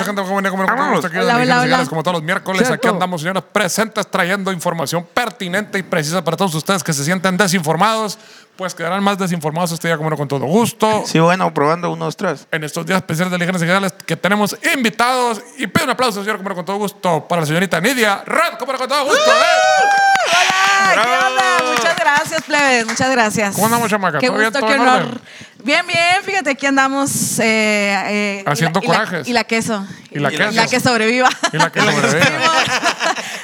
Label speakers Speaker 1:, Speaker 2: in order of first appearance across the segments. Speaker 1: Hola, hola, hola.
Speaker 2: Como todos los miércoles,
Speaker 1: Cierto.
Speaker 2: aquí andamos, señores, presentes, trayendo información pertinente y precisa para todos ustedes que se sienten desinformados. Pues quedarán más desinformados este día, como no, con todo gusto.
Speaker 3: Sí, bueno, probando unos tras.
Speaker 2: En estos días especiales de Legiones Generales que tenemos invitados. Y pido un aplauso, señor, como no, con todo gusto, para la señorita Nidia Red, como no, con todo gusto. ¿eh?
Speaker 1: Hola, ¿qué onda? Muchas gracias, plebes, muchas gracias.
Speaker 2: ¿Cómo andamos, chamaca?
Speaker 1: Qué
Speaker 2: ¿Todo bien?
Speaker 1: gusto,
Speaker 2: ¿Todo
Speaker 1: qué
Speaker 2: en
Speaker 1: honor.
Speaker 2: orden?
Speaker 1: Bien, bien, fíjate, aquí andamos. eh, eh,
Speaker 2: Haciendo
Speaker 1: y la- y la-
Speaker 2: corajes.
Speaker 1: Y la, queso.
Speaker 2: Y la queso.
Speaker 1: que sobreviva.
Speaker 2: Y la que sobreviva.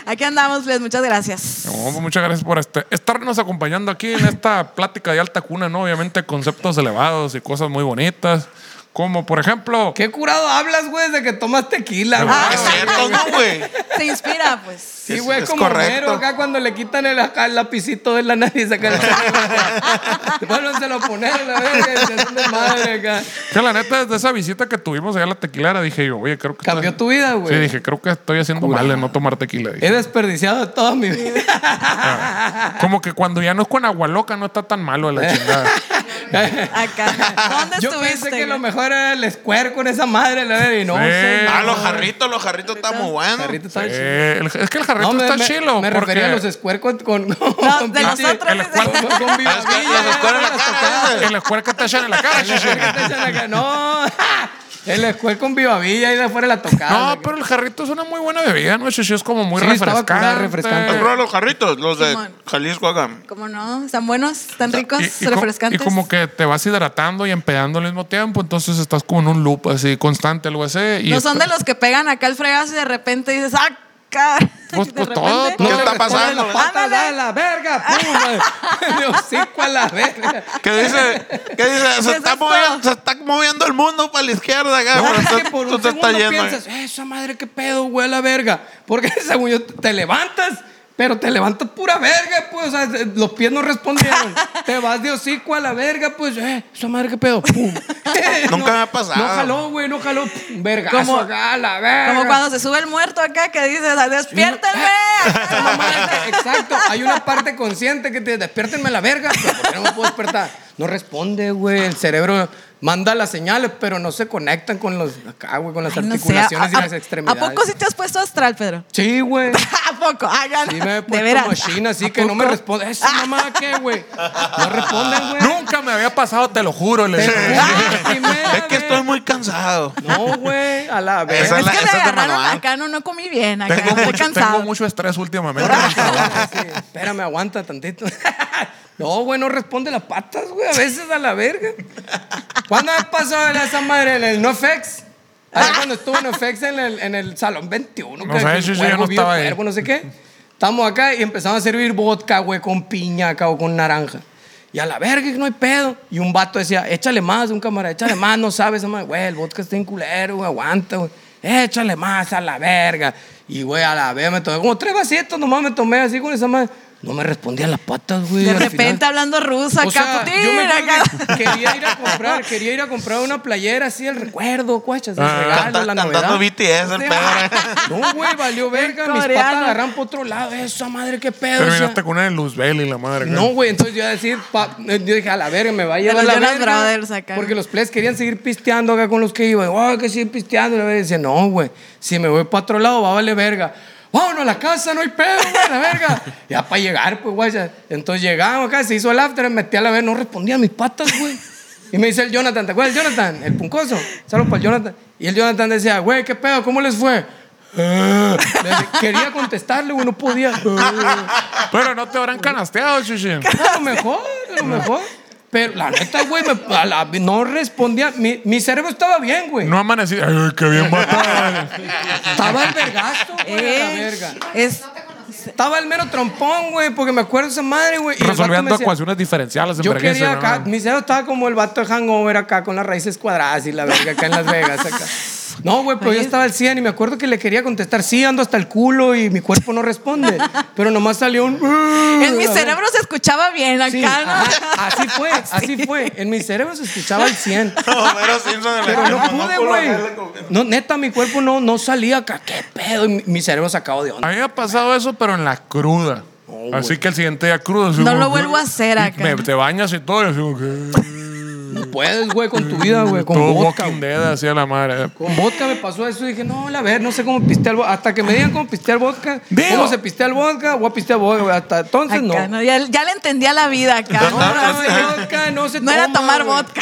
Speaker 1: aquí andamos, plebes, muchas gracias.
Speaker 2: No, pues muchas gracias por este- estarnos acompañando aquí en esta plática de alta cuna, ¿no? Obviamente conceptos elevados y cosas muy bonitas, como por ejemplo...
Speaker 4: Qué curado hablas, güey, desde que tomas tequila, güey.
Speaker 3: Ah, es cierto, ¿no, güey?
Speaker 1: Se inspira, pues.
Speaker 4: Sí,
Speaker 3: es-
Speaker 4: güey,
Speaker 3: es
Speaker 4: como
Speaker 3: correcto.
Speaker 4: Homero acá cuando le quitan el, acá el lapicito de la nariz acá. Vuélvanse a poner, la verga, y se hacen de madre acá.
Speaker 2: Que la neta, desde esa visita que tuvimos allá a la tequilera, dije yo, oye, creo que...
Speaker 4: Cambió tu vida, güey.
Speaker 2: Sí, dije, creo que estoy haciendo mal en no tomar tequila. dije.
Speaker 4: He desperdiciado toda mi vida.
Speaker 2: Como que cuando ya no es con agua loca, no está tan malo la chingada.
Speaker 1: Acá. ¿Dónde
Speaker 4: Yo
Speaker 1: estuviste?
Speaker 4: pensé que
Speaker 1: güey?
Speaker 4: lo mejor era el square con esa madre, la verga, y no.
Speaker 2: Sí.
Speaker 4: señor.
Speaker 3: Ah, los jarritos, los jarritos están muy buenos.
Speaker 4: Carrito está chido.
Speaker 2: Eh, el- es que el jarrito
Speaker 4: No, me,
Speaker 2: está
Speaker 4: me-
Speaker 2: chilo.
Speaker 4: me
Speaker 2: porque...
Speaker 4: refería a los square con... con, con
Speaker 1: de
Speaker 4: pinche-
Speaker 1: nosotros,
Speaker 2: el
Speaker 1: dice.
Speaker 2: escuadrón.
Speaker 4: con- con
Speaker 3: Ah, es que
Speaker 4: vivadilla,
Speaker 3: los escuadran la
Speaker 4: las
Speaker 3: cara,
Speaker 4: tocadas.
Speaker 3: ¿eh?
Speaker 2: El escuer que te echan en la cara, chiche.
Speaker 4: Que te echan acá. No, el escuel con Viva Villa y de afuera la tocada.
Speaker 2: No, pero el jarrito es una muy buena bebida, ¿no? Chiche es como muy
Speaker 4: Sí, estaba curada,
Speaker 2: refrescante.
Speaker 4: refrescante.
Speaker 3: ¿Has probado los jarritos? Los de
Speaker 1: Simón.
Speaker 3: Jalisco acá.
Speaker 1: ¿Cómo no? ¿Están buenos? ¿Están ricos?
Speaker 2: Y- y co-
Speaker 1: ¿Refrescantes?
Speaker 2: Y como que te vas hidratando y empedando al mismo tiempo, entonces estás como en un loop así constante, algo así. Y
Speaker 1: No son
Speaker 2: está-
Speaker 1: de los que pegan acá el fregazo y de repente dices, ¡ah! ca-".
Speaker 2: Pues,
Speaker 1: De
Speaker 2: pues,
Speaker 1: repente-
Speaker 2: todo, todo.
Speaker 3: ¿Qué está pues, pasando?
Speaker 4: La pata
Speaker 1: Ándale.
Speaker 4: da la verga, pum, de hocico a la verga.
Speaker 3: ¿Qué dice? ¿Qué dice?
Speaker 4: Pues
Speaker 1: Eso
Speaker 3: Se está,
Speaker 1: es todo.
Speaker 3: moviendo, se está moviendo el mundo para la izquierda acá. pero
Speaker 4: Es
Speaker 3: tú-
Speaker 4: que por
Speaker 3: tú
Speaker 4: un
Speaker 3: te estás
Speaker 4: segundo
Speaker 3: yendo. eh.
Speaker 4: piensas, esa madre, qué pedo, güey, la verga. Porque según yo, te levantas, pero te levantas pura verga, pues, o sea, los pies no respondieron. te vas de hocico a la verga, pues, eh, esa madre, qué pedo, pum.
Speaker 3: Nunca me ha pasado.
Speaker 4: No jaló, güey, no jaló, pum, vergazo
Speaker 1: Como-
Speaker 4: acá, a la verga.
Speaker 1: Como cuando se sube el muerto acá que dices, despiértenme.
Speaker 4: Esa mamada, Exacto, hay una parte consciente que te despiértenme a la verga, pero ¿por qué no me puedo despertar? No responde, güey, el cerebro manda las señales, pero no se conectan con los acá, güey, con las
Speaker 1: Ay, no sé,
Speaker 4: articulaciones y
Speaker 1: ¿a-
Speaker 4: las
Speaker 1: a-
Speaker 4: extremidades.
Speaker 1: ¿A poco sí te has puesto astral, Pedro?
Speaker 4: Sí, güey.
Speaker 1: ¿A poco? Ah, ya,
Speaker 4: Sí me he
Speaker 1: de
Speaker 4: puesto
Speaker 1: veras.
Speaker 4: machina, así
Speaker 1: ¿A
Speaker 4: que no me
Speaker 1: poco?
Speaker 4: responde. Esa mamá qué, güey. No responde, güey.
Speaker 2: Nunca me había pasado, te lo juro. le
Speaker 4: Te
Speaker 2: dije.
Speaker 4: lo juro, primera
Speaker 3: Es que
Speaker 4: vez.
Speaker 3: estoy muy cansado.
Speaker 4: No, güey, a la vez.
Speaker 3: Esa
Speaker 1: Es
Speaker 3: la-
Speaker 1: que me
Speaker 3: esa es de
Speaker 1: agarraron
Speaker 3: manual.
Speaker 1: acá, no, no comí bien, acá
Speaker 2: Tengo
Speaker 1: estoy
Speaker 2: mucho,
Speaker 1: cansado.
Speaker 2: tengo mucho estrés últimamente.
Speaker 4: Ah, Sí, Espérame, aguanta tantito. No, güey, no responde las patas, güey. A veces a la verga. ¿Cuándo me pasó a esa madre en el NoFX? Ahí cuando estuvo en NoFX en el, en el Salón 21.
Speaker 2: No
Speaker 4: que-
Speaker 2: sé,
Speaker 4: que el
Speaker 2: sí, sí, yo
Speaker 4: cuervo
Speaker 2: no
Speaker 4: vio
Speaker 2: estaba ahí.
Speaker 4: cuervo, pues, no sé qué. Estamos acá y empezamos a servir vodka, güey, con piña acá o con naranja. Y a la verga, que no hay pedo. Y un vato decía, échale más, un camarada, échale más, no sabes, esa madre. güey, el vodka está en culero, güey, aguanta, güey. Échale más a la verga. Y, güey, a la verga me tomé como tres vasitos, nomás me tomé así con esa madre. No me respondía las patas, güey.
Speaker 1: De
Speaker 4: al final.
Speaker 1: repente hablando ruso acá,
Speaker 4: O sea,
Speaker 1: Putin,
Speaker 4: yo me
Speaker 1: acá.
Speaker 4: acuerdo que quería ir a comprar, quería ir a comprar una playera así, el recuerdo, cuachas, el
Speaker 2: Ah.
Speaker 4: regalo,
Speaker 3: Cantando
Speaker 4: la novedad.
Speaker 3: cantando BTS, el pedo. ¿eh?
Speaker 4: No, güey, valió verga. Mis patas
Speaker 1: coreano.
Speaker 4: agarran por otro lado. Esa madre, qué pedo. o sea.
Speaker 2: Terminaste con una luzbel y la madre.
Speaker 4: No, güey, entonces yo iba a decir, pa- yo dije, a la verga, me va a llevar
Speaker 1: los
Speaker 4: la
Speaker 1: Jonas
Speaker 4: verga.
Speaker 1: Brothers acá.
Speaker 4: Porque los plebes querían seguir pisteando acá con los que iba. Oh, que siguen pisteando. Y la verga decía, no, güey, si me voy para otro lado, va a valer verga. Vámonos a la casa, no hay pedo, güey, la verga. Ya para llegar, pues, güey. ya. Entonces llegamos acá, se hizo el after, me metí a la verga, no respondía a mis patas, güey. Y me dice el Jonathan, ¿te acuerdas del Jonathan? El puncoso. Saludos para el Jonathan. Y el Jonathan decía, güey, ¿qué pedo? ¿Cómo les fue? "Ah". Le- Quería contestarle, güey, no podía. "Ah".
Speaker 2: Pero no te habrán canasteado, chiche.
Speaker 4: A lo mejor, a lo mejor. Pero la neta, güey, me- a la- no respondía. Mi, mi cerebro estaba bien, güey.
Speaker 2: No amanecí. Ay, qué bien matado.
Speaker 4: Estaba el vergazo, güey, a la
Speaker 1: Eh,
Speaker 4: verga.
Speaker 1: es,
Speaker 4: Estaba el mero trompón, güey, porque me acuerdo esa madre, güey. y el vato me
Speaker 2: Resolviendo
Speaker 4: decía,
Speaker 2: ecuaciones diferenciales en
Speaker 4: Yo
Speaker 2: vergüenza,
Speaker 4: quería
Speaker 2: ¿no?
Speaker 4: acá, mi cerebro estaba como el vato de hangover acá, con las raíces cuadradas y la verga acá en Las Vegas acá. No, güey, pero yo
Speaker 1: Pues.
Speaker 4: estaba al 100 y me acuerdo que le quería contestar, sí, ando hasta el culo y mi cuerpo no responde. pero nomás salió un...
Speaker 1: En mi
Speaker 4: A ver.
Speaker 1: cerebro se escuchaba bien acá,
Speaker 4: Sí,
Speaker 1: ¿no?
Speaker 4: ajá, así fue, así fue. En mi cerebro se escuchaba al 100.
Speaker 3: Homero Simpson en la
Speaker 4: Pero
Speaker 3: que
Speaker 4: no
Speaker 3: el
Speaker 4: pude,
Speaker 3: monóculo jala
Speaker 4: güey.
Speaker 3: con-
Speaker 4: No, neta, mi cuerpo no, no salía acá. ¿Qué pedo? Y mi- mi cerebro se acabó de
Speaker 2: A
Speaker 4: onda.
Speaker 2: mí me ha pasado eso, pero en la cruda.
Speaker 4: Oh,
Speaker 2: Así que el siguiente día crudo. así
Speaker 1: No
Speaker 2: como
Speaker 1: lo
Speaker 2: que-
Speaker 1: vuelvo a hacer
Speaker 2: y
Speaker 1: acá.
Speaker 2: me- te bañas y todo. y así como que-
Speaker 4: No puedes, güey, con tu vida, güey. Con
Speaker 2: todo
Speaker 4: vodka.
Speaker 2: Walking
Speaker 4: güey.
Speaker 2: Dead así a la madre.
Speaker 4: Con vodka me pasó eso y dije, no, la ver, no sé cómo pistear vodka. Hasta que me digan cómo pistear vodka,
Speaker 2: Digo.
Speaker 4: cómo se pistea el vodka, voy a pistear vodka. güey. Hasta entonces no.
Speaker 1: Acá, ¿no? Ya, ya le entendía la vida acá.
Speaker 4: No, no, el vodka no se
Speaker 1: No era
Speaker 4: toma,
Speaker 1: tomar
Speaker 4: güey.
Speaker 1: vodka.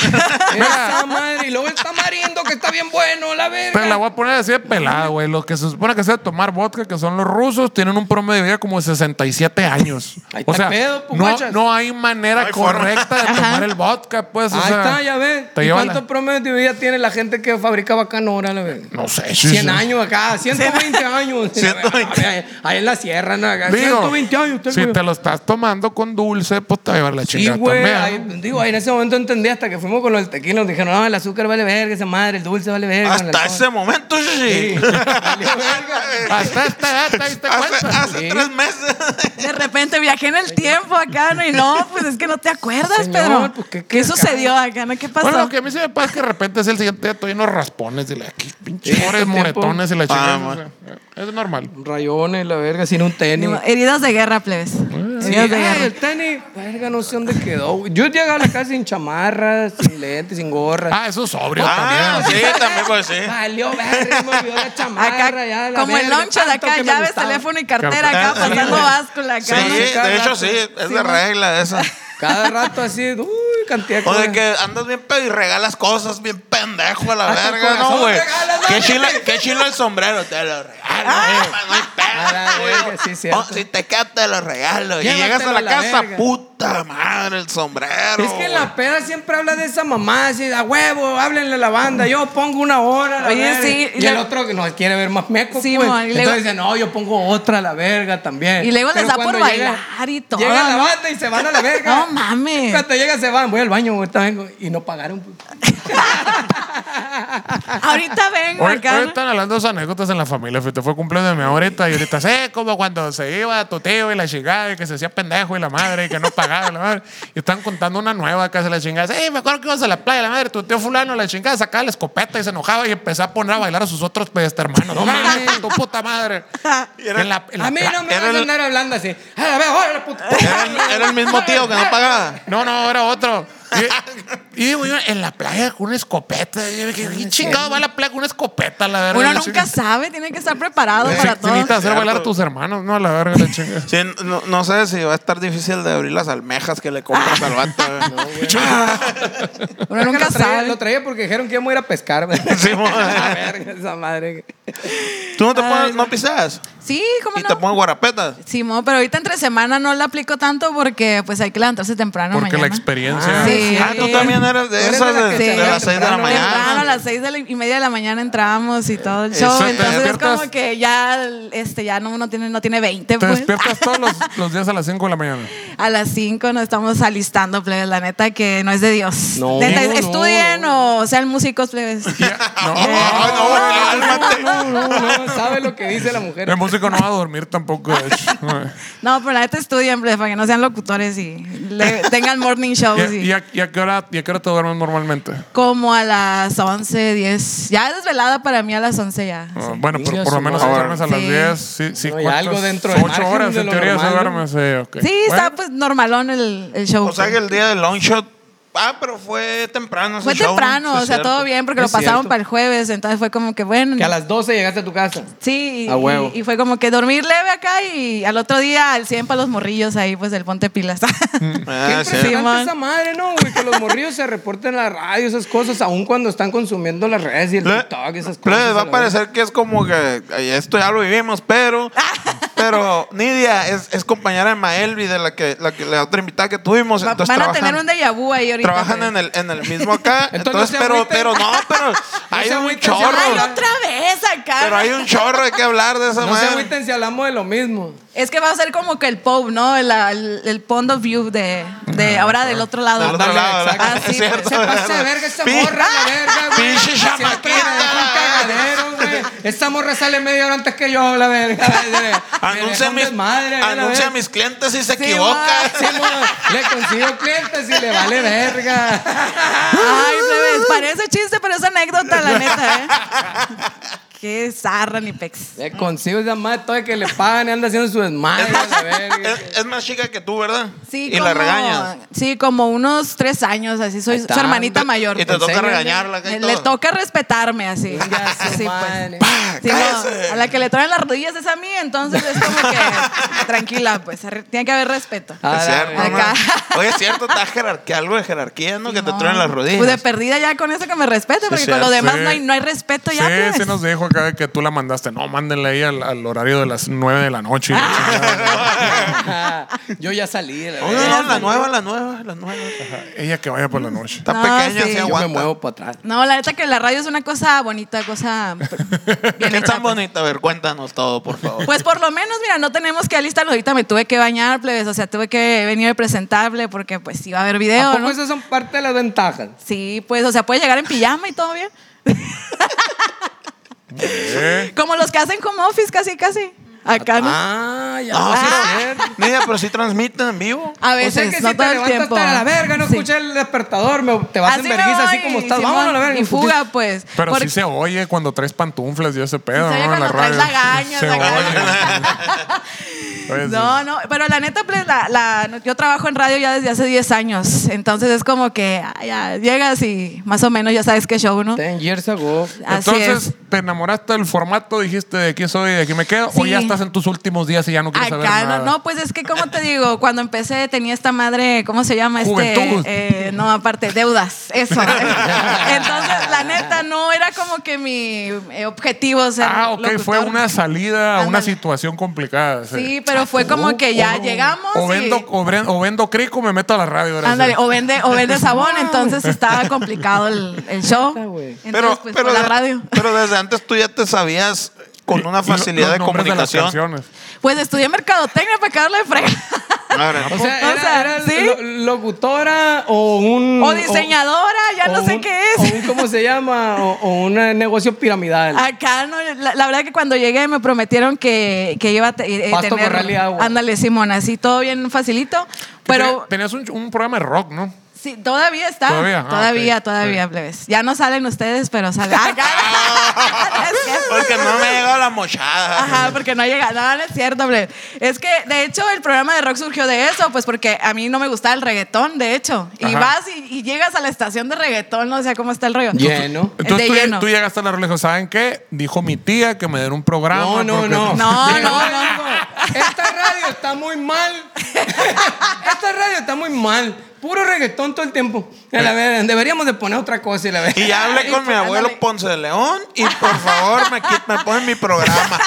Speaker 4: Esa madre. Y luego el tamarindo, que está bien bueno, la verga.
Speaker 2: Pero la voy a poner así de pelada, güey. Los que se supone que sea tomar vodka, que son los rusos, tienen un promedio de vida como de 67 años.
Speaker 4: Ahí
Speaker 2: o
Speaker 4: está
Speaker 2: sea,
Speaker 4: el pedo, pues,
Speaker 2: no,
Speaker 4: guachas.
Speaker 2: no hay manera
Speaker 3: No hay forma.
Speaker 2: correcta de tomar el vodka, pues. o
Speaker 4: Ahí
Speaker 2: sea,
Speaker 4: está, ya ves.
Speaker 2: Te
Speaker 4: ¿Y
Speaker 2: lleva la-
Speaker 4: ¿Cuánto promedio de vida tiene la gente que fabrica bacanora? La verga?
Speaker 2: No sé. sí,
Speaker 4: 100
Speaker 2: sí.
Speaker 4: años acá, 120 años.
Speaker 3: 120.
Speaker 4: Ahí- Ahí en la sierra, ¿no? Acá,
Speaker 2: Digo,
Speaker 4: 120 años. usted,
Speaker 2: si
Speaker 4: güey.
Speaker 2: te lo estás tomando con dulce, pues te va a llevar la
Speaker 4: Sí,
Speaker 2: chingada
Speaker 4: güey.
Speaker 2: también,
Speaker 4: ahí-
Speaker 2: ¿no?
Speaker 4: Digo, ahí en ese momento entendí hasta que fuimos con los tequilas. Nos dijeron, no, el azúcar vale verga, esa madre, el dulce vale verga. el
Speaker 3: Hasta
Speaker 4: alcohol".
Speaker 3: ese momento, sí.
Speaker 4: Sí, valió verga.
Speaker 2: Hasta esta edad, ahí te
Speaker 3: Hace,
Speaker 2: cuentas.
Speaker 3: hace tres meses.
Speaker 1: De repente viajé en el tiempo acá, ¿no? Y no, pues es que no te acuerdas,
Speaker 4: Señor,
Speaker 1: Pedro.
Speaker 4: pues, ¿qué-
Speaker 1: ¿qué,
Speaker 4: qué
Speaker 1: sucedió acá? ¿no? ¿Qué pasó?
Speaker 2: Bueno, lo que a mí se me pasa es que de repente es el siguiente día, todavía unos raspones y la aquí, pinches
Speaker 4: Sí,
Speaker 2: pobres
Speaker 4: este
Speaker 2: moretones y la chingada.
Speaker 3: Ah,
Speaker 2: o sea, es normal.
Speaker 4: Rayones, la verga, sin un tenis.
Speaker 1: No, Heridas de guerra, plebes.
Speaker 4: Sí,
Speaker 1: Heridas de
Speaker 4: ay,
Speaker 1: guerra.
Speaker 4: el tenis, verga, no sé dónde quedó. güey. Yo llegaba a la casa sin chamarras, sin lentes, sin gorras.
Speaker 2: Ah, eso es sobrio
Speaker 3: Ah,
Speaker 2: también.
Speaker 3: sí, también, pues sí.
Speaker 4: Valió verga, me olvidó la chamarra.
Speaker 1: Acá,
Speaker 4: ya, la
Speaker 1: como el
Speaker 4: verga,
Speaker 1: loncho de
Speaker 4: tanto
Speaker 1: acá,
Speaker 4: que me
Speaker 1: llaves,
Speaker 4: gustaba.
Speaker 1: teléfono y cartera acá,
Speaker 3: Cartera, sí,
Speaker 1: pasando
Speaker 3: güey.
Speaker 1: báscula
Speaker 3: Sí,
Speaker 1: acá. ¿no?
Speaker 3: de hecho, sí. Es de regla esa.
Speaker 4: Cada rato así, uy, cantidad de
Speaker 3: O de
Speaker 4: cosas.
Speaker 3: que andas bien pedo y regalas cosas bien pendejo a la
Speaker 4: Hasta el
Speaker 3: verga,
Speaker 4: corazón
Speaker 3: ¿no, güey?
Speaker 4: regalas, Ah. ¿no?
Speaker 3: Qué chila, qué chila el sombrero, te lo regalo, güey, no hay
Speaker 4: A la
Speaker 3: pedo,
Speaker 4: verga,
Speaker 3: güey.
Speaker 4: sí, es cierto.
Speaker 3: Oh, si te quedas, te lo regalo. Y
Speaker 4: Llévatelo
Speaker 3: llegas a
Speaker 4: a
Speaker 3: la
Speaker 4: la
Speaker 3: casa,
Speaker 4: verga.
Speaker 3: puta madre, el sombrero.
Speaker 4: Es que en la peda siempre habla de esa mamá, así, a huevo, háblenle a la banda, yo pongo una hora, la
Speaker 1: Oye,
Speaker 4: verga.
Speaker 1: sí,
Speaker 4: Y
Speaker 1: y
Speaker 4: el
Speaker 1: la-
Speaker 4: otro que nos quiere ver más meco,
Speaker 1: Sí,
Speaker 4: pues.
Speaker 1: mon, y luego-
Speaker 4: Entonces dice, no, yo pongo otra a la verga también.
Speaker 1: Y luego les
Speaker 4: Pero
Speaker 1: da por
Speaker 4: cuando llega-
Speaker 1: bailar y todo,
Speaker 4: Llega la
Speaker 1: ¿no?
Speaker 4: banda y se van a la verga.
Speaker 1: No mames.
Speaker 4: Cuando llega se van, voy al baño, ahorita vengo, y no pagaron. pues.
Speaker 1: Ahorita vengo
Speaker 2: Hoy,
Speaker 1: acá.
Speaker 2: hoy
Speaker 1: ¿no?
Speaker 2: están hablando de esas anécdotas en la familia. Te fue cumpleaños de mi ahorita y ahorita sé como cuando se iba tu tío y la chingada y que se hacía pendejo y la madre y que no pagaba la madre. Y están contando una nueva que hace la chingada. Sí, me acuerdo que ibas a la playa, la madre, tu tío fulano, la chingada, sacaba la escopeta y se enojaba y empezaba a poner a bailar a sus otros pues, hermanos. No mames, tu puta madre. Y en la- en la
Speaker 4: A mí
Speaker 2: pla-
Speaker 4: no me
Speaker 3: era
Speaker 4: vas a
Speaker 3: el-
Speaker 4: andar hablando así. A la verga, órale, puta.
Speaker 3: Era el, era el mismo tío que no pagaba.
Speaker 2: No, no, era otro. Y, y digo, yo en la playa con una escopeta. Y yo dije, ¿qué chingado va a la playa con una escopeta? La verga.
Speaker 1: Uno
Speaker 2: La
Speaker 1: nunca
Speaker 2: chingada.
Speaker 1: sabe, tiene que estar preparado
Speaker 2: Sí,
Speaker 1: para
Speaker 2: sí
Speaker 1: todo.
Speaker 2: necesitas hacer bailar a tus hermanos, no, la verga, la chingada.
Speaker 3: Sí, no, no sé si va a estar difícil de abrir las almejas que le compras al vato. güey.
Speaker 1: Uno
Speaker 4: Nunca
Speaker 1: nunca
Speaker 4: lo traía,
Speaker 1: sabe.
Speaker 4: lo traía porque dijeron que íbamos a ir a pescar. güey.
Speaker 3: Sí, mo.
Speaker 4: La verga, esa madre.
Speaker 3: Tú no te pones, no piseas.
Speaker 1: Sí, ¿cómo
Speaker 3: Y te
Speaker 1: no?
Speaker 3: pones guarapetas.
Speaker 1: Simón, pero ahorita entre semana no la aplico tanto porque pues hay que levantarse temprano
Speaker 2: Porque la
Speaker 1: mañana.
Speaker 2: experiencia.
Speaker 1: Ah, sí.
Speaker 3: Ah, tú también eras
Speaker 4: Tú
Speaker 3: de
Speaker 4: eres
Speaker 3: esas
Speaker 4: de la
Speaker 3: de,
Speaker 4: que
Speaker 3: de
Speaker 4: se
Speaker 3: las seis de la
Speaker 4: temprano,
Speaker 1: Temprano, a
Speaker 3: mañana.
Speaker 1: las seis de la- y media de la mañana entramos y todo el
Speaker 3: Eso,
Speaker 1: show.
Speaker 3: te
Speaker 1: Entonces es
Speaker 2: despiertas-
Speaker 1: como que ya, este, ya no, uno tiene, no tiene 20,
Speaker 2: Te
Speaker 1: pues.
Speaker 2: despiertas todos los, los días a las 5 de la mañana.
Speaker 1: A las 5 nos estamos alistando, plebes. La neta que no es de Dios.
Speaker 4: No,
Speaker 1: Neta,
Speaker 4: no,
Speaker 1: estudien o sean músicos, plebes.
Speaker 2: No,
Speaker 1: Eh.
Speaker 3: Ah, no, cálmate.
Speaker 4: No, no, no, sabe lo que dice la mujer.
Speaker 2: el músico no va a dormir tampoco, de hecho.
Speaker 1: No, pero la neta estudien, plebes, para que no sean locutores y le- tengan morning
Speaker 2: ¿Y,
Speaker 1: shows.
Speaker 2: a-
Speaker 1: Y
Speaker 2: y a, y a qué hora, y a qué hora te duermes normalmente?
Speaker 1: Como a las 11, 10. Ya es desvelada para mí a las 11 ya.
Speaker 3: Oh,
Speaker 2: Ah, Bueno, pero por lo menos te
Speaker 4: Ahora.
Speaker 2: duermes a las
Speaker 1: Sí.
Speaker 2: 10. Sí, sí,
Speaker 4: No, y
Speaker 2: ¿cuántas?
Speaker 4: algo dentro del
Speaker 2: Ocho
Speaker 4: margen
Speaker 2: horas,
Speaker 4: de
Speaker 2: en
Speaker 4: lo
Speaker 2: teoría, se duerme.
Speaker 4: normal,
Speaker 2: Sí, ok.
Speaker 1: Sí,
Speaker 2: Bueno,
Speaker 1: está pues normalón el, el show.
Speaker 3: O sea que el día del long shot. Ah, pero fue temprano. ese
Speaker 1: Fue
Speaker 3: show,
Speaker 1: temprano,
Speaker 3: sí,
Speaker 1: o sea,
Speaker 3: cierto.
Speaker 1: todo bien porque lo
Speaker 4: Es
Speaker 1: pasaron
Speaker 4: cierto.
Speaker 1: para el jueves, entonces fue como que bueno.
Speaker 4: Que a las 12 llegaste a tu casa.
Speaker 1: Sí, y-
Speaker 4: A huevo.
Speaker 1: Y, y fue como que dormir leve acá y al otro día al 100 para los morrillos ahí, pues el ponte pilas.
Speaker 3: Ah,
Speaker 4: Qué
Speaker 3: sí.
Speaker 4: impresionante
Speaker 1: Simón.
Speaker 4: esa madre, ¿no, güey? Que los morrillos se reporten en la radio, esas cosas, aun cuando están consumiendo las redes y el
Speaker 3: Le-
Speaker 4: TikTok, esas
Speaker 3: le
Speaker 4: cosas.
Speaker 3: va
Speaker 4: la
Speaker 3: a parecer que es como que ay, esto ya lo vivimos, pero pero Nidia es, es compañera de Maelvi de la que la, que- la otra invitada que tuvimos,
Speaker 1: Va-
Speaker 3: entonces
Speaker 1: van a
Speaker 3: trabajan-
Speaker 1: tener un déjà vu ahí ahorita.
Speaker 3: trabajan
Speaker 1: pues.
Speaker 3: en el en el mismo acá,
Speaker 4: Entonces,
Speaker 3: entonces,
Speaker 4: no se
Speaker 3: pero pero
Speaker 4: agüiten.
Speaker 3: no, pero hay
Speaker 4: se
Speaker 3: un
Speaker 4: agüiten, se
Speaker 3: chorro,
Speaker 4: agüiten.
Speaker 1: Ay, otra vez acá.
Speaker 3: pero hay un chorro de que hablar de esa
Speaker 4: verga. No se
Speaker 3: madre.
Speaker 4: agüiten si hablamos de lo mismo.
Speaker 1: Es que va a ser como que el pop, ¿no? El, el, el pond of view de,
Speaker 4: Ah,
Speaker 1: de ahora del otro lado.
Speaker 3: Del otro lado,
Speaker 1: Ándale,
Speaker 3: ¿verdad?
Speaker 1: exacto. Ah, sí,
Speaker 3: Es cierto.
Speaker 4: Se pasa de verga esa
Speaker 3: Pi-
Speaker 4: morra, la verga, güey.
Speaker 2: Pinche
Speaker 4: Siempre
Speaker 2: chamaquita,
Speaker 4: es un cagadero, güey. Esa morra sale media hora antes que yo, la verga.
Speaker 3: Anuncia, mis,
Speaker 4: madre,
Speaker 3: anuncia a mis clientes si se
Speaker 1: Sí,
Speaker 3: equivoca.
Speaker 1: va.
Speaker 4: Le consigo clientes y le vale verga.
Speaker 1: Ay, plebes, parece chiste, pero es anécdota, la neta, ¿eh? Qué zarra ni pex.
Speaker 4: Le consigo esa madre todavía que le pagan y anda haciendo su desmadre, la verga.
Speaker 3: Es, es más chica que tú, ¿verdad?
Speaker 1: Sí,
Speaker 3: y
Speaker 1: como,
Speaker 3: la regañas.
Speaker 1: Sí, como unos tres años, así. Soy
Speaker 4: Ahí
Speaker 1: su
Speaker 4: está.
Speaker 1: hermanita mayor.
Speaker 3: Y te toca
Speaker 4: enséñale.
Speaker 3: regañarla. acá y
Speaker 1: Le, le
Speaker 3: todo.
Speaker 1: toca respetarme así.
Speaker 4: Venga, su
Speaker 1: Así,
Speaker 4: madre.
Speaker 1: Sí, no,
Speaker 3: cállese.
Speaker 1: a la que le traen las rodillas es a mí, entonces es como que tranquila, pues re- tiene que haber respeto.
Speaker 4: Ah,
Speaker 3: Es cierto,
Speaker 1: Acá.
Speaker 3: ¿no? Oye, es cierto, está jerarquía, algo de jerarquía, ¿no? Que te traen las rodillas.
Speaker 1: Pues de perdida ya con eso que me respete, porque con
Speaker 3: cierto.
Speaker 1: lo demás
Speaker 2: Sí.
Speaker 1: no, hay, no hay respeto
Speaker 2: Sí,
Speaker 1: ya. pues.
Speaker 2: sí nos dijo acá que tú la mandaste. No, mándenle ahí al, al horario de las 9 de la noche. Y la
Speaker 1: Ah.
Speaker 2: chingada.
Speaker 4: ah, Yo ya salí, la
Speaker 3: No, no,
Speaker 4: verga.
Speaker 3: no, la nueva, la nueva, la nueva.
Speaker 2: Ella que vaya por la noche.
Speaker 3: Está
Speaker 1: No,
Speaker 3: pequeña,
Speaker 1: sí.
Speaker 3: se
Speaker 4: Yo me
Speaker 3: aguanta.
Speaker 4: muevo para atrás.
Speaker 1: No, la neta que la radio es una cosa bonita, cosa bien
Speaker 3: ¿Qué
Speaker 1: hecha,
Speaker 3: tan
Speaker 1: pues.
Speaker 3: bonita? A ver, cuéntanos todo, por favor.
Speaker 1: Pues por lo menos, mira, no tenemos que alistarnos. Ahorita me tuve que bañar, plebes. O sea, tuve que venir a presentarle porque pues iba a haber
Speaker 4: ¿A
Speaker 1: video,
Speaker 4: poco
Speaker 1: ¿no?
Speaker 4: esas son parte de las ventajas?
Speaker 1: Sí, pues, o sea, puede llegar en pijama y todo bien.
Speaker 2: ¿Eh?
Speaker 1: Como los que hacen como office, casi, casi. Acá, ¿no?
Speaker 4: Ah, ya
Speaker 3: No,
Speaker 4: vas a
Speaker 3: pero,
Speaker 4: ver.
Speaker 3: mira, pero sí transmiten en vivo.
Speaker 1: A
Speaker 4: O sea
Speaker 1: veces,
Speaker 4: que
Speaker 1: no
Speaker 4: si
Speaker 1: todo
Speaker 4: te
Speaker 1: el
Speaker 4: levantas
Speaker 1: tiempo.
Speaker 4: para la verga, no
Speaker 1: Sí.
Speaker 4: escuchas el despertador, me- te vas en
Speaker 1: me
Speaker 4: vergüenza así
Speaker 1: voy,
Speaker 4: como estás.
Speaker 1: Simón,
Speaker 4: Vámonos a la verga.
Speaker 1: Y fuga, pues.
Speaker 2: Pero
Speaker 1: Porque-
Speaker 2: sí se oye cuando traes pantuflas y ese pedo,
Speaker 1: se oye
Speaker 2: ¿no? En la
Speaker 1: cuando traes
Speaker 2: radio.
Speaker 1: lagañas
Speaker 2: Se
Speaker 1: acá.
Speaker 2: oye. Oye,
Speaker 1: No, no, pero la neta, pues, la, la- no, yo trabajo en radio ya desde hace 10 años, entonces es como que ah, ya llegas y más o menos ya sabes qué show, ¿no?
Speaker 4: Ten years ago.
Speaker 1: Así
Speaker 2: Entonces,
Speaker 1: es.
Speaker 2: ¿te enamoraste del formato? Dijiste, de aquí soy, de aquí me quedo. O
Speaker 1: Sí.
Speaker 2: ya estás en tus últimos días y ya no quieres saber
Speaker 1: Acá,
Speaker 2: nada.
Speaker 1: no, no, pues es que, como te digo, cuando empecé tenía esta madre, ¿cómo se llama? Este,
Speaker 2: Juventud.
Speaker 1: eh, no, aparte, deudas, eso. Entonces, la neta, no era como que mi eh, objetivo. ser
Speaker 2: Ah, ok, fue
Speaker 1: locutor.
Speaker 2: una salida a una
Speaker 1: Ándale.
Speaker 2: situación complicada.
Speaker 1: Sí, pero
Speaker 3: Ah,
Speaker 1: fue
Speaker 3: oh,
Speaker 1: como que ya llegamos
Speaker 2: O vendo,
Speaker 1: y-
Speaker 2: o, bre- o vendo crico, me meto a la radio. ahora sí.
Speaker 1: Ándale, o vende, o vende sabón, entonces estaba complicado el, el show.
Speaker 4: Puta, güey.
Speaker 1: Entonces, pues, por la
Speaker 3: de-
Speaker 1: radio.
Speaker 3: pero desde antes tú ya te sabías con una
Speaker 2: Y lo-
Speaker 3: facilidad
Speaker 2: los
Speaker 3: de
Speaker 2: nombres las
Speaker 3: comunicación.
Speaker 2: canciones.
Speaker 1: Pues estudié mercadotecnia para quedarle de frega.
Speaker 3: Ahora,
Speaker 4: O sea,
Speaker 1: O
Speaker 4: era,
Speaker 1: sea,
Speaker 4: era
Speaker 1: ¿sí?
Speaker 4: lo- locutora Mm, o un.
Speaker 1: O diseñadora, ya no
Speaker 4: o
Speaker 1: sé
Speaker 4: un-
Speaker 1: qué
Speaker 4: o
Speaker 1: es.
Speaker 4: un, ¿Cómo se llama? O, o un eh, negocio piramidal.
Speaker 1: Acá, no, la, la verdad que cuando llegué me prometieron que, que iba a te- eh,
Speaker 4: Pasto,
Speaker 1: tener...
Speaker 4: corral y agua.
Speaker 1: Ándale, Simón, así todo bien facilito. Pero
Speaker 2: Ten- Tenías un, un programa de rock, ¿no?
Speaker 1: sí, todavía está.
Speaker 2: Todavía, ah,
Speaker 1: todavía,
Speaker 2: ok.
Speaker 1: todavía, plebes. Ya no salen ustedes, pero salen... Acá. Es cierto.
Speaker 3: porque no me ha llegado la mochada.
Speaker 1: pues, Ajá, porque no llega. No, no es cierto, hombre. Es que, de hecho, el programa de rock surgió de eso, pues porque a mí no me gustaba el reggaetón, de hecho. Y
Speaker 2: Ajá.
Speaker 1: vas y, y llegas a la estación de reggaetón, no sé cómo está el rollo.
Speaker 4: Lleno.
Speaker 1: de
Speaker 2: Entonces tú,
Speaker 1: lleno.
Speaker 2: tú llegaste a la radio y dijo, ¿saben qué? Dijo mi tía que me den un programa.
Speaker 4: No, no,
Speaker 2: porque-
Speaker 4: no.
Speaker 1: No,
Speaker 4: Llegó
Speaker 1: no,
Speaker 4: y
Speaker 1: no.
Speaker 4: dijo, Esta radio está muy mal. Esta radio está muy mal. Puro reggaetón todo el tiempo. A la verga, deberíamos de poner otra cosa y la verga.
Speaker 3: Y ya hablé con mi abuelo
Speaker 1: pues, Ándale.
Speaker 3: Ponce de León y por favor me, qui- me ponen mi programa.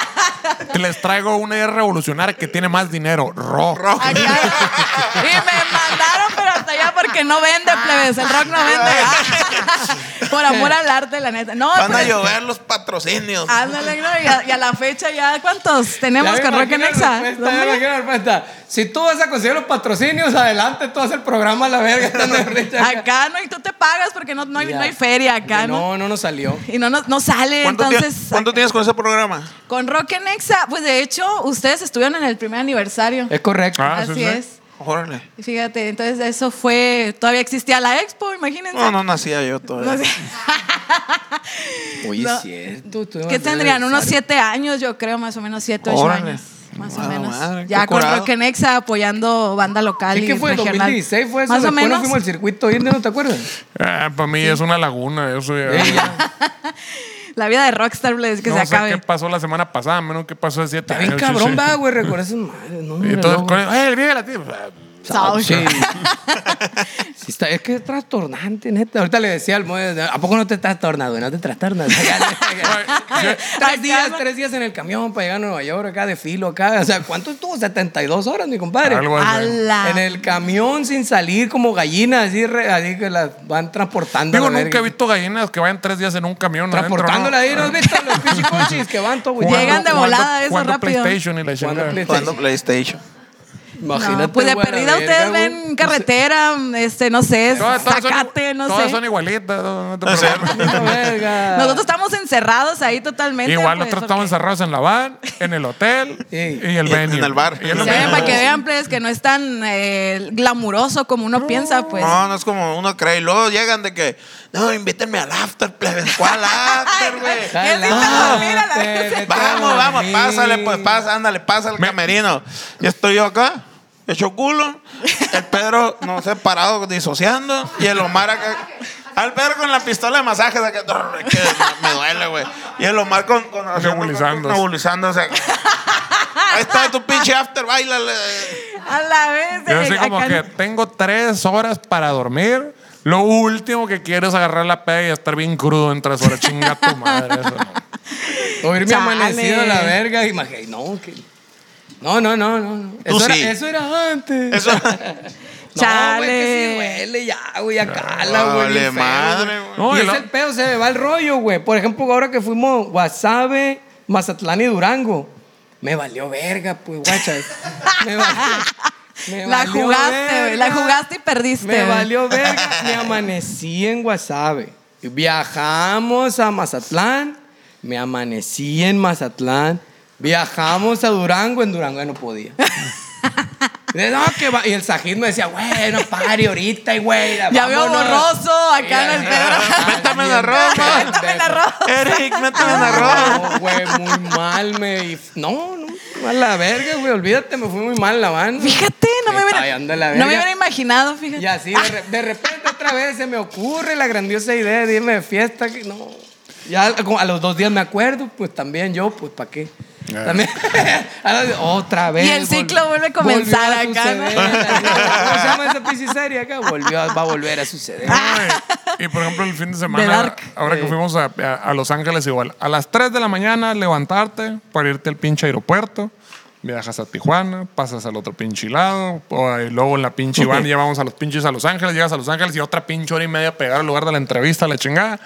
Speaker 2: Que les traigo una idea revolucionaria que tiene más dinero. Rock.
Speaker 1: Acá. Y me mandaron, pero hasta allá porque no vende, plebes. El rock no vende. Por amor al arte, la neta. No,
Speaker 3: Van a
Speaker 1: pues,
Speaker 3: llover los patrocinios.
Speaker 1: Ándale, no, y a, y a la fecha ya, ¿cuántos tenemos
Speaker 4: Ya me
Speaker 1: con Rock en
Speaker 4: imagino la
Speaker 1: Exa?
Speaker 4: respuesta, ya me imagino la respuesta. Si tú vas a conseguir los patrocinios, adelante, tú haces el programa a la verga. estando de risa.
Speaker 1: Acá, ¿no? Y tú te pagas porque no, no, hay,
Speaker 4: Ya.
Speaker 1: no hay feria acá, ¿no?
Speaker 4: No, no nos salió.
Speaker 1: Y no, no, no sale,
Speaker 3: ¿Cuánto, tie-
Speaker 1: entonces...
Speaker 3: cuánto
Speaker 1: acá.
Speaker 3: tienes con ese programa?
Speaker 1: Con Rock en Exa, pues de hecho, ustedes estuvieron en el primer aniversario.
Speaker 4: Es correcto.
Speaker 2: Ah, sí,
Speaker 1: Así
Speaker 2: sí.
Speaker 1: es.
Speaker 3: Órale.
Speaker 1: Fíjate, entonces eso fue. Todavía existía la expo, imagínense.
Speaker 3: No, no nacía yo
Speaker 1: No
Speaker 3: todavía.
Speaker 1: sé.
Speaker 4: Oye,
Speaker 1: No.
Speaker 4: cierto. tú
Speaker 1: ¿Qué
Speaker 4: vas a
Speaker 1: tendrían? Unos
Speaker 4: regresar.
Speaker 1: siete años, yo creo, más o menos siete, ocho
Speaker 3: Órale.
Speaker 1: años. Más o
Speaker 3: A la
Speaker 1: menos.
Speaker 3: madre, qué
Speaker 1: ya con
Speaker 3: curado.
Speaker 1: Rock en Exa apoyando banda local
Speaker 4: ¿Y
Speaker 1: y
Speaker 4: qué fue?
Speaker 1: regional.
Speaker 4: 2016 fue eso.
Speaker 1: Más o
Speaker 4: Después
Speaker 1: menos.
Speaker 4: nos fuimos al circuito irne, ¿no te acuerdas? Ah,
Speaker 2: para Eh, mí es una laguna. Eso ya-
Speaker 4: Sí, ya.
Speaker 1: La vida de Rockstar, Blaze, que
Speaker 2: no
Speaker 1: se
Speaker 2: sé
Speaker 1: acabe.
Speaker 2: qué pasó la semana pasada, menos qué pasó de siete
Speaker 4: Está bien
Speaker 2: años,
Speaker 4: cabrón,
Speaker 2: sí, sí.
Speaker 4: va, güey. Recuerdas esas madres, ¿no?
Speaker 2: Y
Speaker 4: hombre,
Speaker 2: entonces,
Speaker 4: loco.
Speaker 2: con el- ¡eh, el video de la tía!
Speaker 1: Sauce.
Speaker 4: Sí. Sí está- es que es trastornante, neta. Ahorita le decía al Moe, ¿a poco no te trastornas, güey? No te trastornas. tres días, tres días en el camión para llegar a Nueva York, acá de filo, acá. O sea, ¿cuánto estuvo? 72 horas, mi compadre.
Speaker 2: Algo
Speaker 1: A
Speaker 2: así.
Speaker 1: la-
Speaker 4: En el camión sin salir como gallinas, así, re- así que las van transportando. a
Speaker 2: Digo,
Speaker 4: la
Speaker 2: nunca he
Speaker 4: verga.
Speaker 2: visto gallinas que vayan tres días en un camión. adentro,
Speaker 4: Transportándola
Speaker 2: ¿no?
Speaker 4: ahí, ¿no has visto? Los pichicochis que van todo, güey.
Speaker 2: Jugando-
Speaker 1: Llegan de
Speaker 2: jugando-
Speaker 1: volada, eso
Speaker 2: jugando
Speaker 1: rápido.
Speaker 2: PlayStation y la
Speaker 4: Jugando
Speaker 2: chingada.
Speaker 4: PlayStation.
Speaker 3: Jugando PlayStation.
Speaker 4: Imagínate,
Speaker 1: No, pues de
Speaker 4: güey, a la
Speaker 1: perdida
Speaker 4: verga,
Speaker 1: ustedes
Speaker 4: güey.
Speaker 1: ven carretera, este, no sé,
Speaker 2: Todas- todas son
Speaker 1: sacate,
Speaker 2: igu-
Speaker 1: no
Speaker 2: todas
Speaker 1: sé.
Speaker 2: son igualitas. no- no te
Speaker 3: No sé.
Speaker 2: preocupes.
Speaker 4: Puta verga.
Speaker 1: Nosotros estamos encerrados ahí totalmente.
Speaker 2: Igual
Speaker 1: pues,
Speaker 2: nosotros estamos
Speaker 1: porque-
Speaker 2: encerrados en la van, en el hotel y,
Speaker 4: Sí.
Speaker 2: el
Speaker 3: Y en
Speaker 2: venue.
Speaker 3: el bar.
Speaker 2: Y en el
Speaker 1: Ya ven,
Speaker 2: venue.
Speaker 1: para que vean, pues, que no es tan eh, glamuroso como uno piensa, pues.
Speaker 3: No, no es como uno cree. Y luego llegan de que, no, invítenme al after, plebes. ¿Cuál after, güey?
Speaker 1: Ay,
Speaker 4: Jala,
Speaker 1: Piénsalo, mira la-
Speaker 4: Ah, te vete a
Speaker 3: Vamos, vamos,
Speaker 4: dormir.
Speaker 3: pásale, pues, pasa, ándale, pasa al camerino. Y estoy yo acá, hecho culo. El Pedro, no sé, parado disociando. Y el Omar acá. Al Pedro con la pistola de masajes acá. "No, es que me, me duele, güey. Y el Omar con. con haciendo-
Speaker 2: Nebulizándose.
Speaker 3: nebulizándose acá. Ahí está tu pinche after, bailale.
Speaker 1: A la vez.
Speaker 2: Yo
Speaker 1: eh,
Speaker 2: así como
Speaker 1: acá-
Speaker 2: que tengo tres horas para dormir. Lo último que quiero es agarrar la peda y estar bien crudo en tres horas. Chinga tu madre. Eso, no.
Speaker 4: O irme
Speaker 1: Chale.
Speaker 4: amanecido a la verga. Imagínate, no, que. No, no, no, no, no.
Speaker 3: Tú
Speaker 4: Eso,
Speaker 3: sí.
Speaker 4: era, eso era antes.
Speaker 3: Eso.
Speaker 4: No, güey, que
Speaker 1: Chale.
Speaker 4: sí duele ya, güey, ya cala, güey.
Speaker 3: vale
Speaker 4: bien feo,
Speaker 3: madre,
Speaker 4: güey.
Speaker 2: güey. No,
Speaker 4: y
Speaker 2: y
Speaker 4: es
Speaker 2: lo-
Speaker 4: el pedo, se me va el rollo, güey. Por ejemplo, ahora que fuimos Wasabe, Mazatlán y Durango, me valió verga, pues, guachas. Me valió. me
Speaker 1: La
Speaker 4: valió
Speaker 1: jugaste, güey, la
Speaker 4: verga.
Speaker 1: jugaste y perdiste,
Speaker 4: Me
Speaker 1: güey.
Speaker 4: valió verga, me amanecí en Wasabe. Viajamos a Mazatlán, me amanecí en Mazatlán. Viajamos a Durango, en Durango ya no podía. De, no, que va- Y el Sajid me decía, güey, no pare ahorita, y güey. la-
Speaker 1: Ya veo
Speaker 4: vámonos".
Speaker 1: borroso
Speaker 4: Y
Speaker 1: acá en el Pedro.
Speaker 3: Métame la ropa.
Speaker 1: Métame la ropa.
Speaker 3: Eric, méteme en arroz.
Speaker 4: No, güey, muy mal, me. y- No, no, a la verga, güey, olvídate, me fui muy mal en la van.
Speaker 1: Fíjate, no me
Speaker 4: Ay,
Speaker 1: hubiera,
Speaker 4: anda la
Speaker 1: no me
Speaker 4: verga.
Speaker 1: hubiera imaginado,
Speaker 4: Y
Speaker 1: fíjate.
Speaker 4: así, de, re- de repente otra vez se me ocurre la grandiosa idea de irme de fiesta, que no. Ya como a los dos días me acuerdo, pues también yo, pues, ¿para qué?
Speaker 2: Ah.
Speaker 4: También, a los- otra vez.
Speaker 1: Y el ciclo vuelve a comenzar
Speaker 4: volvió a
Speaker 1: acá, ¿no?
Speaker 4: suceder. ¿Cómo se llama esa pinche serie acá? Volvió, a- va a volver a suceder.
Speaker 1: Ah.
Speaker 2: Ay, Y por ejemplo, el fin de
Speaker 1: The
Speaker 2: semana,
Speaker 1: Dark.
Speaker 2: ahora que fuimos a, a- a Los Ángeles, igual, a las 3 de la mañana levantarte para irte al pinche aeropuerto, viajas a Tijuana, pasas al otro pinche lado, o- y luego en la pinche van llevamos a los pinches a Los Ángeles, llegas a Los Ángeles y otra pinche hora y media pegar al lugar de la entrevista, la chingada,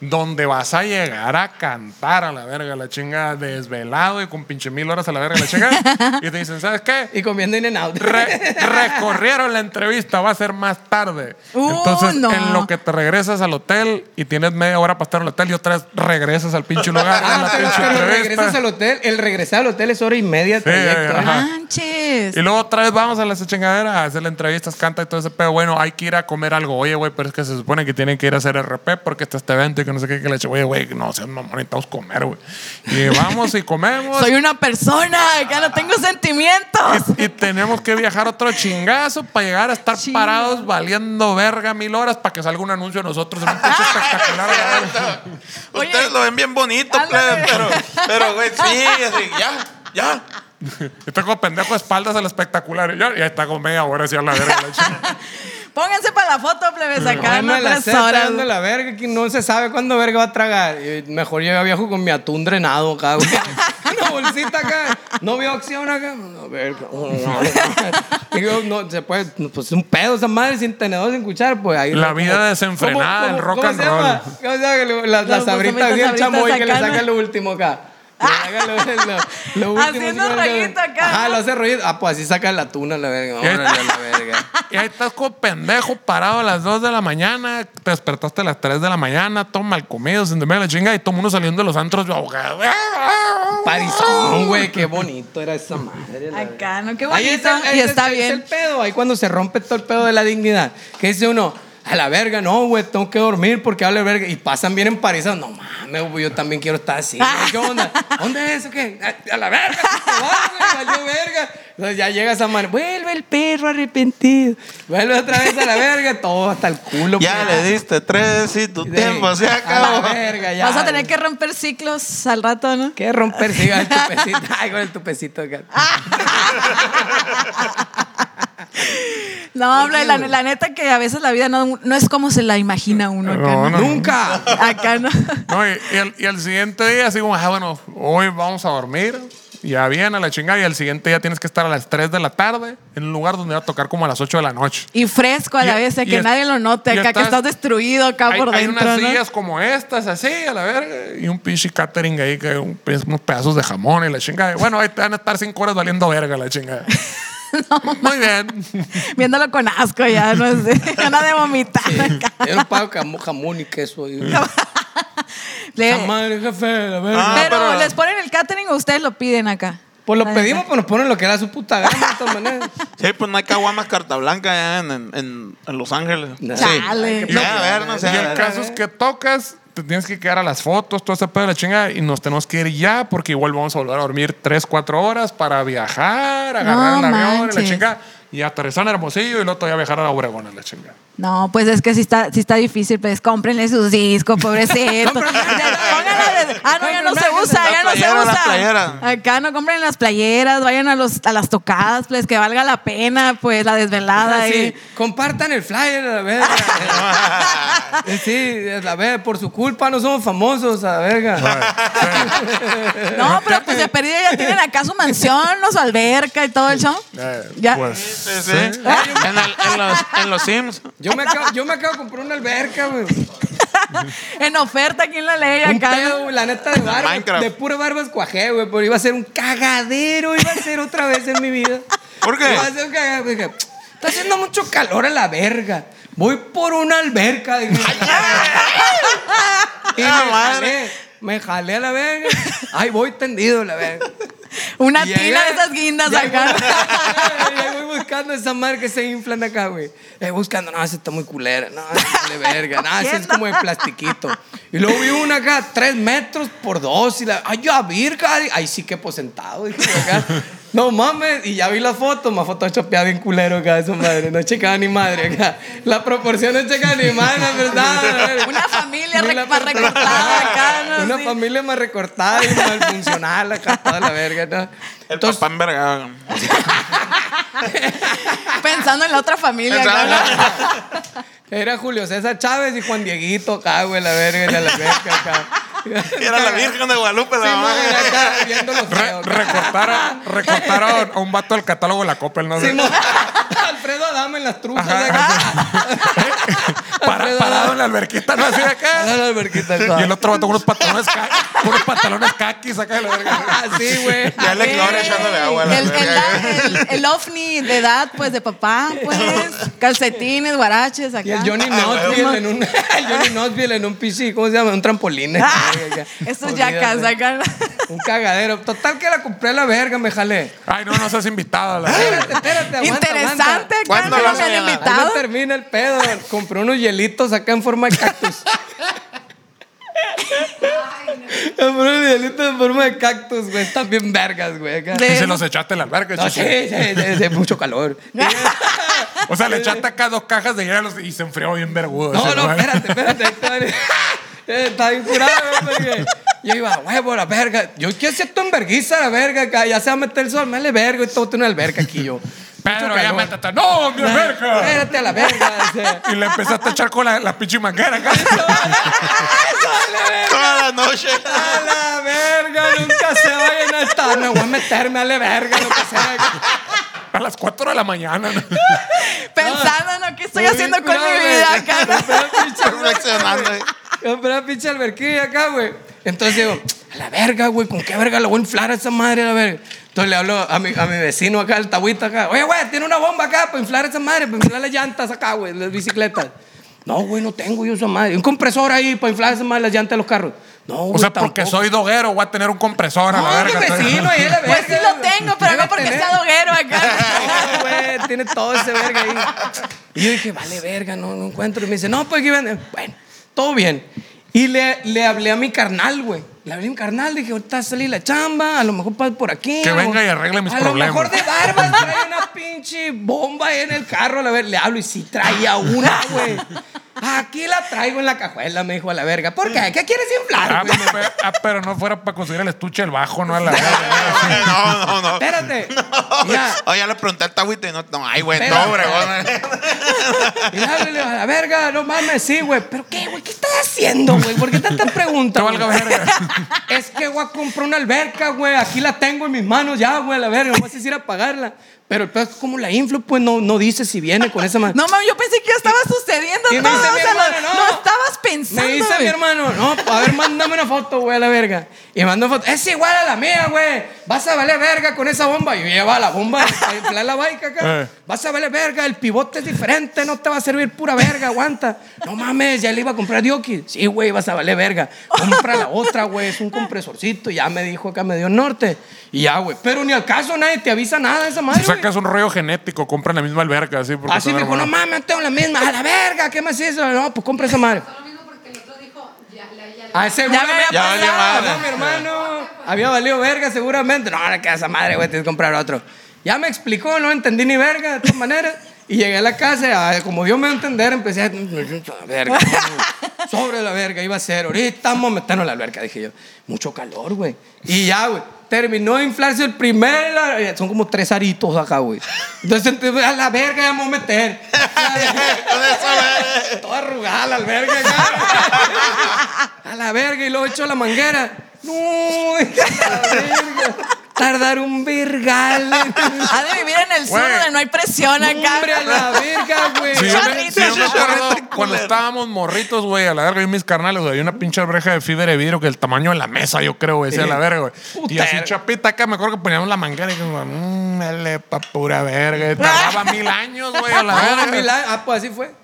Speaker 2: donde vas a llegar a cantar a la verga, la chingada, desvelado y con pinche mil horas a la verga, la chingada, y te dicen, ¿sabes qué?
Speaker 4: Y comiendo in and out.
Speaker 2: Re- recorrieron la entrevista, va a ser más tarde.
Speaker 1: Uh,
Speaker 2: Entonces,
Speaker 1: no.
Speaker 2: en lo que te regresas al hotel y tienes media hora para estar en el hotel y otras regresas al pinche lugar. a
Speaker 4: Ah,
Speaker 2: la
Speaker 4: pero,
Speaker 2: pinche
Speaker 4: pero
Speaker 2: entrevista.
Speaker 4: regresas al hotel. El regresar al hotel es hora y media de
Speaker 2: Sí,
Speaker 4: trayecto. ¿eh?
Speaker 2: ajá.
Speaker 1: Manches.
Speaker 2: Y luego otra vez vamos a la chingadera a hacer las entrevistas, canta y todo ese pedo. Bueno, hay que ir a comer algo. Oye, güey, pero es que se supone que tienen que ir a hacer RP porque está este evento y que no sé qué. Que le eche, oye, güey, no seas mamón, necesitamos comer, güey. Y vamos y comemos.
Speaker 1: Soy una persona, ya no
Speaker 2: Ah.
Speaker 1: tengo sentimientos.
Speaker 2: Y, y tenemos que viajar otro chingazo para llegar a estar
Speaker 1: Chinga.
Speaker 2: parados valiendo verga mil horas para que salga un anuncio de nosotros en un pinche espectacular.
Speaker 1: Oye.
Speaker 3: Ustedes lo ven bien bonito,
Speaker 1: Ándale.
Speaker 3: plebes, pero, pero, güey, sí, así, ya, ya.
Speaker 2: y tengo pendejo de espaldas al espectacular. Y ya, ya está con media hora así a la verga. la chinga.
Speaker 1: Pónganse para la foto, plebes, acá
Speaker 4: Bueno,
Speaker 1: no
Speaker 4: la
Speaker 1: tres
Speaker 4: seta,
Speaker 1: horas.
Speaker 4: dando la verga, que no se sabe cuándo verga va a tragar. Y mejor yo viajo con mi atún drenado acá, güey. Una bolsita acá. No veo acción acá. No, verga. Y yo, no, se puede, no, pues un pedo esa madre sin tenedor, sin cuchara, pues ahí.
Speaker 2: La vida desenfrenada, el rock
Speaker 4: ¿cómo
Speaker 2: and
Speaker 4: se llama?
Speaker 2: roll.
Speaker 4: ¿Cómo se llama? que le- La, la
Speaker 1: Los
Speaker 4: sabrita, así el
Speaker 1: sabritas,
Speaker 4: chamoy que le
Speaker 1: sabritas acá,
Speaker 4: saca
Speaker 1: ¿no?
Speaker 4: lo último acá. Le saca lo, lo- lo último.
Speaker 1: Ah. Haciendo
Speaker 4: así como el-
Speaker 1: rollito acá,
Speaker 4: Ajá,
Speaker 1: ¿no?
Speaker 4: lo hace rollito. Ah, pues así saca la tuna, la verga. Órale, a la verga.
Speaker 2: Y ahí estás como pendejo parado a las 2 de la mañana. Te despertaste a las 3 de la mañana. Toma el comido, sin dormir la chinga. Y todo mundo saliendo de los antros yo ahogado.
Speaker 4: Parizón, güey, qué bonito era esa madre. la verdad.
Speaker 1: Acá, ¿no? Qué
Speaker 4: Ahí
Speaker 1: bonito.
Speaker 4: es el-
Speaker 1: y
Speaker 4: es-
Speaker 1: está
Speaker 4: es el
Speaker 1: bien.
Speaker 4: pedo, ahí cuando se rompe todo el pedo de la dignidad. Que dice uno, a la verga, no, güey, tengo que dormir porque habla verga. Y pasan bien emparizados. No mames, güey, yo también quiero estar así. güey, ¿Qué onda? ¿Dónde es? ¿O qué? A- A la verga, te vas, güey, valió verga. Entonces ya llega esa madre, vuelve el perro arrepentido. Vuelve otra vez a la verga, todo hasta el culo.
Speaker 3: Ya
Speaker 4: pues.
Speaker 3: le diste tres y tu
Speaker 4: Sí,
Speaker 3: tiempo se
Speaker 4: A
Speaker 3: acabó.
Speaker 4: la verga, ya.
Speaker 1: Vas a tener que romper ciclos al rato, ¿no?
Speaker 4: Que romper, siga el tupecito. Ay, con el tupecito acá.
Speaker 1: No, hombre, la, la neta que a veces la vida no, no es como se la imagina uno acá.
Speaker 2: No, no.
Speaker 4: Nunca.
Speaker 1: Acá no.
Speaker 2: No, y, y al, y al siguiente día, así como, ah, bueno, hoy vamos a dormir. Ya bien, a la chingada. Y al siguiente día tienes que estar a las 3 de la tarde en un lugar donde va a tocar como a las 8 de la noche.
Speaker 1: Y fresco a la
Speaker 2: Y-
Speaker 1: vez, eh,
Speaker 2: y
Speaker 1: que
Speaker 2: es-
Speaker 1: nadie lo note,
Speaker 2: y
Speaker 1: acá que
Speaker 2: estás-
Speaker 1: estás destruido acá
Speaker 2: Hay,
Speaker 1: por
Speaker 2: hay
Speaker 1: dentro.
Speaker 2: unas
Speaker 1: ¿no?
Speaker 2: sillas como estas, así, a la verga. Y un pinche catering ahí, que un- unos pedazos de jamón y la chingada. Bueno, ahí te van a estar 5 horas valiendo verga la chingada. Muy bien.
Speaker 1: Viéndolo con asco ya, no sé. Ganas de vomitar acá.
Speaker 4: Yo no pago cam- jamón y queso. ahí.
Speaker 1: Le-
Speaker 4: Esa madre, jefe, la verga.
Speaker 3: Ah,
Speaker 1: pero,
Speaker 3: pero-
Speaker 1: les ponen el catering o ustedes lo piden acá.
Speaker 4: Pues
Speaker 1: La
Speaker 4: lo
Speaker 1: neta.
Speaker 4: pedimos, pues nos ponen lo que da su puta gana, de todas maneras.
Speaker 3: Sí, pues no hay caguamas carta blanca allá en, en- en- en Los Ángeles.
Speaker 4: No.
Speaker 3: Sí.
Speaker 1: Chale.
Speaker 3: Ya, a ver, no sé.
Speaker 2: Y el caso es que tocas, te tienes que quedar a las fotos, todo ese pedo de la chingada, y nos tenemos que ir ya, porque igual vamos a volver a dormir 3, 4 horas para viajar, agarrar
Speaker 1: No
Speaker 2: el avión y la
Speaker 1: manches.
Speaker 2: chingada, y aterrizar en Hermosillo y luego todavía viajar a Obregón en la chingada.
Speaker 1: No, pues es que sí está, sí está difícil, pues cómprenle sus discos, pobrecito. Pónganla de- ah, no, ya no se usa, ya no se
Speaker 3: Las
Speaker 1: usa.
Speaker 3: playeras, las
Speaker 1: Acá no compren las playeras, vayan a, los, a las tocadas, pues que valga la pena, pues la desvelada.
Speaker 2: Ah,
Speaker 4: Sí,
Speaker 1: ahí.
Speaker 4: compartan el flyer a la verga. sí, a la verga, por su culpa no somos famosos a la verga.
Speaker 1: No, pero pues de perdida ya tienen acá su mansión, o su alberca y todo el show.
Speaker 2: Eh,
Speaker 1: Ya.
Speaker 2: pues,
Speaker 3: Sí, sí.
Speaker 2: sí.
Speaker 3: En, el- en los, en los Sims.
Speaker 4: Yo me acabo, yo me acabo de comprar una alberca, güey.
Speaker 1: En oferta aquí en la ley,
Speaker 4: Un
Speaker 1: acá.
Speaker 4: pedo, güey, la neta de barbas,
Speaker 3: Minecraft.
Speaker 4: de pura barbas cuajé, güey, pero iba a ser un cagadero, iba a ser otra vez en mi vida.
Speaker 3: ¿Por qué?
Speaker 4: Iba a ser un cagadero, dije, está haciendo mucho calor a la verga. Voy por una alberca, dije. y me
Speaker 3: Ah, madre.
Speaker 4: jalé, me jalé a la verga. Ay, voy tendido a la verga.
Speaker 1: Una
Speaker 4: Y llegué,
Speaker 1: tina de esas guindas
Speaker 4: ya
Speaker 1: acá.
Speaker 4: voy- ya voy buscando esa madre que se inflan acá, güey. Eh, buscando, no, esa está muy culera. No, esa vale verga. No, esa es como de plastiquito. Y luego vi una acá, tres metros por dos. Y la, ay, ya, virga. Ahí sí que posentado. Dije, acá. No mames, y ya vi la foto, más foto chopeada bien culero acá, esa madre. No checaba ni madre acá. La proporción no checaba ni madre, la verdad.
Speaker 1: Una familia
Speaker 4: Ni
Speaker 1: re-
Speaker 4: la
Speaker 1: más
Speaker 4: proporción.
Speaker 1: recortada acá, ¿no?
Speaker 4: Una
Speaker 1: Sí.
Speaker 4: familia más recortada y más funcional acá, toda la verga, ¿no?
Speaker 3: El papá envergado.
Speaker 1: Pensando en la otra familia acá. ¿no?
Speaker 4: Era Julio César Chávez y Juan Dieguito acá, güey, la verga, era la verga acá.
Speaker 3: Era la Virgen de Guadalupe, la
Speaker 4: Sí,
Speaker 3: mamá.
Speaker 4: madre, acá, viendo los
Speaker 2: Re-
Speaker 4: feos, acá.
Speaker 2: recortaron, recortaron a un vato del catálogo de la Coppel, no sé.
Speaker 4: Sí, madre. Alfredo Adame en las trufas acá.
Speaker 2: Para- parado en la alberquita, no así de
Speaker 4: Ah,
Speaker 2: acá.
Speaker 4: la alberquita
Speaker 2: Y el
Speaker 4: acá.
Speaker 2: otro vato con unos pantalones, ca- con unos pantalones caquis acá de la verga.
Speaker 4: Así, Ah, güey.
Speaker 3: Ya le ignora echándole agua a la
Speaker 1: el, el,
Speaker 3: verga.
Speaker 1: el- el ovni de edad, pues, de papá, pues. Calcetines, guaraches, acá.
Speaker 4: Y el Johnny Knoxville en un... El Johnny Knoxville en un pichi, ¿cómo se llama? Un trampolín.
Speaker 1: Ah,
Speaker 4: Acá.
Speaker 1: Esos
Speaker 4: Olvídate.
Speaker 1: yacas, acá.
Speaker 4: Un cagadero. Total que la compré a la verga, me jalé.
Speaker 2: Ay, no, no seas invitado. a La verga.
Speaker 4: Espérate, espérate, aguanta,
Speaker 1: Interesante,
Speaker 4: aguanta.
Speaker 1: acá.
Speaker 3: ¿Cuándo
Speaker 1: No
Speaker 3: vas
Speaker 1: me
Speaker 3: a
Speaker 1: han
Speaker 3: llegar?
Speaker 4: Ahí no
Speaker 1: invitado.
Speaker 4: termina el pedo. Compré unos hielitos acá en forma de cactus. Compré unos hielitos en forma de cactus, güey. Están bien vergas, güey. acá.
Speaker 1: De-
Speaker 2: Y se los echaste en la alberca.
Speaker 4: No, sí,
Speaker 2: chucho.
Speaker 4: sí, sí, sí, mucho calor.
Speaker 2: O sea, le echaste acá dos cajas de hielos y se enfrió bien vergudo.
Speaker 4: No,
Speaker 2: ese
Speaker 4: no,
Speaker 2: lugar.
Speaker 4: espérate, espérate. ahí te va el- Está bien curado, güey, porque yo iba, huevo, la verga. Yo quiero ser tu enverguiza, la verga, acá. Ya se va a meter el sol, me vale verga. Y todo tiene una alberca aquí yo.
Speaker 2: Pedro,
Speaker 4: Mucho
Speaker 2: ya
Speaker 4: calor.
Speaker 2: métete. ¡No, mi alberca!
Speaker 4: Espérate a la verga. o sea.
Speaker 2: Y le empezaste a echar con la, la pinche manguera acá.
Speaker 3: Toda la noche.
Speaker 4: A la verga, nunca se va a llenar esta. Me voy a meterme a la verga, lo que sea.
Speaker 2: A las 4 de la mañana. ¿no?
Speaker 1: Pensando, ¿no? ¿Qué estoy haciendo con
Speaker 4: No,
Speaker 1: mi
Speaker 4: güey.
Speaker 1: vida acá?
Speaker 4: Compré una pinche
Speaker 3: Reflexionando. ahí.
Speaker 4: Compré una pinche alberquilla acá, güey. Entonces digo, a la verga, güey, ¿con qué verga la voy a inflar a esa madre, a la verga? Entonces le hablo a mi, a mi vecino acá, el tabuita acá. Oye, güey, tiene una bomba acá para inflar a esa madre, para inflar las llantas acá, güey, las bicicletas. No, güey, no tengo yo esa madre. Un compresor ahí para inflar esa madre las llantas de los carros. No, güey.
Speaker 2: O sea, porque
Speaker 4: tampoco.
Speaker 2: soy doguero, voy a tener un compresor a
Speaker 4: No,
Speaker 2: la verga.
Speaker 4: mi vecino ahí a la verga.
Speaker 1: Pues sí lo tengo, pero
Speaker 4: Debe
Speaker 1: no porque
Speaker 4: tener.
Speaker 1: sea doguero acá.
Speaker 4: Ay, güey, tiene todo ese verga ahí. Y yo dije, vale, verga, no, no encuentro. Y me dice, no, pues aquí venden. Bueno, todo bien. Y le, le hablé a mi carnal, güey. Le hablé a mi carnal, dije, ahorita salí la chamba, a lo mejor pasa por aquí.
Speaker 2: Que
Speaker 4: o-
Speaker 2: venga y arregle mis
Speaker 4: a
Speaker 2: problemas.
Speaker 4: lo mejor de barbas trae una pinche bomba ahí en el carro. A ver, le hablo y sí traía una, güey. Aquí la traigo en la cajuela, me dijo a la verga. ¿Por qué? ¿Qué quieres inflar?
Speaker 2: Ah,
Speaker 4: güey?
Speaker 2: pero, pero- ah, pero no fuera para conseguir el estuche el bajo, no a la verga.
Speaker 3: No, no, no.
Speaker 4: Espérate. Ya.
Speaker 3: Oye, le pregunté al Tahuito y no, no, ay, güey,
Speaker 4: Espérate.
Speaker 3: no, bregón.
Speaker 4: Y háblele a la verga, no mames, sí, güey. ¿Pero qué, güey? ¿Qué estás haciendo, güey? ¿Por qué tantas preguntas?
Speaker 2: Te valga
Speaker 4: güey?
Speaker 2: verga.
Speaker 4: Es que, güey, compré una alberca, güey. Aquí la tengo en mis manos ya, güey, la verga. No vas a ir a pagarla. Pero el pedo es que como la influ, pues no, no dice si viene con esa mano.
Speaker 1: No mames, yo pensé que ya estaba sucediendo
Speaker 4: Y me
Speaker 1: todo.
Speaker 4: dice
Speaker 1: o
Speaker 4: mi
Speaker 1: sea, no-
Speaker 4: hermano,
Speaker 1: no,
Speaker 4: no.
Speaker 1: estabas pensando.
Speaker 4: Me dice mi
Speaker 1: güey.
Speaker 4: hermano, no, a ver, mándame una foto, güey, a la verga. Y mandó foto. Es igual a la mía, güey. Vas a valer verga con esa bomba. Y yo lleva la bomba para inflar la bike acá.
Speaker 2: Eh.
Speaker 4: Vas a valer verga, el pivote es diferente, no te va a servir pura verga, aguanta. No mames, ya le iba a comprar Yoki. Sí, güey, vas a valer verga. Compra la otra, güey, es un compresorcito. Ya me dijo acá, me dio norte. Y ya, güey. Pero ni al caso nadie te avisa nada de esa madre.
Speaker 2: Si
Speaker 4: güey.
Speaker 2: sacas un rollo genético, compran la misma alberca, así. porque
Speaker 4: Así
Speaker 2: son
Speaker 4: me dijo, no
Speaker 2: hermanos.
Speaker 4: mames, tengo la misma. A la verga, ¿qué más hizo? No, pues compra esa madre.
Speaker 5: Lo mismo porque el otro dijo, ya, la, ya,
Speaker 4: Ah, ese
Speaker 1: Ya me había
Speaker 3: Ya valió
Speaker 1: pasado.
Speaker 3: madre.
Speaker 4: no, mi hermano. Había valido verga seguramente. No, ahora que esa madre, güey, tienes que comprar otro. Ya me explicó, no entendí ni verga de todas maneras. Y llegué a la casa, ah, como Dios me dio a entender, empecé a... Verga, sobre la verga, iba a ser. Ahorita vamos a meternos a la alberca, dije yo. Mucho calor, güey. Y ya, güey. Terminó de inflarse el primer... la- Son como tres aritos acá, güey. Entonces, a la verga ya me voy a meter.
Speaker 3: Con eso, güey.
Speaker 4: Toda arrugada la alberga, ya. A la verga, y luego echo la manguera. No, hija de la verga. Tardar un vergal.
Speaker 1: Ha de vivir en el sur
Speaker 2: Güey.
Speaker 1: donde no hay presión acá.
Speaker 4: Hombre, a la verga, güey.
Speaker 2: Sí, yo me,
Speaker 1: Charritos,
Speaker 2: sí, yo me acuerdo
Speaker 3: charritos,
Speaker 2: cuando
Speaker 3: culero.
Speaker 2: estábamos morritos, güey, a la verga, y mis carnales, güey, había una pinche breja de fibra de vidrio que el tamaño de la mesa, yo creo, güey, sea la verga, güey. Y así
Speaker 4: Putero.
Speaker 2: chapita acá, me acuerdo que poníamos la manguera y como, mmm, dale pa' pura verga. Y Tardaba mil años, güey, a la
Speaker 4: Ah,
Speaker 2: verga.
Speaker 4: mil años. Ah, pues así fue.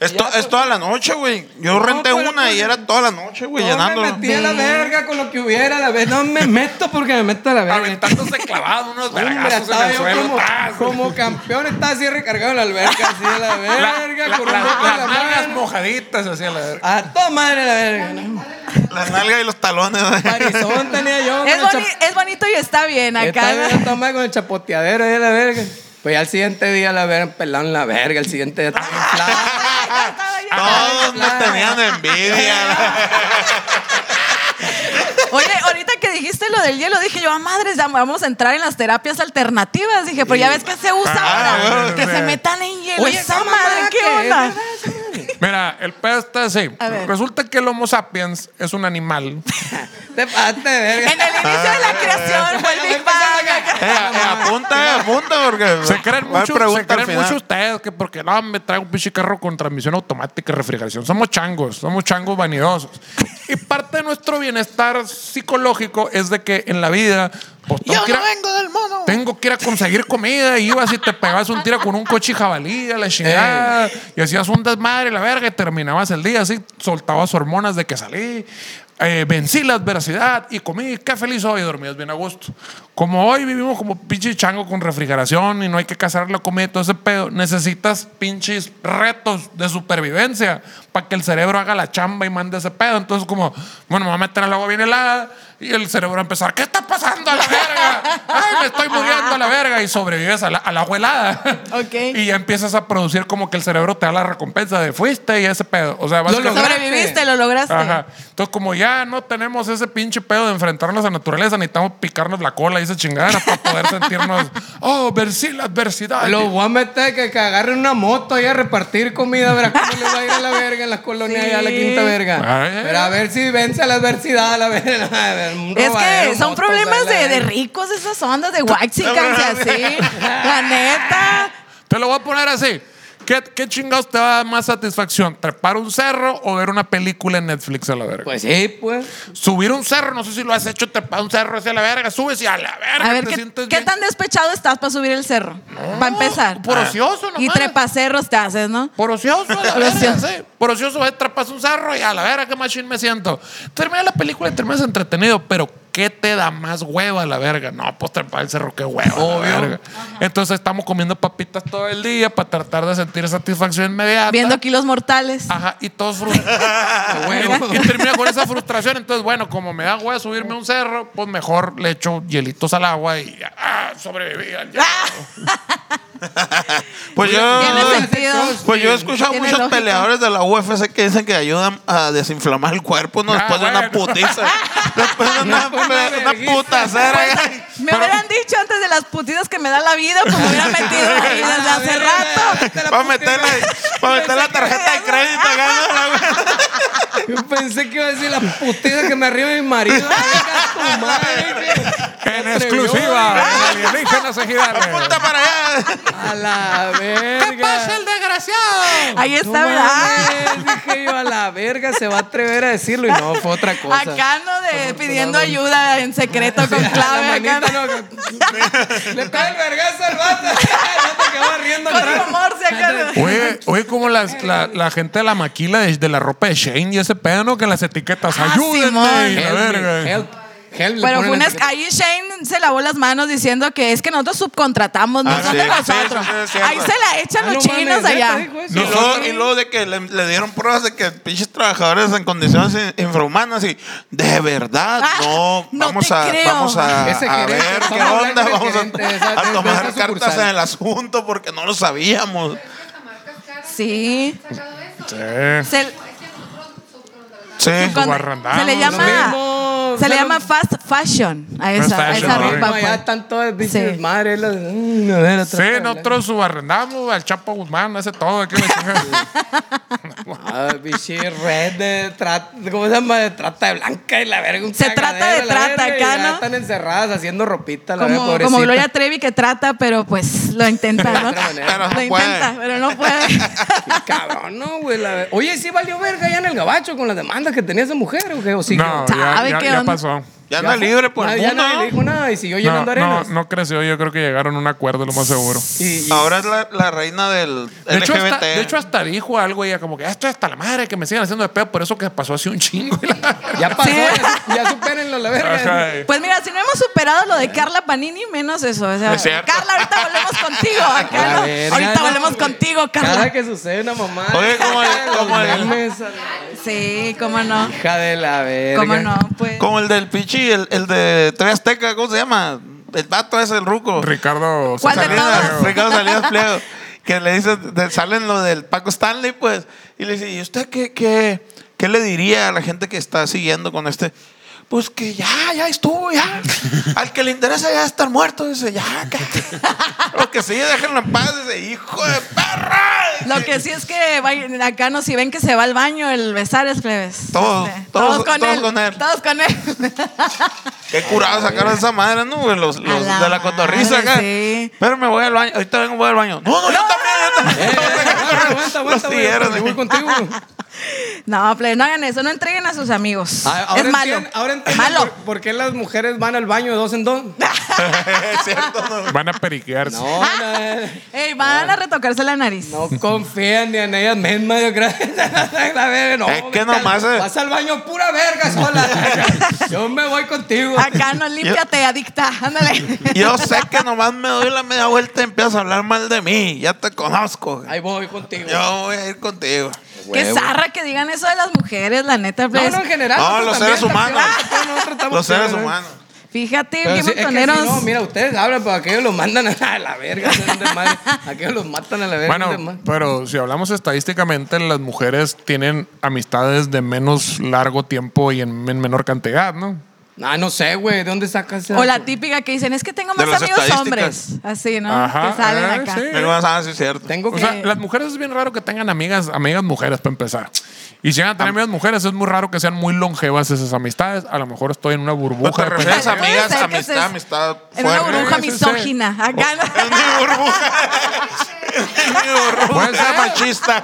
Speaker 3: Es, to- es toda la noche, güey. Yo renté
Speaker 4: pero
Speaker 3: una
Speaker 4: pues-
Speaker 3: y era toda la noche, güey,
Speaker 4: no me
Speaker 3: llenándolo.
Speaker 4: metí a la verga con lo que hubiera a la vez. No me meto porque me meto a la verga.
Speaker 2: Aventándose clavados, unos
Speaker 4: Hombre,
Speaker 2: vergazos en
Speaker 4: estaba
Speaker 2: el
Speaker 4: yo
Speaker 2: suelo.
Speaker 4: como,
Speaker 2: tas.
Speaker 4: como campeón, estaba así recargado en la alberca, así a la
Speaker 2: La-
Speaker 4: verga,
Speaker 2: la-
Speaker 4: con
Speaker 2: la-
Speaker 4: un poco de la
Speaker 2: las nalgas
Speaker 4: mano. Ah.
Speaker 2: mojaditas, así a la verga.
Speaker 4: A toda madre la verga. ¿no?
Speaker 3: La nalga y los talones, güey.
Speaker 4: Parizón tenía yo.
Speaker 1: Es,
Speaker 4: con el
Speaker 1: boni- es bonito y está bien acá.
Speaker 4: Esta vez la tomé con el chapoteadero ahí a la verga. Pues ya el siguiente día la verga, pelaron la verga, el siguiente día estaba inflado.
Speaker 3: Todos nos
Speaker 4: Claro.
Speaker 3: tenían envidia.
Speaker 1: Oye, ahorita que dijiste lo del hielo, dije yo, a madres, ya vamos a entrar en las terapias alternativas. Dije, pero ya ves que se usa
Speaker 3: Ah,
Speaker 1: ahora.
Speaker 3: bueno,
Speaker 1: Que
Speaker 2: sí.
Speaker 1: se metan en hielo.
Speaker 4: Oye,
Speaker 1: esa
Speaker 4: esa
Speaker 1: madre,
Speaker 4: mamada
Speaker 1: ¿qué
Speaker 4: que es,
Speaker 1: onda?
Speaker 4: ¿verdad?
Speaker 2: Mira, el pedo está así.
Speaker 1: A ver.
Speaker 2: Resulta que el Homo sapiens es un animal.
Speaker 4: Te pasaste de verga.
Speaker 1: En el inicio de la
Speaker 4: Ah,
Speaker 1: creación fue el Big Bang. acá.
Speaker 3: Eh, eh, apunta, eh, apunta, porque.
Speaker 2: Se creen
Speaker 3: va a haber
Speaker 2: mucho,
Speaker 3: pregunta
Speaker 2: se creen
Speaker 3: al final.
Speaker 2: mucho ustedes que porque no me trae un pinche carro con transmisión automática y refrigeración. Somos changos, somos changos vanidosos. Y parte de nuestro bienestar psicológico es de que en la vida pues, tengo que ir a-
Speaker 3: del mono.
Speaker 2: tengo que ir a conseguir comida y ibas y te pegabas un tiro con un coche y jabalí a la chingada y hacías un desmadre la verga y terminabas el día así soltabas hormonas de que salí eh, vencí la adversidad y comí qué feliz hoy dormías bien a gusto como hoy vivimos como pinche chango con refrigeración y no hay que cazar la comida y todo ese pedo necesitas pinches retos de supervivencia para que el cerebro haga la chamba y mande ese pedo entonces como bueno me voy a meter el agua bien helada y el cerebro va a empezar ¿qué está pasando a la verga? ¡Ay, me estoy muriendo a la verga! Y sobrevives a la, a la abuelada.
Speaker 1: Ok.
Speaker 2: Y ya empiezas a producir como que el cerebro te da la recompensa de fuiste y ese pedo. O sea,
Speaker 4: Lo
Speaker 2: básicamente-
Speaker 4: lograste.
Speaker 1: Sobreviviste, lo lograste.
Speaker 2: Ajá. Entonces, como ya no tenemos ese pinche pedo de enfrentarnos a naturaleza, necesitamos picarnos la cola y esa chingadera para poder sentirnos, oh, vencí la adversidad.
Speaker 4: Lo voy a meter que, que agarren una moto ahí a repartir comida, a ver a cómo le va a ir a la verga en las colonias
Speaker 1: Sí.
Speaker 4: allá a la quinta verga.
Speaker 2: Ay.
Speaker 4: Pero a ver si vence a la adversidad, a la verga. a ver, un
Speaker 1: Es
Speaker 4: robadero,
Speaker 1: que
Speaker 2: pues,
Speaker 1: son
Speaker 4: motos, a
Speaker 1: problemas
Speaker 4: la
Speaker 1: de, de
Speaker 4: verga.
Speaker 1: ricos esas ondas de waxicans y así. La neta.
Speaker 2: Te lo voy a poner así. ¿Qué, ¿Qué chingados te va a dar más satisfacción? ¿Trepar un cerro o ver una película en Netflix a la verga?
Speaker 4: Pues sí, pues.
Speaker 2: Subir un cerro, no sé si lo has hecho, te pa- un cerro hacia la verga, subes y a la verga
Speaker 1: A ver,
Speaker 2: te
Speaker 1: ¿qué,
Speaker 2: sientes
Speaker 1: qué
Speaker 2: bien.
Speaker 1: tan despechado estás para subir el cerro? Para empezar.
Speaker 2: Por ocioso, nomás.
Speaker 1: Y trepacerros te haces, ¿no?
Speaker 2: Por ocioso, a la
Speaker 1: Por
Speaker 2: verga,
Speaker 1: ocioso.
Speaker 2: sí. Por ocioso, vas, trapas un cerro y a la verga, qué machín me siento. Termina la película y terminas entretenido, pero ¿qué te da más hueva a la verga? No, pues trepar el cerro, qué hueva. Obvio. Entonces estamos comiendo papitas todo el día para tratar de sentir satisfacción inmediata.
Speaker 1: Viendo kilos mortales.
Speaker 2: Ajá, y todos frustrados. y, y termina con esa frustración. Entonces, bueno, como me da hueva subirme a un cerro, pues mejor le echo hielitos al agua y ah, sobreviví. al hielo.
Speaker 3: Pues yo,
Speaker 1: Tiene sentido.
Speaker 3: pues yo he escuchado
Speaker 1: Tiene
Speaker 3: muchos
Speaker 1: lógica.
Speaker 3: peleadores de la UFC que dicen que ayudan a desinflamar el cuerpo ¿no?
Speaker 2: Ah,
Speaker 3: después de una
Speaker 2: bueno.
Speaker 3: putiza. después de una, una,
Speaker 4: vergüenza.
Speaker 3: putacera.
Speaker 2: Pues,
Speaker 1: Me hubieran dicho antes de las putidas que me da la vida, pues me hubieran metido ahí desde hace rato.
Speaker 3: Para meter la, pa' meter la tarjeta de crédito. acá, ¿no?
Speaker 4: Yo pensé que iba a decir la putida que me arriba mi marido. Venga, tu madre,
Speaker 2: En
Speaker 4: que-
Speaker 2: exclusiva, en alienígenas ejidales.
Speaker 3: Apunta para allá.
Speaker 4: A la verga. ¿Qué pasa pues, el desgraciado?
Speaker 1: Ahí está, ¿verdad?
Speaker 4: Dije yo, a la verga, se va a atrever a decirlo. Y no, fue otra cosa.
Speaker 1: Acá no de pidiendo ayuda en secreto con
Speaker 4: La
Speaker 1: clave
Speaker 4: manita,
Speaker 1: acá.
Speaker 4: no, que- Le cae el vergazo al vato. El vato que va riendo
Speaker 1: Con
Speaker 4: atrás.
Speaker 1: rumor se acá.
Speaker 2: Oye, oye, como las, la, la gente de la maquila de, de la ropa de Shane y ese pedo, ¿no? Que las etiquetas,
Speaker 1: Ah,
Speaker 2: ayúdenme.
Speaker 1: Simón.
Speaker 2: y la
Speaker 4: Help me,
Speaker 2: verga.
Speaker 4: help, help, le
Speaker 1: Pero
Speaker 4: ponen
Speaker 1: fue una-
Speaker 4: etiqueta.
Speaker 1: ahí Shane se lavó las manos diciendo que es que nosotros subcontratamos, no
Speaker 3: Ah,
Speaker 1: son
Speaker 3: sí,
Speaker 1: de
Speaker 3: sí,
Speaker 1: nosotros.
Speaker 3: sí, sí, es cierto.
Speaker 1: ahí se la echan
Speaker 4: Ah,
Speaker 1: los
Speaker 4: no mames,
Speaker 1: chinos
Speaker 4: ¿neta
Speaker 1: allá.
Speaker 4: dijo eso?
Speaker 3: Y luego, y luego de que le, le dieron pruebas de que pinches trabajadores en condiciones in- infrahumanas y de verdad,
Speaker 1: Ah,
Speaker 3: no,
Speaker 1: no
Speaker 3: vamos
Speaker 1: te
Speaker 3: a,
Speaker 1: creo.
Speaker 3: vamos a,
Speaker 4: Ese
Speaker 3: a
Speaker 4: gerente,
Speaker 3: ver qué
Speaker 4: vamos a hablar
Speaker 3: onda,
Speaker 4: con el
Speaker 3: vamos a,
Speaker 4: gerente de esa-
Speaker 3: a
Speaker 4: de- de
Speaker 3: tomar
Speaker 4: esa
Speaker 3: cartas
Speaker 4: sucursal.
Speaker 3: en el asunto porque no lo sabíamos.
Speaker 5: Esas marcas caras
Speaker 1: Sí.
Speaker 3: Eh,
Speaker 5: han sacado eso.
Speaker 2: Sí.
Speaker 1: Se,
Speaker 5: Es que nosotros subcontratamos.
Speaker 3: Sí.
Speaker 1: con-
Speaker 2: guarrandamos,
Speaker 1: se le llama
Speaker 4: lo mismo,
Speaker 1: se le
Speaker 4: o sea,
Speaker 1: llama fast fashion a esa,
Speaker 2: Fast
Speaker 1: a
Speaker 2: fashion,
Speaker 1: esa
Speaker 2: ¿no?
Speaker 1: ropa.
Speaker 4: Allá
Speaker 1: pues.
Speaker 4: están todas pinches
Speaker 1: Sí.
Speaker 4: madres. las- mm, a ver, otra
Speaker 2: Sí,
Speaker 4: vez.
Speaker 2: nosotros subarrendamos al Chapo Guzmán, hace todo. Aquí la chingada.
Speaker 4: Ah, biche red de trata, ¿cómo se llama? De trata de blanca y la verga. un
Speaker 1: Se trata de
Speaker 4: cagadero, la
Speaker 1: trata
Speaker 4: verga, y
Speaker 1: acá,
Speaker 4: ya
Speaker 1: ¿no?
Speaker 4: Están encerradas haciendo ropita, la verga,
Speaker 1: Como,
Speaker 4: pobrecita.
Speaker 1: como Gloria Trevi que trata, pero pues lo intenta,
Speaker 4: De
Speaker 1: ¿no?
Speaker 4: otra manera.
Speaker 3: Pero no
Speaker 1: lo intenta,
Speaker 3: puede.
Speaker 1: pero no puede.
Speaker 4: Cabrón, no, güey. la verga. Oye, sí valió verga ya en el gabacho con las demandas que tenía esa mujer, ¿o qué? ¿O sí?
Speaker 2: No, ya,
Speaker 1: Sabe
Speaker 2: ya,
Speaker 1: qué
Speaker 2: ya
Speaker 1: onda.
Speaker 2: pasó.
Speaker 3: Ya
Speaker 4: Ya
Speaker 3: anda
Speaker 4: fue.
Speaker 3: libre por el
Speaker 4: Nadie- ya
Speaker 3: mundo.
Speaker 4: nadie
Speaker 3: ¿no?
Speaker 4: le dijo nada y siguió
Speaker 2: No,
Speaker 4: llenando
Speaker 2: no,
Speaker 4: arenas.
Speaker 2: no creció. Yo creo que llegaron a un acuerdo, lo más seguro.
Speaker 4: Y- y-
Speaker 3: Ahora es la, la reina del
Speaker 2: De hecho, hasta,
Speaker 3: LGBT.
Speaker 2: de hecho, hasta dijo algo ella, como que "Ah, esto es hasta la madre que me sigan haciendo de pedo, por eso que pasó así un chingo. y la verga.
Speaker 4: ya pasó,
Speaker 1: Sí.
Speaker 4: ya, ya supérenlo, la verga.
Speaker 2: Ajá, eh.
Speaker 1: Pues mira, si no hemos superado lo de Carla Panini, menos eso. O sea,
Speaker 3: Es cierto.
Speaker 1: Carla, ahorita volvemos contigo. acá,
Speaker 4: La
Speaker 1: ¿no?
Speaker 4: verga,
Speaker 1: Ahorita
Speaker 4: no,
Speaker 1: volvemos
Speaker 4: güey.
Speaker 1: contigo,
Speaker 4: Cada
Speaker 1: Carla.
Speaker 4: que sucede una mamá.
Speaker 3: Oye, ¿cómo el- cómo el-
Speaker 1: Sí, cómo no.
Speaker 4: Hija de la verga. Eh,
Speaker 1: Cómo no, pues.
Speaker 3: Como el del Pichi, el, el de Tres Azteca, ¿cómo se llama? El vato es el ruco.
Speaker 2: Ricardo.
Speaker 1: ¿Cuál de
Speaker 2: Salinas,
Speaker 1: todos?
Speaker 3: Salinas,
Speaker 2: creo.
Speaker 3: Ricardo Salinas Pliego. Que le dice, de- salen lo del Paco Stanley, pues. Y le dice, ¿y usted qué, qué, qué le diría a la gente que está siguiendo con este? Pues que ya, ya estuvo, ya. Al que le interesa ya estar muerto, dice, ya, cállate. Lo que sí, déjenlo en paz, dice, hijo de perra.
Speaker 1: Lo que sí es que vaya- acá no, si ven que se va al baño, el besar es plebes.
Speaker 3: Todos,
Speaker 1: Este,
Speaker 3: todos, todos con él.
Speaker 1: Todos con él.
Speaker 3: Qué curado sacaron esa madre, ¿no? güey? Los, los
Speaker 1: A la
Speaker 3: de la cotorriza acá.
Speaker 1: madre, sí.
Speaker 3: Pero me voy al baño. Ahorita vengo, voy al baño. No, no, yo también.
Speaker 4: Eh,
Speaker 3: Yo también.
Speaker 4: aguanta, aguanta,
Speaker 3: Los
Speaker 4: aguanta, güey.
Speaker 3: siguieron. eh.
Speaker 4: Yo voy contigo.
Speaker 1: No, plebes, no hagan eso, no entreguen a sus amigos.
Speaker 4: Ah, Ahora
Speaker 1: es malo.
Speaker 4: entien- ahora
Speaker 1: es
Speaker 4: entiendo
Speaker 1: malo.
Speaker 4: Por, por qué las mujeres van al baño de dos en dos.
Speaker 3: Es cierto, no.
Speaker 2: Van a periquearse.
Speaker 4: No, no,
Speaker 1: Ey, van a retocarse la nariz.
Speaker 4: no confían ni en ellas mismas, yo creo. La verga, no,
Speaker 3: Es que
Speaker 4: vete
Speaker 3: nomás,
Speaker 4: al-
Speaker 3: eh.
Speaker 4: Vas al baño pura verga sola. Yo me voy contigo.
Speaker 1: Acá no, límpiate, adicta. Ándale.
Speaker 3: Yo sé que nomás me doy la media vuelta y empiezas a hablar mal de mí. Ya te conozco.
Speaker 4: Ahí voy contigo.
Speaker 3: Yo voy a ir contigo.
Speaker 1: Qué zarra que digan eso de las mujeres, la neta,
Speaker 4: no,
Speaker 1: plebes.
Speaker 4: no, en general.
Speaker 3: No,
Speaker 4: nosotros
Speaker 3: los
Speaker 4: también,
Speaker 3: seres
Speaker 4: también,
Speaker 3: humanos.
Speaker 4: nosotros- nosotros estamos
Speaker 3: Los seres
Speaker 4: bien, ¿eh?
Speaker 3: humanos.
Speaker 1: Fíjate,
Speaker 4: Pero
Speaker 1: bien
Speaker 4: sí, es que si
Speaker 1: montoneros.
Speaker 4: no, mira, ustedes hablan, pero aquellos los mandan a la verga. son un desmadre. Aquellos los matan a la verga. un
Speaker 2: Bueno,
Speaker 4: desmadre.
Speaker 2: pero si hablamos estadísticamente, las mujeres tienen amistades de menos largo tiempo y en, en menor cantidad, ¿no?
Speaker 4: Ah, no sé, güey, ¿de dónde sacas eso?
Speaker 1: O la típica que dicen, es que tengo
Speaker 3: De
Speaker 1: más
Speaker 3: las
Speaker 1: amigos hombres.
Speaker 3: estadísticas.
Speaker 1: Así, ¿no?
Speaker 2: Ajá,
Speaker 1: que salen
Speaker 2: ah,
Speaker 1: acá.
Speaker 2: sí.
Speaker 3: Me lo vas a decir, es cierto.
Speaker 4: Tengo
Speaker 2: O
Speaker 4: que.
Speaker 2: sea,
Speaker 1: Eh.
Speaker 2: las mujeres es bien raro que tengan amigas, amigas mujeres para empezar. Y si llegan a tener amigas mujeres, es muy raro que sean muy longevas esas amistades. A lo mejor estoy en una
Speaker 3: Pero
Speaker 2: burbuja.
Speaker 3: te
Speaker 2: de
Speaker 3: refieres a
Speaker 1: Puede
Speaker 2: pendejadas.
Speaker 3: amigas,
Speaker 1: ser que
Speaker 3: amistad,
Speaker 1: seas-
Speaker 3: amistad
Speaker 1: En una
Speaker 3: fuerte.
Speaker 1: burbuja
Speaker 2: Sí, Oh, sí, sí.
Speaker 1: misógina. Acá.
Speaker 3: En mi burbuja. En mi
Speaker 2: Puede
Speaker 3: burbuja
Speaker 2: ser.
Speaker 3: machista.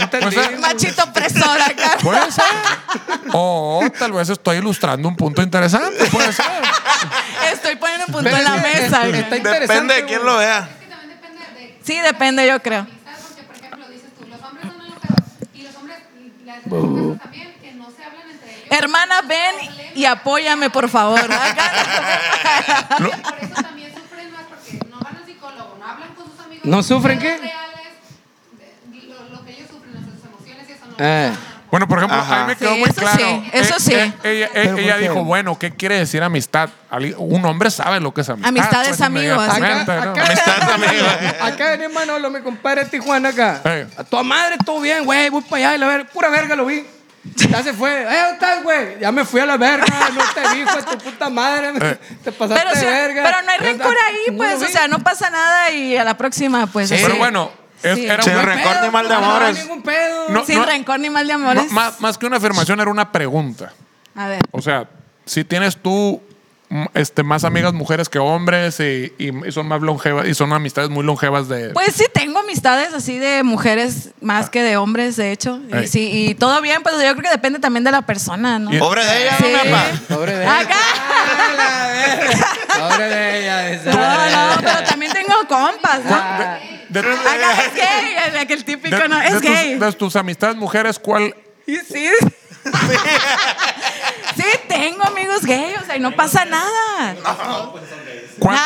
Speaker 4: entendí.
Speaker 2: o sea,
Speaker 1: Machito opresor acá.
Speaker 2: Puede ser. O tal vez estoy ilustrando un punto interesante. Puede ser.
Speaker 1: Estoy poniendo un punto
Speaker 4: Pero
Speaker 1: en la
Speaker 4: es que-
Speaker 1: mesa.
Speaker 4: está
Speaker 1: güey.
Speaker 4: interesante,
Speaker 3: Depende de quién
Speaker 4: güey.
Speaker 3: lo vea.
Speaker 5: Es que también depende de
Speaker 1: Sí, depende, yo creo.
Speaker 5: amistad, porque por ejemplo dices tú, los hombres son enojados y los hombres, mm, las mujeres pues, también, que no se hablan entre ellos.
Speaker 1: Hermana, ven y apóyame, por favor. Acá.
Speaker 5: Por eso también sufren más porque no van al psicólogo, no hablan con sus amigos.
Speaker 4: ¿No sufren qué?
Speaker 5: Reales, de- lo, lo que ellos sufren, las- sus emociones y eso no.
Speaker 4: Eh.
Speaker 5: lo hablan.
Speaker 2: Bueno, por ejemplo,
Speaker 3: Ajá.
Speaker 2: a mí me quedó
Speaker 1: Sí,
Speaker 2: muy
Speaker 1: eso
Speaker 2: claro. Eh,
Speaker 1: sí, eso sí.
Speaker 2: ella
Speaker 4: Pero ¿por
Speaker 2: ella
Speaker 4: qué?
Speaker 2: dijo, bueno, ¿qué quiere decir amistad? Ali- Un hombre sabe lo que es amistad. pues,
Speaker 1: Amistad es amigo, así que-
Speaker 2: inmediatamente, ¿no?
Speaker 3: Amistad también.
Speaker 4: Acá en Manolo, mi compadre de Tijuana acá.
Speaker 2: Ey.
Speaker 4: A tu madre, todo bien, güey. Voy para allá y la verga. Pura verga lo vi. Ya se fue. Eh, ¿dónde estás, güey? Ya me fui a la verga. No te vi, hijo de tu puta madre. Te pasaste
Speaker 1: Pero, sí,
Speaker 4: de verga.
Speaker 1: pero no hay rencor ahí,
Speaker 4: No
Speaker 1: pues,
Speaker 4: lo
Speaker 1: o
Speaker 4: vi.
Speaker 1: sea, no pasa nada y a la próxima, pues. así.
Speaker 2: Pero bueno, es-
Speaker 1: Sí.
Speaker 2: era un
Speaker 3: Sin
Speaker 2: buen-
Speaker 3: rencor ni mal de
Speaker 4: No, No,
Speaker 3: amores.
Speaker 4: hay ningún pedo.
Speaker 2: No.
Speaker 1: Sin rencor ni mal de amores.
Speaker 2: ma- más, más que una afirmación, era una pregunta.
Speaker 1: a ver.
Speaker 2: O sea, si tienes tú mm, este, más amigas mujeres que hombres y, y- y son más longevas y son amistades muy longevas de...
Speaker 1: Pues sí, tengo amistades así de mujeres más que de hombres, de hecho.
Speaker 2: Ey.
Speaker 1: Y, sí, y todo bien, pues yo creo que depende también de la persona, ¿no?
Speaker 2: Y-
Speaker 3: Pobre de ella,
Speaker 1: Sí.
Speaker 3: ¿no, mi papá?
Speaker 4: Pobre de ella.
Speaker 1: Acá.
Speaker 4: Ah, la verga. Pobre de ella. de esa
Speaker 1: No, no,
Speaker 4: verga.
Speaker 1: pero también tengo compas. ¿no?
Speaker 2: ¿Cuál- de- de-
Speaker 1: Acá es gay, el- aquel típico,
Speaker 2: de-
Speaker 1: ¿no?
Speaker 2: de
Speaker 1: Es
Speaker 2: tus-
Speaker 1: gay.
Speaker 2: de tus amistades mujeres, ¿cuál
Speaker 1: Y sí. Sí, tengo amigos gay, o sea, y no pasa nada.
Speaker 2: ¿Cuán-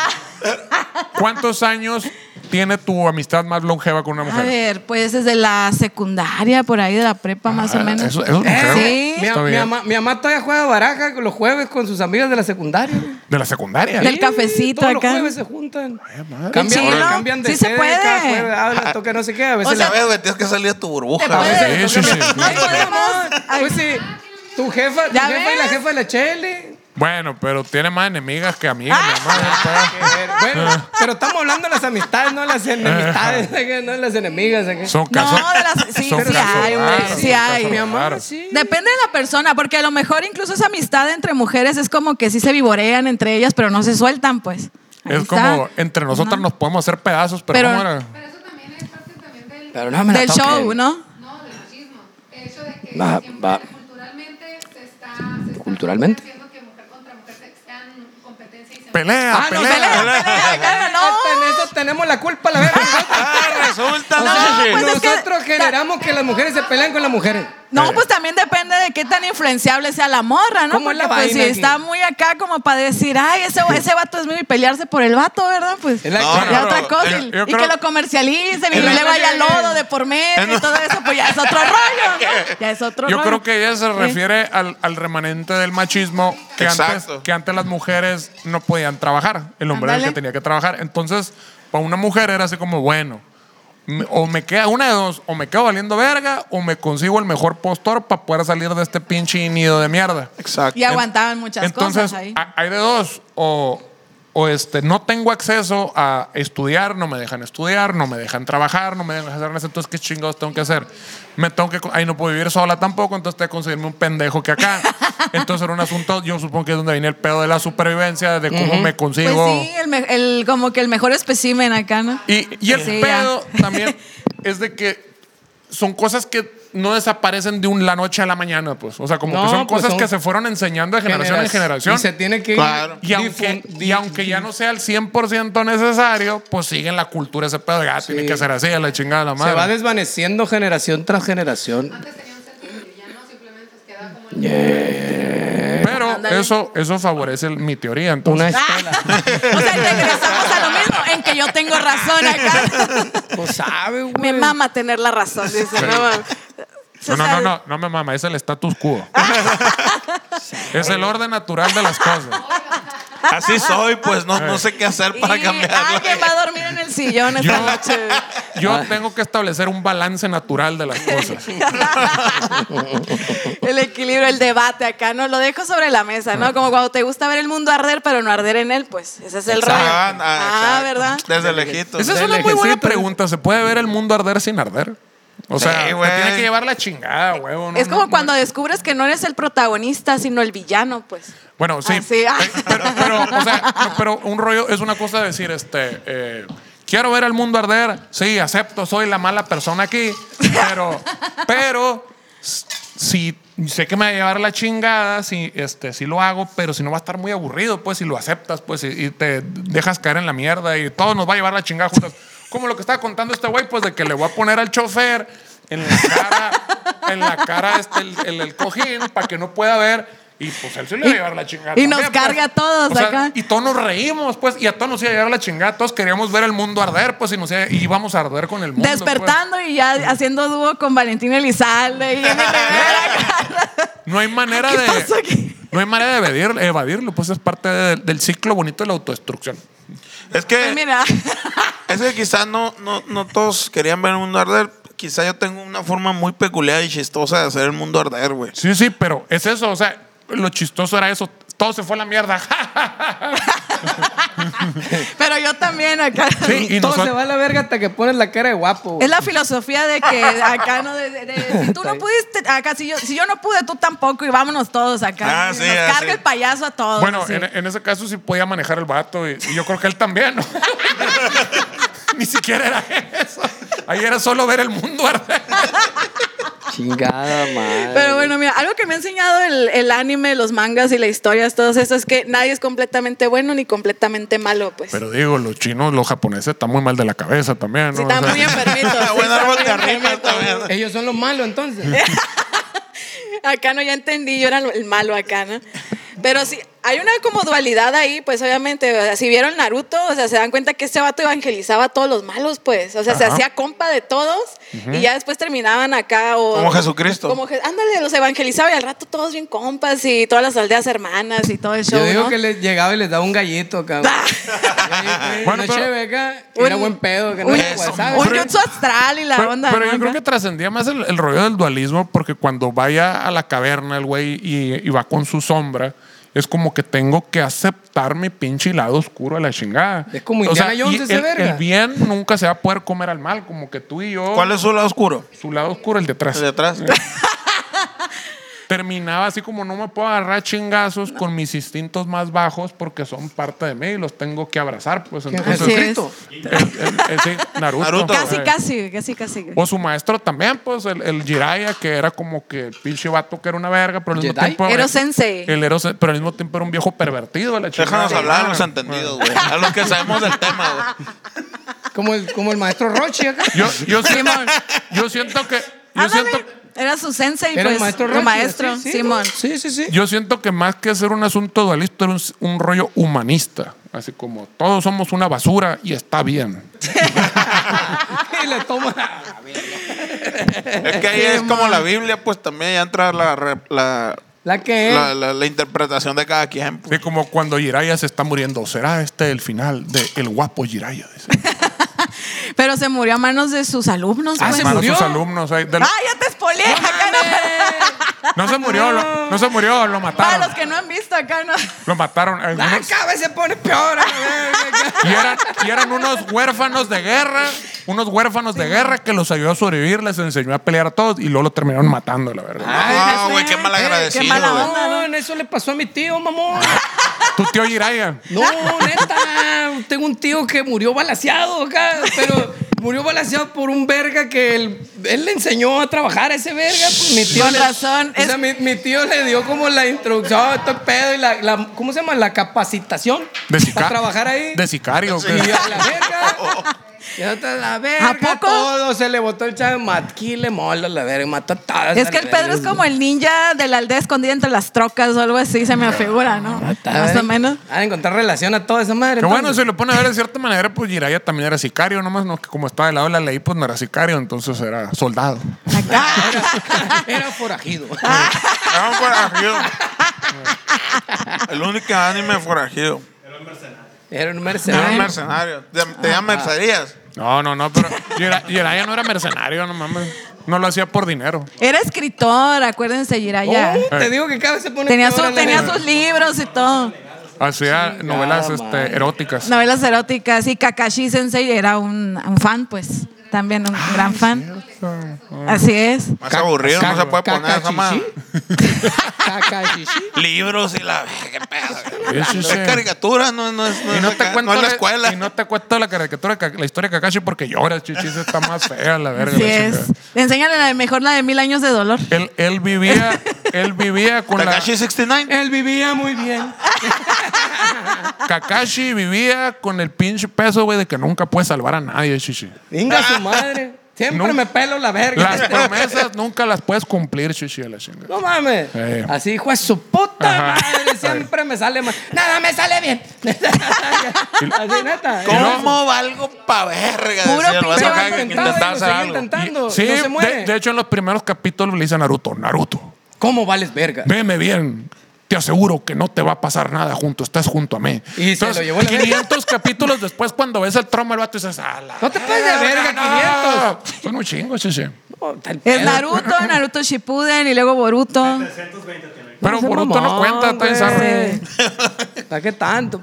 Speaker 1: Ah,
Speaker 2: ¿Cuántos años tiene tu amistad más longeva con una
Speaker 1: a
Speaker 2: mujer?
Speaker 1: ver, pues desde la secundaria, por ahí de la prepa más o menos.
Speaker 2: Ah, eso- eso no creo.
Speaker 1: Sí.
Speaker 4: Eh, Mi,
Speaker 2: Está
Speaker 4: mi
Speaker 2: bien.
Speaker 4: mamá, mi mamá todavía juega baraja los jueves con sus amigas de la secundaria. güey.
Speaker 2: De la secundaria.
Speaker 1: Del cafecito
Speaker 4: Todos
Speaker 1: acá.
Speaker 4: los jueves se juntan.
Speaker 2: madre.
Speaker 4: Cambian,
Speaker 1: Qué chido.
Speaker 4: cambian de
Speaker 1: Sí se
Speaker 4: sede
Speaker 1: puede.
Speaker 4: cada jueves. Ah, Hablan, tocan, no sé qué. A
Speaker 3: Pues
Speaker 4: veces
Speaker 1: O sea,
Speaker 4: la-
Speaker 3: ¿Sabes, güey? Tienes que salir de tu burbuja.
Speaker 1: Te
Speaker 4: a
Speaker 3: güey.
Speaker 1: puedes-
Speaker 4: veces
Speaker 2: Sí,
Speaker 4: la
Speaker 2: sí,
Speaker 4: tocan-
Speaker 2: sí.
Speaker 4: No podemos.
Speaker 1: Ay.
Speaker 4: Pues sí, tu jefa, tu
Speaker 1: ¿Ya
Speaker 4: jefa y la
Speaker 1: ves?
Speaker 4: jefa de la Chele.
Speaker 2: Bueno, pero tiene más enemigas que amigas.
Speaker 1: Ah.
Speaker 2: mi mamá. Ah.
Speaker 4: Bueno, pero estamos hablando de las amistades, no de las enemistades, no de las enemigas. ¿eh? acá.
Speaker 2: Son casos.
Speaker 1: No, de las- sí,
Speaker 2: son
Speaker 1: sí
Speaker 2: casos
Speaker 1: hay, güey,
Speaker 2: raros,
Speaker 1: sí
Speaker 2: son
Speaker 1: hay.
Speaker 2: casos
Speaker 4: Mi mamá,
Speaker 2: raros.
Speaker 4: sí.
Speaker 1: Depende de la persona, porque a lo mejor incluso esa amistad entre mujeres es como que sí se vivorean entre ellas, pero no se sueltan, pues. Ahí
Speaker 2: Es
Speaker 1: está.
Speaker 2: como entre nosotras
Speaker 1: No.
Speaker 2: nos podemos hacer pedazos, pero,
Speaker 1: Pero-
Speaker 2: ¿cómo era?
Speaker 5: Pero eso también es parte también del,
Speaker 4: Pero no me la
Speaker 1: Del
Speaker 4: toquen.
Speaker 1: show, ¿no?
Speaker 5: no, del machismo. El hecho de que
Speaker 4: Va,
Speaker 5: siempre
Speaker 4: va.
Speaker 5: culturalmente se está, se está
Speaker 4: ¿Culturalmente?
Speaker 5: haciendo que mujer contra mujer se- sean competencia y se
Speaker 2: Pelea,
Speaker 4: Ah, no,
Speaker 2: pelea.
Speaker 1: Pelea, pelea, claro,
Speaker 4: Hasta en
Speaker 1: no.
Speaker 4: eso tenemos la culpa, la verga.
Speaker 3: Ah, resulta,
Speaker 1: No,
Speaker 3: Chichi.
Speaker 1: pues- es que-
Speaker 4: Nosotros generamos que las mujeres se pelean con las mujeres.
Speaker 1: No, pues también depende de qué tan influenciable sea la morra, ¿no?
Speaker 4: Eh. ¿Cómo es
Speaker 1: Porque
Speaker 4: la
Speaker 1: pues si
Speaker 4: vaina aquí?
Speaker 1: está muy acá como para decir, ay, ese, ese vato es mío y pelearse por el vato, ¿verdad? Pues
Speaker 4: Es la-
Speaker 2: Ah,
Speaker 3: No,
Speaker 1: ya
Speaker 3: no,
Speaker 1: otra
Speaker 3: no,
Speaker 1: cosa.
Speaker 2: yo-
Speaker 1: y
Speaker 2: yo
Speaker 1: y
Speaker 2: creo-
Speaker 1: que lo comercialicen y
Speaker 4: Es la-
Speaker 1: le vaya lodo de por medio y todo eso, pues ya es otro rollo, ¿no? Ya es otro
Speaker 2: Yo
Speaker 1: rollo.
Speaker 2: creo que ella se
Speaker 1: Sí.
Speaker 2: refiere al, al remanente del machismo que antes,
Speaker 3: Exacto.
Speaker 2: que antes las mujeres no podían trabajar. El hombre era el
Speaker 1: Ándale.
Speaker 2: que tenía que trabajar. Entonces, para una mujer era así como, bueno, me- o me queda una de dos, o me quedo valiendo verga, o me consigo el mejor postor para poder salir de este pinche nido de mierda.
Speaker 3: Exacto.
Speaker 1: Y aguantaban muchas
Speaker 2: Entonces, ah,
Speaker 1: cosas ahí.
Speaker 2: a- hay de dos, o, o este, no tengo acceso a estudiar, no me dejan estudiar, no me dejan trabajar, no me dejan hacer nada, entonces qué chingados tengo que hacer. Me tengo que, ahí no puedo vivir sola tampoco, entonces tengo que conseguirme un pendejo que acá. entonces era un asunto, yo supongo que es donde viene el pedo de la supervivencia, de cómo me
Speaker 1: Pues
Speaker 2: consigo.
Speaker 1: sí, el, me- el- como que el mejor espécimen acá, ¿no?
Speaker 2: Y, y el
Speaker 1: Sí, ya.
Speaker 2: pedo también es de que son cosas que no desaparecen de un la noche a la mañana, pues. O sea, como
Speaker 4: No,
Speaker 2: que son
Speaker 4: pues
Speaker 2: cosas
Speaker 4: son
Speaker 2: que se fueron enseñando de generación en generación.
Speaker 4: Y se tiene que ir.
Speaker 3: Claro.
Speaker 2: Y aunque,
Speaker 4: difun-
Speaker 2: y aunque ya no sea el 100% necesario, pues sigue en la cultura ese pedo. Ya tiene que ser así, a la chingada de la
Speaker 4: Se va
Speaker 2: madre.
Speaker 4: desvaneciendo generación tras generación.
Speaker 5: antes tenía un sentido y ya no, simplemente se queda como el
Speaker 2: Pero eso, eso favorece el- mi teoría.
Speaker 4: Una
Speaker 1: Ah.
Speaker 2: Entonces,
Speaker 4: escuela.
Speaker 1: o sea, regresamos a lo mismo, en que yo tengo razón acá.
Speaker 4: Pues sabe, güey.
Speaker 1: Me mama tener la razón, dice. No, mames.
Speaker 2: no,
Speaker 1: O
Speaker 2: no, no,
Speaker 1: sea,
Speaker 2: no, no me mama, es el status quo. es el orden natural de las cosas.
Speaker 3: Así soy, pues no, no sé qué hacer para
Speaker 1: y
Speaker 3: cambiarlo.
Speaker 1: alguien va a dormir en el sillón esta
Speaker 2: Yo-
Speaker 1: noche.
Speaker 4: Ah.
Speaker 2: Yo tengo que establecer un balance natural de las cosas.
Speaker 1: El equilibrio, el debate acá, ¿no? Lo dejo sobre la mesa, ¿no? Como cuando te gusta ver el mundo arder, pero no arder en él, pues. Ese es el rollo.
Speaker 3: Ah,
Speaker 1: Ah,
Speaker 3: exacto.
Speaker 1: ¿verdad?
Speaker 3: Desde lejitos.
Speaker 2: Esa es
Speaker 4: Del
Speaker 2: una muy buena
Speaker 4: ejército.
Speaker 2: pregunta. ¿Se puede ver el mundo arder sin arder? O
Speaker 3: Sí,
Speaker 2: sea, te
Speaker 3: güey.
Speaker 2: tiene que llevar la chingada, huevo. no,
Speaker 1: es como
Speaker 2: no, no.
Speaker 1: cuando descubres que no eres el protagonista, sino el villano, pues.
Speaker 2: Bueno, sí.
Speaker 1: Ah, sí. Ah.
Speaker 2: Eh, Pero, pero, o sea, no, pero un rollo es una cosa decir, este, eh, quiero ver al mundo arder. Sí, acepto, soy la mala persona aquí. Pero, pero, s- si sé que me va a llevar la chingada, si, este, si lo hago, pero si no va a estar muy aburrido, pues si lo aceptas, pues y, y te dejas caer en la mierda y todo nos va a llevar la chingada juntas. Como lo que estaba contando este güey, pues de que le voy a poner al chofer en la cara, en la cara este, el, el- el cojín para que no pueda ver. Y pues él se le iba a llevar la chingada.
Speaker 1: y nos
Speaker 2: también, pues.
Speaker 1: carga a todos
Speaker 2: O sea,
Speaker 1: acá.
Speaker 2: Y todos nos reímos, pues. Y a todos nos iba a llevar la chingada. Todos queríamos ver el mundo arder, pues. Y nos iba- y íbamos a arder con el mundo. pues.
Speaker 1: Despertando y ya haciendo dúo con Valentín Elizalde y Jenny Rivera.
Speaker 2: No hay manera
Speaker 1: ¿Qué
Speaker 2: de.
Speaker 1: pasó aquí?
Speaker 2: No hay manera de evadir- evadirlo, pues es parte del- del ciclo bonito de la autodestrucción.
Speaker 3: Es que.
Speaker 1: Mira.
Speaker 3: Es que quizás no, no, no todos querían ver el mundo arder. Quizás yo tengo una forma muy peculiar y chistosa de hacer el mundo arder, güey.
Speaker 2: Sí, sí, pero es eso, o sea, lo chistoso era eso. Todo se fue a la mierda.
Speaker 1: Pero yo también acá.
Speaker 2: Sí, y
Speaker 4: Todo
Speaker 2: nosotros-
Speaker 4: se va a la verga hasta que pones la cara de guapo. güey.
Speaker 1: Es la filosofía de que acá no. de- de- de- si tú no pudiste, acá si yo, si yo no pude, tú tampoco, y vámonos todos acá.
Speaker 3: Ah, sí,
Speaker 1: Nos
Speaker 3: ah,
Speaker 1: carga
Speaker 3: sí.
Speaker 1: el payaso a todos.
Speaker 2: bueno,
Speaker 1: así.
Speaker 2: en, en ese caso sí podía manejar el vato y, y yo creo que él también. ¿no? Ni siquiera era eso. Ahí era solo ver el mundo arder.
Speaker 4: Chingada madre.
Speaker 1: Pero bueno, mira, algo que me ha enseñado el, el anime, los mangas y las historias, todo eso, es que nadie es completamente bueno ni completamente malo, pues.
Speaker 2: Pero digo, los chinos, los japoneses están muy mal de la cabeza también. ¿no?
Speaker 1: Sí, están
Speaker 2: O sea,
Speaker 1: muy enfermitos. sí,
Speaker 3: Buen
Speaker 1: están
Speaker 3: árbol
Speaker 1: muy
Speaker 3: de arriba
Speaker 1: enfermitos.
Speaker 3: también.
Speaker 4: Ellos son los malos entonces.
Speaker 1: Acá no, ya entendí, yo era el malo acá, ¿no? Pero sí, hay una como dualidad ahí, pues obviamente, o sea, si vieron Naruto, o sea, se dan cuenta que este vato evangelizaba a todos los malos, pues, o sea, se
Speaker 2: Ajá.
Speaker 1: hacía compa de todos y ya después terminaban acá o...
Speaker 3: Como Jesucristo.
Speaker 1: Como Je- ándale, los evangelizaba y al rato todos bien compas y todas las aldeas hermanas y todo el show,
Speaker 4: Yo digo
Speaker 1: ¿no? Ah.
Speaker 4: que les llegaba y les daba un gallito acá. güey. Oye,
Speaker 2: Bueno, pero-
Speaker 4: Una chévere acá.
Speaker 1: Un-
Speaker 4: Era buen pedo. Que no
Speaker 1: un,
Speaker 4: era guay, ¿sabes?
Speaker 1: un jutsu astral y la
Speaker 2: pero,
Speaker 1: onda.
Speaker 2: pero
Speaker 1: ¿no?
Speaker 2: yo creo
Speaker 1: Acá.
Speaker 2: que trascendía más el, el rollo del dualismo porque cuando vaya a la caverna el güey y, y va con su sombra, es como que tengo que aceptar mi pinche lado oscuro a la chingada.
Speaker 4: Es como Indiana
Speaker 2: y
Speaker 4: Jones ese
Speaker 2: el,
Speaker 4: verga.
Speaker 2: el bien nunca se va a poder comer al mal, como que tú y yo.
Speaker 3: ¿Cuál es su lado oscuro?
Speaker 2: Su lado oscuro, el de atrás.
Speaker 3: El de atrás.
Speaker 2: Terminaba así como no me puedo agarrar chingazos con mis instintos más bajos porque son parte de mí y los tengo que abrazar. Pues entonces.
Speaker 1: Así es.
Speaker 2: el- el- el- sí, Naruto.
Speaker 3: Naruto.
Speaker 1: Casi,
Speaker 2: Eh.
Speaker 1: casi, casi, casi.
Speaker 2: O su maestro también, pues, el, el Jiraiya, que era como que pinche vato que era una verga, pero al mismo
Speaker 4: ¿Jedi?
Speaker 2: tiempo.
Speaker 1: Ero sensei.
Speaker 2: El Ero sen- pero al mismo tiempo era un viejo pervertido, la chica.
Speaker 3: Déjanos hablar a los entendidos, güey. A los que sabemos del tema, güey.
Speaker 4: Como el, como el maestro Rochi acá.
Speaker 2: Yo, yo, siento, yo siento que. Yo
Speaker 1: Ándale,
Speaker 2: siento,
Speaker 1: Era su sensei,
Speaker 4: Era
Speaker 1: pues,
Speaker 4: el maestro
Speaker 1: su
Speaker 4: Rochi.
Speaker 1: maestro,
Speaker 4: sí, sí,
Speaker 1: Simón.
Speaker 4: Sí, sí, sí.
Speaker 2: yo siento que más que ser un asunto dualista, era un, un rollo humanista. Así como todos somos una basura y está bien.
Speaker 4: Y le toma.
Speaker 3: Es que ahí es como la Biblia, pues también ya entra la, re- la,
Speaker 4: La que es.
Speaker 3: la, la- la interpretación de cada quien. pues.
Speaker 2: Sí, como cuando Jiraiya se está muriendo. ¿Será este el final de El guapo Jiraiya? Dice.
Speaker 1: Pero se murió a manos de sus alumnos,
Speaker 4: Ah,
Speaker 1: pues.
Speaker 4: se
Speaker 2: Hermano,
Speaker 4: murió.
Speaker 2: sus alumnos. ahí, del-
Speaker 1: ¡Ah, ya te spoileé! acá no.
Speaker 2: no se murió, lo- no se murió, lo
Speaker 1: Para
Speaker 2: mataron.
Speaker 1: los que no han visto acá, no.
Speaker 2: Lo mataron.
Speaker 4: Ah,
Speaker 2: Algunos-
Speaker 4: cada vez se pone peor. a la verga, acá.
Speaker 2: Y eran, y eran unos huérfanos de guerra, unos huérfanos de guerra que los ayudó a sobrevivir, les enseñó a pelear a todos y luego lo terminaron matando, la verdad.
Speaker 3: Ah,
Speaker 1: Ay,
Speaker 3: güey, qué
Speaker 1: qué
Speaker 3: mal agradecido,
Speaker 1: qué mala
Speaker 3: güey.
Speaker 1: onda. no, no.
Speaker 4: Mamón, eso le pasó a mi tío, mamón.
Speaker 2: Tu tío Jiraya.
Speaker 4: No, neta. Tengo un tío que murió balaseado acá, pero murió balaseado por un verga que él, él le enseñó a trabajar a ese verga. Pues mi tío
Speaker 1: Con
Speaker 4: le-
Speaker 1: razón,
Speaker 4: O sea,
Speaker 1: es-
Speaker 4: mi, mi tío le dio como la introducción a este pedo y la, la- ¿Cómo se llama? La capacitación
Speaker 2: De
Speaker 4: para
Speaker 2: sicario.
Speaker 4: trabajar ahí.
Speaker 2: De sicario.
Speaker 4: y
Speaker 2: ¿qué?
Speaker 4: a la verga. Y hasta la verga.
Speaker 1: ¿A poco?
Speaker 4: Todo se le botó el chavo. Matquí le mola la verga. Mató a todas.
Speaker 1: Es que el Pedro es como el ninja de la aldea escondida entre las trocas o algo así, se me afigura, ¿no? Más o menos.
Speaker 4: Han encontrar relación a toda esa madre.
Speaker 2: Que bueno,
Speaker 4: entonces.
Speaker 2: si lo pone a ver de cierta manera, pues Jiraya también era sicario, nomás no que como estaba del lado de la ley, pues no era sicario, entonces era soldado.
Speaker 1: Acá.
Speaker 4: Era forajido.
Speaker 1: Ah,
Speaker 3: Era Ah, un forajido. El único anime forajido.
Speaker 4: Era un
Speaker 3: Era un
Speaker 4: mercenario.
Speaker 3: mercenario. Te, te llaman mercerías.
Speaker 2: No, no, no, pero Jira- Jiraiya no era mercenario, no mames. No lo hacía por dinero.
Speaker 1: Era escritor, acuérdense, Jiraya.
Speaker 4: Oh, te digo que cada vez se pone
Speaker 1: Tenía,
Speaker 4: peor
Speaker 1: su-
Speaker 4: la
Speaker 1: tenía
Speaker 4: neta.
Speaker 1: sus libros y todo.
Speaker 2: Hacía novelas este,
Speaker 4: madre.
Speaker 2: eróticas.
Speaker 1: Novelas eróticas. Y Kakashi Sensei era un, un fan, pues. También un gran fan.
Speaker 2: Ah,
Speaker 1: Así es.
Speaker 3: Más aburrido, no se puede poner esa madre.
Speaker 4: Kakashi. Kakashi.
Speaker 3: Libros y la. ¿Qué pedo?
Speaker 2: Eso
Speaker 3: Es
Speaker 2: sí.
Speaker 3: caricatura, no, no es. No
Speaker 2: Y
Speaker 3: es
Speaker 2: no te
Speaker 3: acá-
Speaker 2: cuento
Speaker 3: no es la
Speaker 2: la-
Speaker 3: escuela.
Speaker 2: Y no te cuento la caricatura, de Ka- la historia de Kakashi porque lloras, chichis, está más fea la verga.
Speaker 1: Así
Speaker 2: la
Speaker 1: es.
Speaker 2: chingada.
Speaker 1: Enséñale la de- mejor la de Mil Años de Dolor.
Speaker 2: Él, él vivía, él vivía con la
Speaker 3: Takashi 69.
Speaker 4: Él vivía muy bien.
Speaker 2: Kakashi vivía con el pinche peso, güey, de que nunca puede salvar a nadie, chichi.
Speaker 4: Venga su madre. Siempre
Speaker 2: No.
Speaker 4: me pelo la verga. Este
Speaker 2: Las promesas nunca las puedes cumplir, chichi, a la chingada.
Speaker 4: No mames.
Speaker 2: Eh.
Speaker 4: Así, hijo de su puta
Speaker 2: Ajá.
Speaker 4: madre. Siempre me sale mal. Nada me sale bien. Así, neta.
Speaker 3: ¿Cómo valgo pa' verga?
Speaker 1: Puro
Speaker 3: decía el vato
Speaker 1: pinche
Speaker 3: acá
Speaker 1: vato
Speaker 3: que
Speaker 1: inventado,
Speaker 3: intentaba
Speaker 4: y lo
Speaker 3: hacer
Speaker 4: seguí
Speaker 3: algo.
Speaker 4: intentando.
Speaker 2: Sí,
Speaker 4: no se muere.
Speaker 2: de, de hecho en los primeros capítulos le dice a Naruto, Naruto,
Speaker 4: ¿Cómo vales verga?
Speaker 2: veme bien. Te aseguro que no te va a pasar nada junto, estás junto a mí.
Speaker 4: Y se lo llevó la
Speaker 2: 500 capítulos después, cuando ves el troma, el vato dices, "A la
Speaker 4: No Pues te pases de verga, 500.
Speaker 2: Son un chingo, chichi.
Speaker 4: No, está el
Speaker 1: Es
Speaker 4: pedo.
Speaker 1: Naruto, Naruto Shippuden y luego Boruto.
Speaker 2: Pero
Speaker 4: No seas
Speaker 2: Boruto no
Speaker 4: mamón,
Speaker 2: cuenta, está
Speaker 4: güey.
Speaker 2: bizarro.
Speaker 4: ¿Para qué tanto?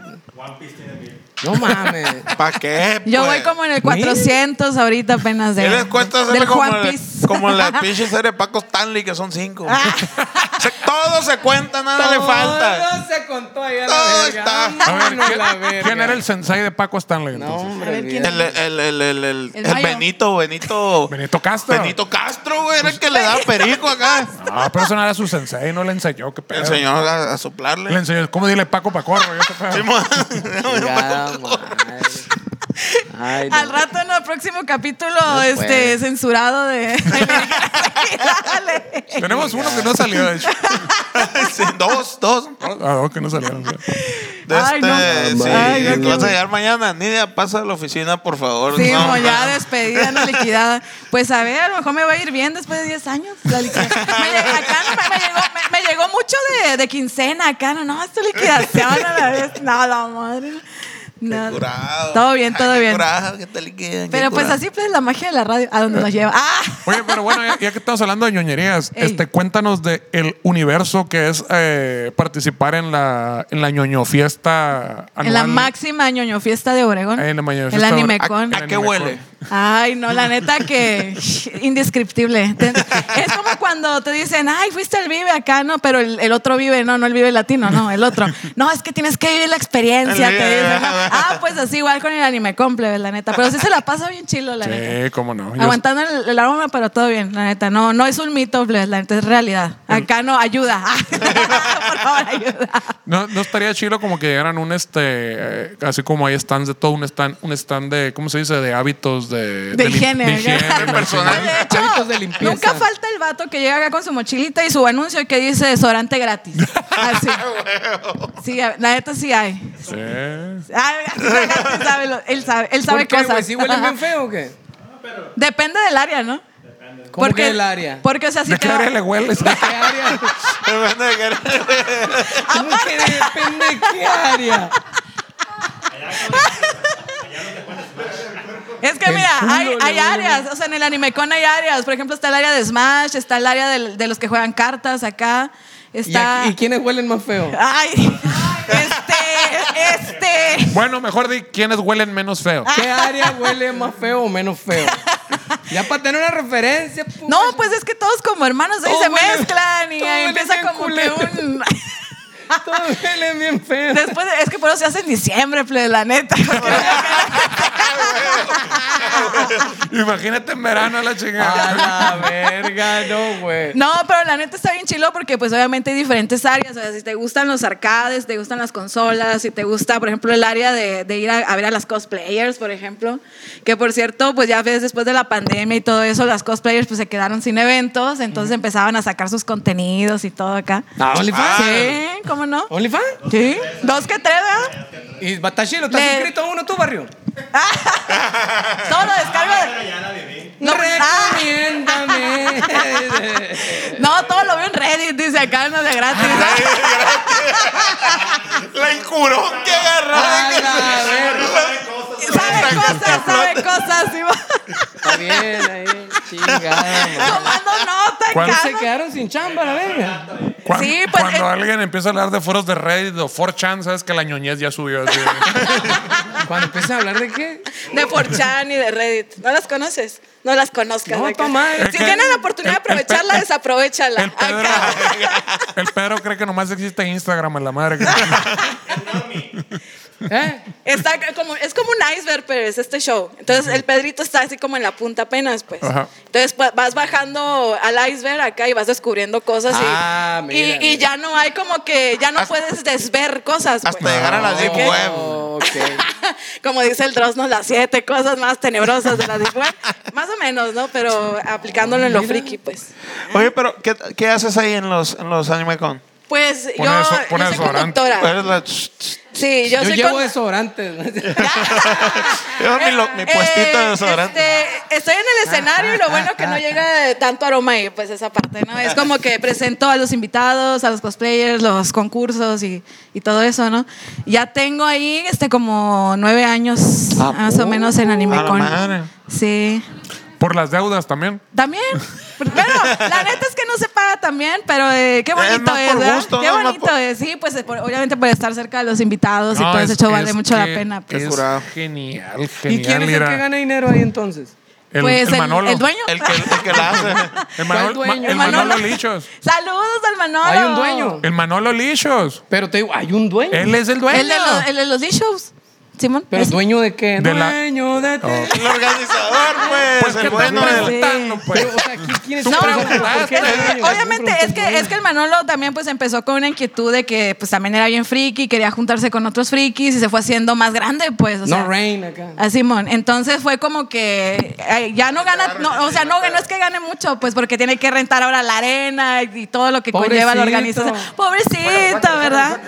Speaker 4: No mames.
Speaker 3: ¿Pa' qué?
Speaker 1: Yo
Speaker 3: pues?
Speaker 1: voy como en el 400 ahorita apenas de,
Speaker 3: ¿Qué les cuesta
Speaker 1: del
Speaker 3: hacerle como,
Speaker 1: Juan
Speaker 3: la-
Speaker 1: Piece.
Speaker 3: como la pinche serie de Paco Stanley, que son cinco? Se- todo se cuenta, nada le falta.
Speaker 4: Todo se contó ahí a la
Speaker 3: Todo
Speaker 4: verga.
Speaker 3: está.
Speaker 2: A ver,
Speaker 4: Vámonos a la
Speaker 2: ¿quién,
Speaker 4: verga.
Speaker 2: quién era el sensei de Paco Stanley?
Speaker 4: No,
Speaker 2: entonces?
Speaker 4: hombre.
Speaker 3: El, el, el, el, el, el
Speaker 1: El Mayo.
Speaker 3: Benito, Benito.
Speaker 2: Benito Castro.
Speaker 3: Benito Castro, güey, era el que le daba perico acá.
Speaker 2: Ah, pero eso no era su sensei, no le enseñó, qué
Speaker 3: Le
Speaker 2: pedo.
Speaker 3: enseñó a, a
Speaker 2: Le
Speaker 3: soplarle.
Speaker 2: enseñó, ¿cómo dile Paco Pacorro? Yo te pedo.
Speaker 3: Simón.
Speaker 4: Chingada madre. Ay, no.
Speaker 1: Al rato en el próximo capítulo, este,
Speaker 4: puede.
Speaker 1: censurado de. Dale.
Speaker 2: Tenemos uno que no salió, de hecho.
Speaker 3: Sí, dos, dos.
Speaker 2: Ah, dos que no salieron. sí.
Speaker 3: De
Speaker 1: Ay, no.
Speaker 3: este, sí,
Speaker 1: Ay, no, qué-
Speaker 3: vas a llegar mañana. Nidia, pasa a la oficina, por favor.
Speaker 1: Sí,
Speaker 3: No,
Speaker 1: mo, ya
Speaker 3: no.
Speaker 1: despedida, no liquidada. Pues a ver, a lo mejor me va a ir bien después de 10 años. La liquidación. Me, lle- acá no, me, me llegó, me, me llegó mucho de, de quincena acá, no, no, esta liquidación a la vez. Nada, madre. Nada.
Speaker 3: Curado.
Speaker 1: Todo bien, todo
Speaker 3: Ay, qué
Speaker 1: bien.
Speaker 3: curado, que te liquiden, qué
Speaker 1: Pero pues
Speaker 3: curado.
Speaker 1: así pues la magia de la radio, a donde nos lleva. ¡Ah!
Speaker 2: Oye, pero bueno, ya, ya que estamos hablando de ñoñerías,
Speaker 1: Ey.
Speaker 2: este, cuéntanos de el universo que es eh, participar en la, en la ñoño fiesta anual.
Speaker 1: En la máxima ñoño fiesta de Oregón.
Speaker 2: Ahí en la ñoño
Speaker 1: el
Speaker 2: fiesta de
Speaker 1: anime
Speaker 2: Oregón. Ah,
Speaker 1: con.
Speaker 3: ¿A qué huele?
Speaker 1: Ay, no, la neta que indescriptible. Te- Es como cuando te dicen, ay, fuiste al Vive acá, no, pero el, el otro Vive, no, no el Vive Latino, no, el otro. No, es que tienes que vivir la experiencia,
Speaker 3: El
Speaker 1: te
Speaker 3: Vive,
Speaker 1: dicen. ¿no?
Speaker 3: ¿verdad?
Speaker 1: Ah, pues así igual con el anime comple, la neta. Pero sí se la pasa bien chilo, la neta.
Speaker 2: Sí, cómo no. Yo-
Speaker 1: Aguantando el, el aroma, pero todo bien, la neta. No, no es un mito, plebes, la neta, es realidad. Acá no, ayuda. Por favor, ayuda.
Speaker 2: No, no estaría chido como que llegaran un este, eh, así como hay stands de todo, un stand, un stand de, ¿cómo se dice? De hábitos de,
Speaker 1: De
Speaker 2: lim-
Speaker 1: higiene,
Speaker 2: de
Speaker 1: ¿no?
Speaker 2: higiene,
Speaker 1: De
Speaker 2: la
Speaker 3: personal.
Speaker 2: chingada.
Speaker 1: De hecho,
Speaker 4: Hábitos de limpieza.
Speaker 1: nunca falta el vato que llega acá con su mochilita y su anuncio que dice desodorante gratis. Así. sí, a- la neta sí hay.
Speaker 2: Sí.
Speaker 1: Ah, así se gasta, él sabe lo- él sabe, él sabe
Speaker 4: ¿Por qué, güey?
Speaker 1: cosas.
Speaker 4: ¿Sí huelen bien feo o qué?
Speaker 1: Depende del área, ¿no?
Speaker 4: ¿Cómo que del área?
Speaker 1: Porque, o sea, si
Speaker 2: ¿De
Speaker 1: te
Speaker 2: qué
Speaker 1: va-
Speaker 2: área le hueles?
Speaker 4: ¿Qué área?
Speaker 3: Depende de qué-
Speaker 4: ¿Cómo que depende de qué área?
Speaker 1: Es que
Speaker 4: El
Speaker 1: mira,
Speaker 4: culo,
Speaker 1: hay,
Speaker 4: la
Speaker 1: hay
Speaker 4: verga.
Speaker 1: áreas, o sea, en el animecon hay áreas. Por ejemplo, está el área de Smash, está el área del- de los que juegan cartas acá.
Speaker 4: ¿Y,
Speaker 1: Está.
Speaker 4: aquí- y quiénes huelen más feo?
Speaker 1: Ay, este, este.
Speaker 2: Bueno, mejor di quiénes huelen menos feo.
Speaker 4: ¿Qué área huele más feo o menos feo? Ya para tener una referencia. puta.
Speaker 1: No, pues es que todos como hermanos ahí
Speaker 4: Todo
Speaker 1: se
Speaker 4: huele-
Speaker 1: mezclan y
Speaker 4: todo
Speaker 1: ahí
Speaker 4: huele
Speaker 1: empieza
Speaker 4: bien
Speaker 1: como
Speaker 4: culero.
Speaker 1: que un.
Speaker 4: Todos huelen bien feo.
Speaker 1: Después de- es que por eso se hace en diciembre, ple, la neta.
Speaker 2: Imagínate en verano a la chingada.
Speaker 1: Ah,
Speaker 4: A la verga, no, güey.
Speaker 1: No, pero la neta está bien chilo porque pues obviamente hay diferentes áreas. O sea, si te gustan los arcades, te gustan las consolas, si te gusta, por ejemplo, el área de, de ir a, a ver a las cosplayers, por ejemplo. Que por cierto, pues ya ves, después de la pandemia y todo eso, las cosplayers pues se quedaron sin eventos, entonces empezaban a sacar sus contenidos y todo acá.
Speaker 4: Ah, OnlyFans.
Speaker 1: Sí, ¿cómo no?
Speaker 4: ¿OnlyFans?
Speaker 1: Sí, dos que tres, ¿verdad?
Speaker 4: ¿Y Batashiro, estás
Speaker 1: Le-
Speaker 4: suscrito a uno tú, barrio?
Speaker 1: Todo lo descarga. de- No, pues, ah.
Speaker 4: Recomiéndame.
Speaker 1: no, todo lo veo en Reddit, dice acá, no de gratis.
Speaker 3: La incurón que agarraron.
Speaker 4: A la verga.
Speaker 1: Sabe cosas, sabe cosas. sí, va.
Speaker 4: Está bien, ahí. Chingada, madre.
Speaker 1: Tomando nota,
Speaker 2: ¿Cuál
Speaker 4: Se
Speaker 1: cara.
Speaker 4: quedaron sin chamba, la verga.
Speaker 2: Cuan-
Speaker 1: Sí, pues,
Speaker 2: cuando
Speaker 1: eh.
Speaker 2: alguien empieza a hablar de foros de Reddit o 4chan, sabes que la ñoñez ya subió. así.
Speaker 4: Cuando empiece a hablar de qué.
Speaker 1: De 4chan y de Reddit. ¿No las conoces? No las conozcas.
Speaker 4: No,
Speaker 1: acá.
Speaker 4: está mal.
Speaker 1: Si
Speaker 2: Es que-
Speaker 1: tienen la oportunidad de
Speaker 2: el- el pe-
Speaker 1: aprovecharla,
Speaker 2: el-
Speaker 1: desaprovechala.
Speaker 2: el, Pedro,
Speaker 1: Acá.
Speaker 2: el Pedro cree que nomás existe Instagram en la madre. que-
Speaker 4: ¿Eh?
Speaker 1: Está acá como, es como un iceberg, pero es este show. Entonces el Pedrito está así como en la punta apenas, pues.
Speaker 2: Ajá.
Speaker 1: Entonces pa- vas bajando al iceberg acá y vas descubriendo cosas y,
Speaker 4: Ah, mira,
Speaker 1: y, y
Speaker 4: mira.
Speaker 1: ya no hay como que ya no puedes desver cosas.
Speaker 3: Hasta
Speaker 1: pues.
Speaker 3: llegar a la
Speaker 4: No,
Speaker 3: Deep Web.
Speaker 4: ok.
Speaker 1: Como dice el Drosnos, las siete cosas más tenebrosas de la Bueno, Más o menos, ¿no? Pero aplicándolo
Speaker 3: Oh,
Speaker 1: en lo friki, pues.
Speaker 3: Oye, pero ¿qué, qué haces ahí en los, en los Anime Con?
Speaker 1: Pues yo,
Speaker 2: Pone eso-
Speaker 1: yo
Speaker 2: pone
Speaker 1: soy
Speaker 2: desodorante.
Speaker 1: conductora.
Speaker 3: Eres la- Pues, Yo
Speaker 1: Sí, yo,
Speaker 4: Yo
Speaker 1: soy
Speaker 4: llevo
Speaker 1: con-
Speaker 4: desodorante.
Speaker 3: mi, lo- mi
Speaker 1: Eh,
Speaker 3: puestito de Ah, desodorante.
Speaker 1: este, estoy en el escenario y lo bueno que
Speaker 3: ah,
Speaker 1: no llega eh, tanto aroma ahí, pues esa parte, ¿no? Es como que presento a los invitados, a los cosplayers, los concursos y, y todo eso, ¿no? Ya tengo ahí este, como nueve años
Speaker 4: Ah,
Speaker 1: más o
Speaker 4: oh.
Speaker 1: menos en
Speaker 3: uh, A
Speaker 1: AnimeCon.
Speaker 3: la madre.
Speaker 1: Sí.
Speaker 2: Por las deudas también.
Speaker 1: También. Pero la neta es que no se paga también, pero eh, qué bonito es,
Speaker 3: más por
Speaker 1: ¿verdad?
Speaker 3: gusto,
Speaker 1: qué
Speaker 3: ¿no? Es más
Speaker 1: bonito
Speaker 3: por-
Speaker 1: es, sí, pues eh, por- obviamente por estar cerca de los invitados y todo
Speaker 2: es-
Speaker 1: ese show vale
Speaker 2: es
Speaker 1: mucho la
Speaker 2: que
Speaker 1: pena. pues.
Speaker 2: Es
Speaker 3: curado.
Speaker 2: genial, genial.
Speaker 4: ¿Y quién es el
Speaker 2: ir a-
Speaker 4: que gana dinero ahí entonces?
Speaker 2: El,
Speaker 1: Pues
Speaker 2: el Manolo.
Speaker 1: el dueño.
Speaker 3: El que, el que la hace.
Speaker 2: El Manolo,
Speaker 4: ¿Cuál dueño?
Speaker 2: ma- el
Speaker 4: El
Speaker 2: Manolo
Speaker 1: Manolo.
Speaker 2: Lichos.
Speaker 1: Saludos al Manolo.
Speaker 4: Hay un dueño.
Speaker 2: El Manolo Lichos.
Speaker 4: Pero te digo, hay un dueño.
Speaker 2: Él es el dueño.
Speaker 1: El de, los- el de los D-Shows. Simón.
Speaker 4: ¿Pero
Speaker 1: Ese.
Speaker 4: dueño de qué?
Speaker 2: De la- Oh.
Speaker 4: dueño de te-
Speaker 3: El organizador, pues.
Speaker 2: Pues que
Speaker 3: el bueno
Speaker 2: estás
Speaker 1: Sí.
Speaker 3: del.
Speaker 2: preguntando, pues.
Speaker 4: Pero, o sea, ¿qui- ¿quién es
Speaker 1: No,
Speaker 4: el
Speaker 1: pero-
Speaker 4: dueño? ¿Por qué
Speaker 1: es-
Speaker 4: el dueño?
Speaker 1: obviamente es que, es que el Manolo también pues empezó con una inquietud de que pues también era bien friki, quería juntarse con otros frikis y se fue haciendo más grande pues. o sea,
Speaker 4: No rain acá.
Speaker 1: A Ah, Simón. Entonces fue como que eh, ya no gana, no, o sea, no, no es que gane mucho, pues porque tiene que rentar ahora la arena y, y todo lo que conlleva la
Speaker 4: Pobrecito.
Speaker 1: organización. Pobrecito, ¿verdad?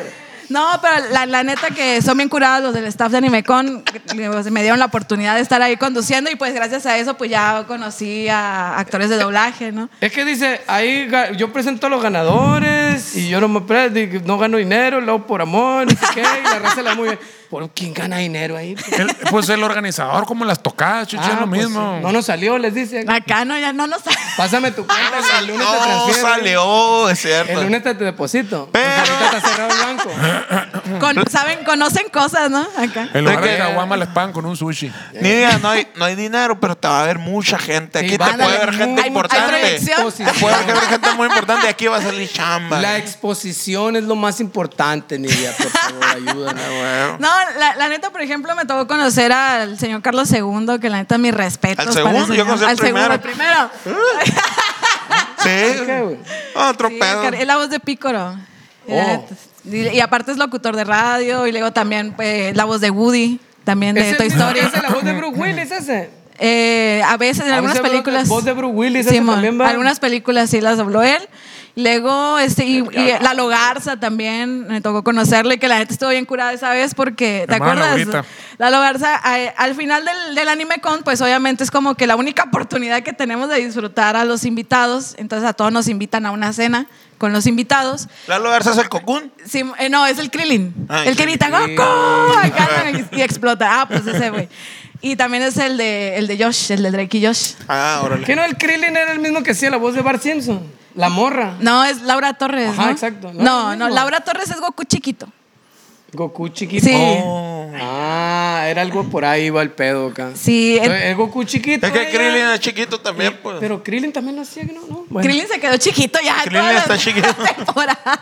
Speaker 1: No, pero la, la neta que son bien curados los del staff de AnimeCon, pues, me dieron la oportunidad de estar ahí conduciendo y pues gracias a eso pues ya conocí a actores de doblaje, ¿no?
Speaker 4: Es que dice, ahí ga- yo presento a los ganadores y yo no me pre- digo, no gano dinero, luego por amor, no sé qué, y la raza la muy bien. ¿Por quién gana dinero ahí?
Speaker 3: Ah,
Speaker 2: El- pues el organizador, como las tocadas, chichi,
Speaker 4: Ah,
Speaker 2: es lo
Speaker 4: pues,
Speaker 2: mismo.
Speaker 4: No nos salió, les dice.
Speaker 1: Acá no, ya no nos...
Speaker 4: Pásame tu cuenta, que el lunes te
Speaker 3: No
Speaker 4: transfiero.
Speaker 3: salió, es cierto.
Speaker 4: El lunes te te deposito.
Speaker 3: Pero-
Speaker 4: Porque ahorita está cerrado el banco.
Speaker 1: Con- saben, conocen cosas, ¿no? Acá.
Speaker 2: En lugar
Speaker 3: De
Speaker 2: de
Speaker 3: que-
Speaker 2: caguama les pagan con un sushi.
Speaker 3: Ni idea, no hay, no hay dinero, pero te va a ver mucha gente.
Speaker 4: Sí,
Speaker 3: Aquí te
Speaker 4: van a
Speaker 3: puede
Speaker 4: ver
Speaker 3: ver gente
Speaker 4: mucha
Speaker 1: Hay
Speaker 3: importante.
Speaker 1: proyección.
Speaker 3: Te puede ver
Speaker 4: exposición.
Speaker 3: gente muy importante y aquí va a salir chamba.
Speaker 4: La exposición es lo más importante, Nidia. Por favor, ayúdanos.
Speaker 3: Ah,
Speaker 1: No,
Speaker 3: Bueno.
Speaker 1: la, la neta, por ejemplo, me tocó conocer al señor Carlos II, que la neta, mis respetos.
Speaker 3: Al
Speaker 1: para el
Speaker 3: segundo, yo
Speaker 1: señor.
Speaker 3: conocí al Ah,
Speaker 1: Al segundo, el primero.
Speaker 3: Sí. Ah,
Speaker 4: qué, güey?
Speaker 3: Otro
Speaker 1: Sí,
Speaker 3: pedo.
Speaker 1: Car- es la voz de Pícoro. Y la
Speaker 4: Oh.
Speaker 1: neta, Y, y aparte es locutor de radio, y luego también pues, la voz de Woody, también de
Speaker 4: ¿Es el
Speaker 1: Toy
Speaker 4: mismo
Speaker 1: Story.
Speaker 4: que hace la voz de Bruce Willis ese?
Speaker 1: Eh, a veces en
Speaker 4: A
Speaker 1: algunas
Speaker 4: veces habla
Speaker 1: películas.
Speaker 4: voz de Bruce Willis, ese
Speaker 1: Simón,
Speaker 4: también va.
Speaker 1: Algunas películas sí las dobló él. Luego, este, y, y la Logarza también, me tocó conocerle, que la gente estuvo bien curada esa vez porque, ¿te
Speaker 2: Hermana
Speaker 1: acuerdas?
Speaker 2: Laurita.
Speaker 1: La Logarza, a- al final del, del anime con, pues obviamente es como que la única oportunidad que tenemos de disfrutar a los invitados, entonces a todos nos invitan a una cena con los invitados.
Speaker 3: Lalo Garza es el cocún.
Speaker 1: Sí, eh, no, es el Krillin.
Speaker 3: Ah,
Speaker 1: el que grita
Speaker 4: Krillin.
Speaker 1: ¡Goku! Acá, y, y explota. Ah, pues ese güey. Y también es el de, el de Josh, el de Drake y Josh.
Speaker 3: Ah,
Speaker 4: ¿Que
Speaker 3: órale.
Speaker 4: no el Krillin era el mismo que hacía la voz de Bart Simpson? La morra.
Speaker 1: No, es Laura Torres.
Speaker 4: Ajá,
Speaker 1: ¿no?
Speaker 4: exacto. No,
Speaker 1: No, no,
Speaker 4: es lo mismo.
Speaker 1: Laura Torres es Goku chiquito.
Speaker 4: Goku chiquito.
Speaker 1: Sí.
Speaker 3: Oh.
Speaker 4: Ah, era algo por ahí, iba el pedo acá.
Speaker 1: Sí, el-
Speaker 4: El, Goku chiquito.
Speaker 3: Es que
Speaker 4: ella. eh,
Speaker 3: Krillin es chiquito también, pues.
Speaker 4: Pero Krillin también lo hacía, ¿no? no bueno.
Speaker 1: Krillin se quedó chiquito ya.
Speaker 3: Krillin
Speaker 1: toda la
Speaker 3: está chiquito.
Speaker 1: temporada.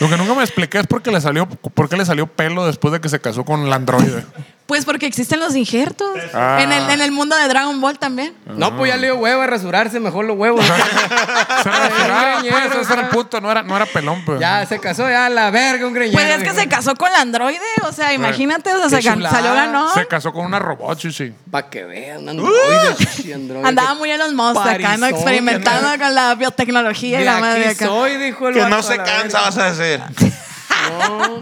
Speaker 2: Lo que nunca me expliqué es por qué le salió, por qué le salió pelo después de que se casó con el androide.
Speaker 1: Pues porque existen los injertos.
Speaker 2: Ah.
Speaker 1: En, el, en el mundo de Dragon Ball también.
Speaker 4: No, pues ya le dio huevo a rasurarse, mejor los huevos.
Speaker 2: Se rasuraba,
Speaker 4: Ay,
Speaker 2: pues,
Speaker 4: greñero,
Speaker 2: ese era el
Speaker 4: ya.
Speaker 2: punto, no era, no era pelón, pues.
Speaker 4: ya se casó, ya la verga, un greñero.
Speaker 1: Pues es que
Speaker 4: dijo.
Speaker 1: se casó con la androide. O sea, imagínate, o sea,
Speaker 4: Qué
Speaker 1: se gan-
Speaker 4: chulada.
Speaker 1: salió ganó.
Speaker 2: Se casó con una robot, chichi.
Speaker 4: Pa' que vean, un
Speaker 3: Uh.
Speaker 4: androide, chichi, androide.
Speaker 1: Andaba muy en los monstruos acá, ¿no?
Speaker 4: Parizón,
Speaker 1: Experimentando con la biotecnología y
Speaker 4: De
Speaker 1: la madre
Speaker 4: aquí
Speaker 1: acá.
Speaker 4: soy, dijo el
Speaker 3: Que
Speaker 4: vato,
Speaker 3: no se
Speaker 4: la
Speaker 3: cansa, vas a decir.
Speaker 4: No.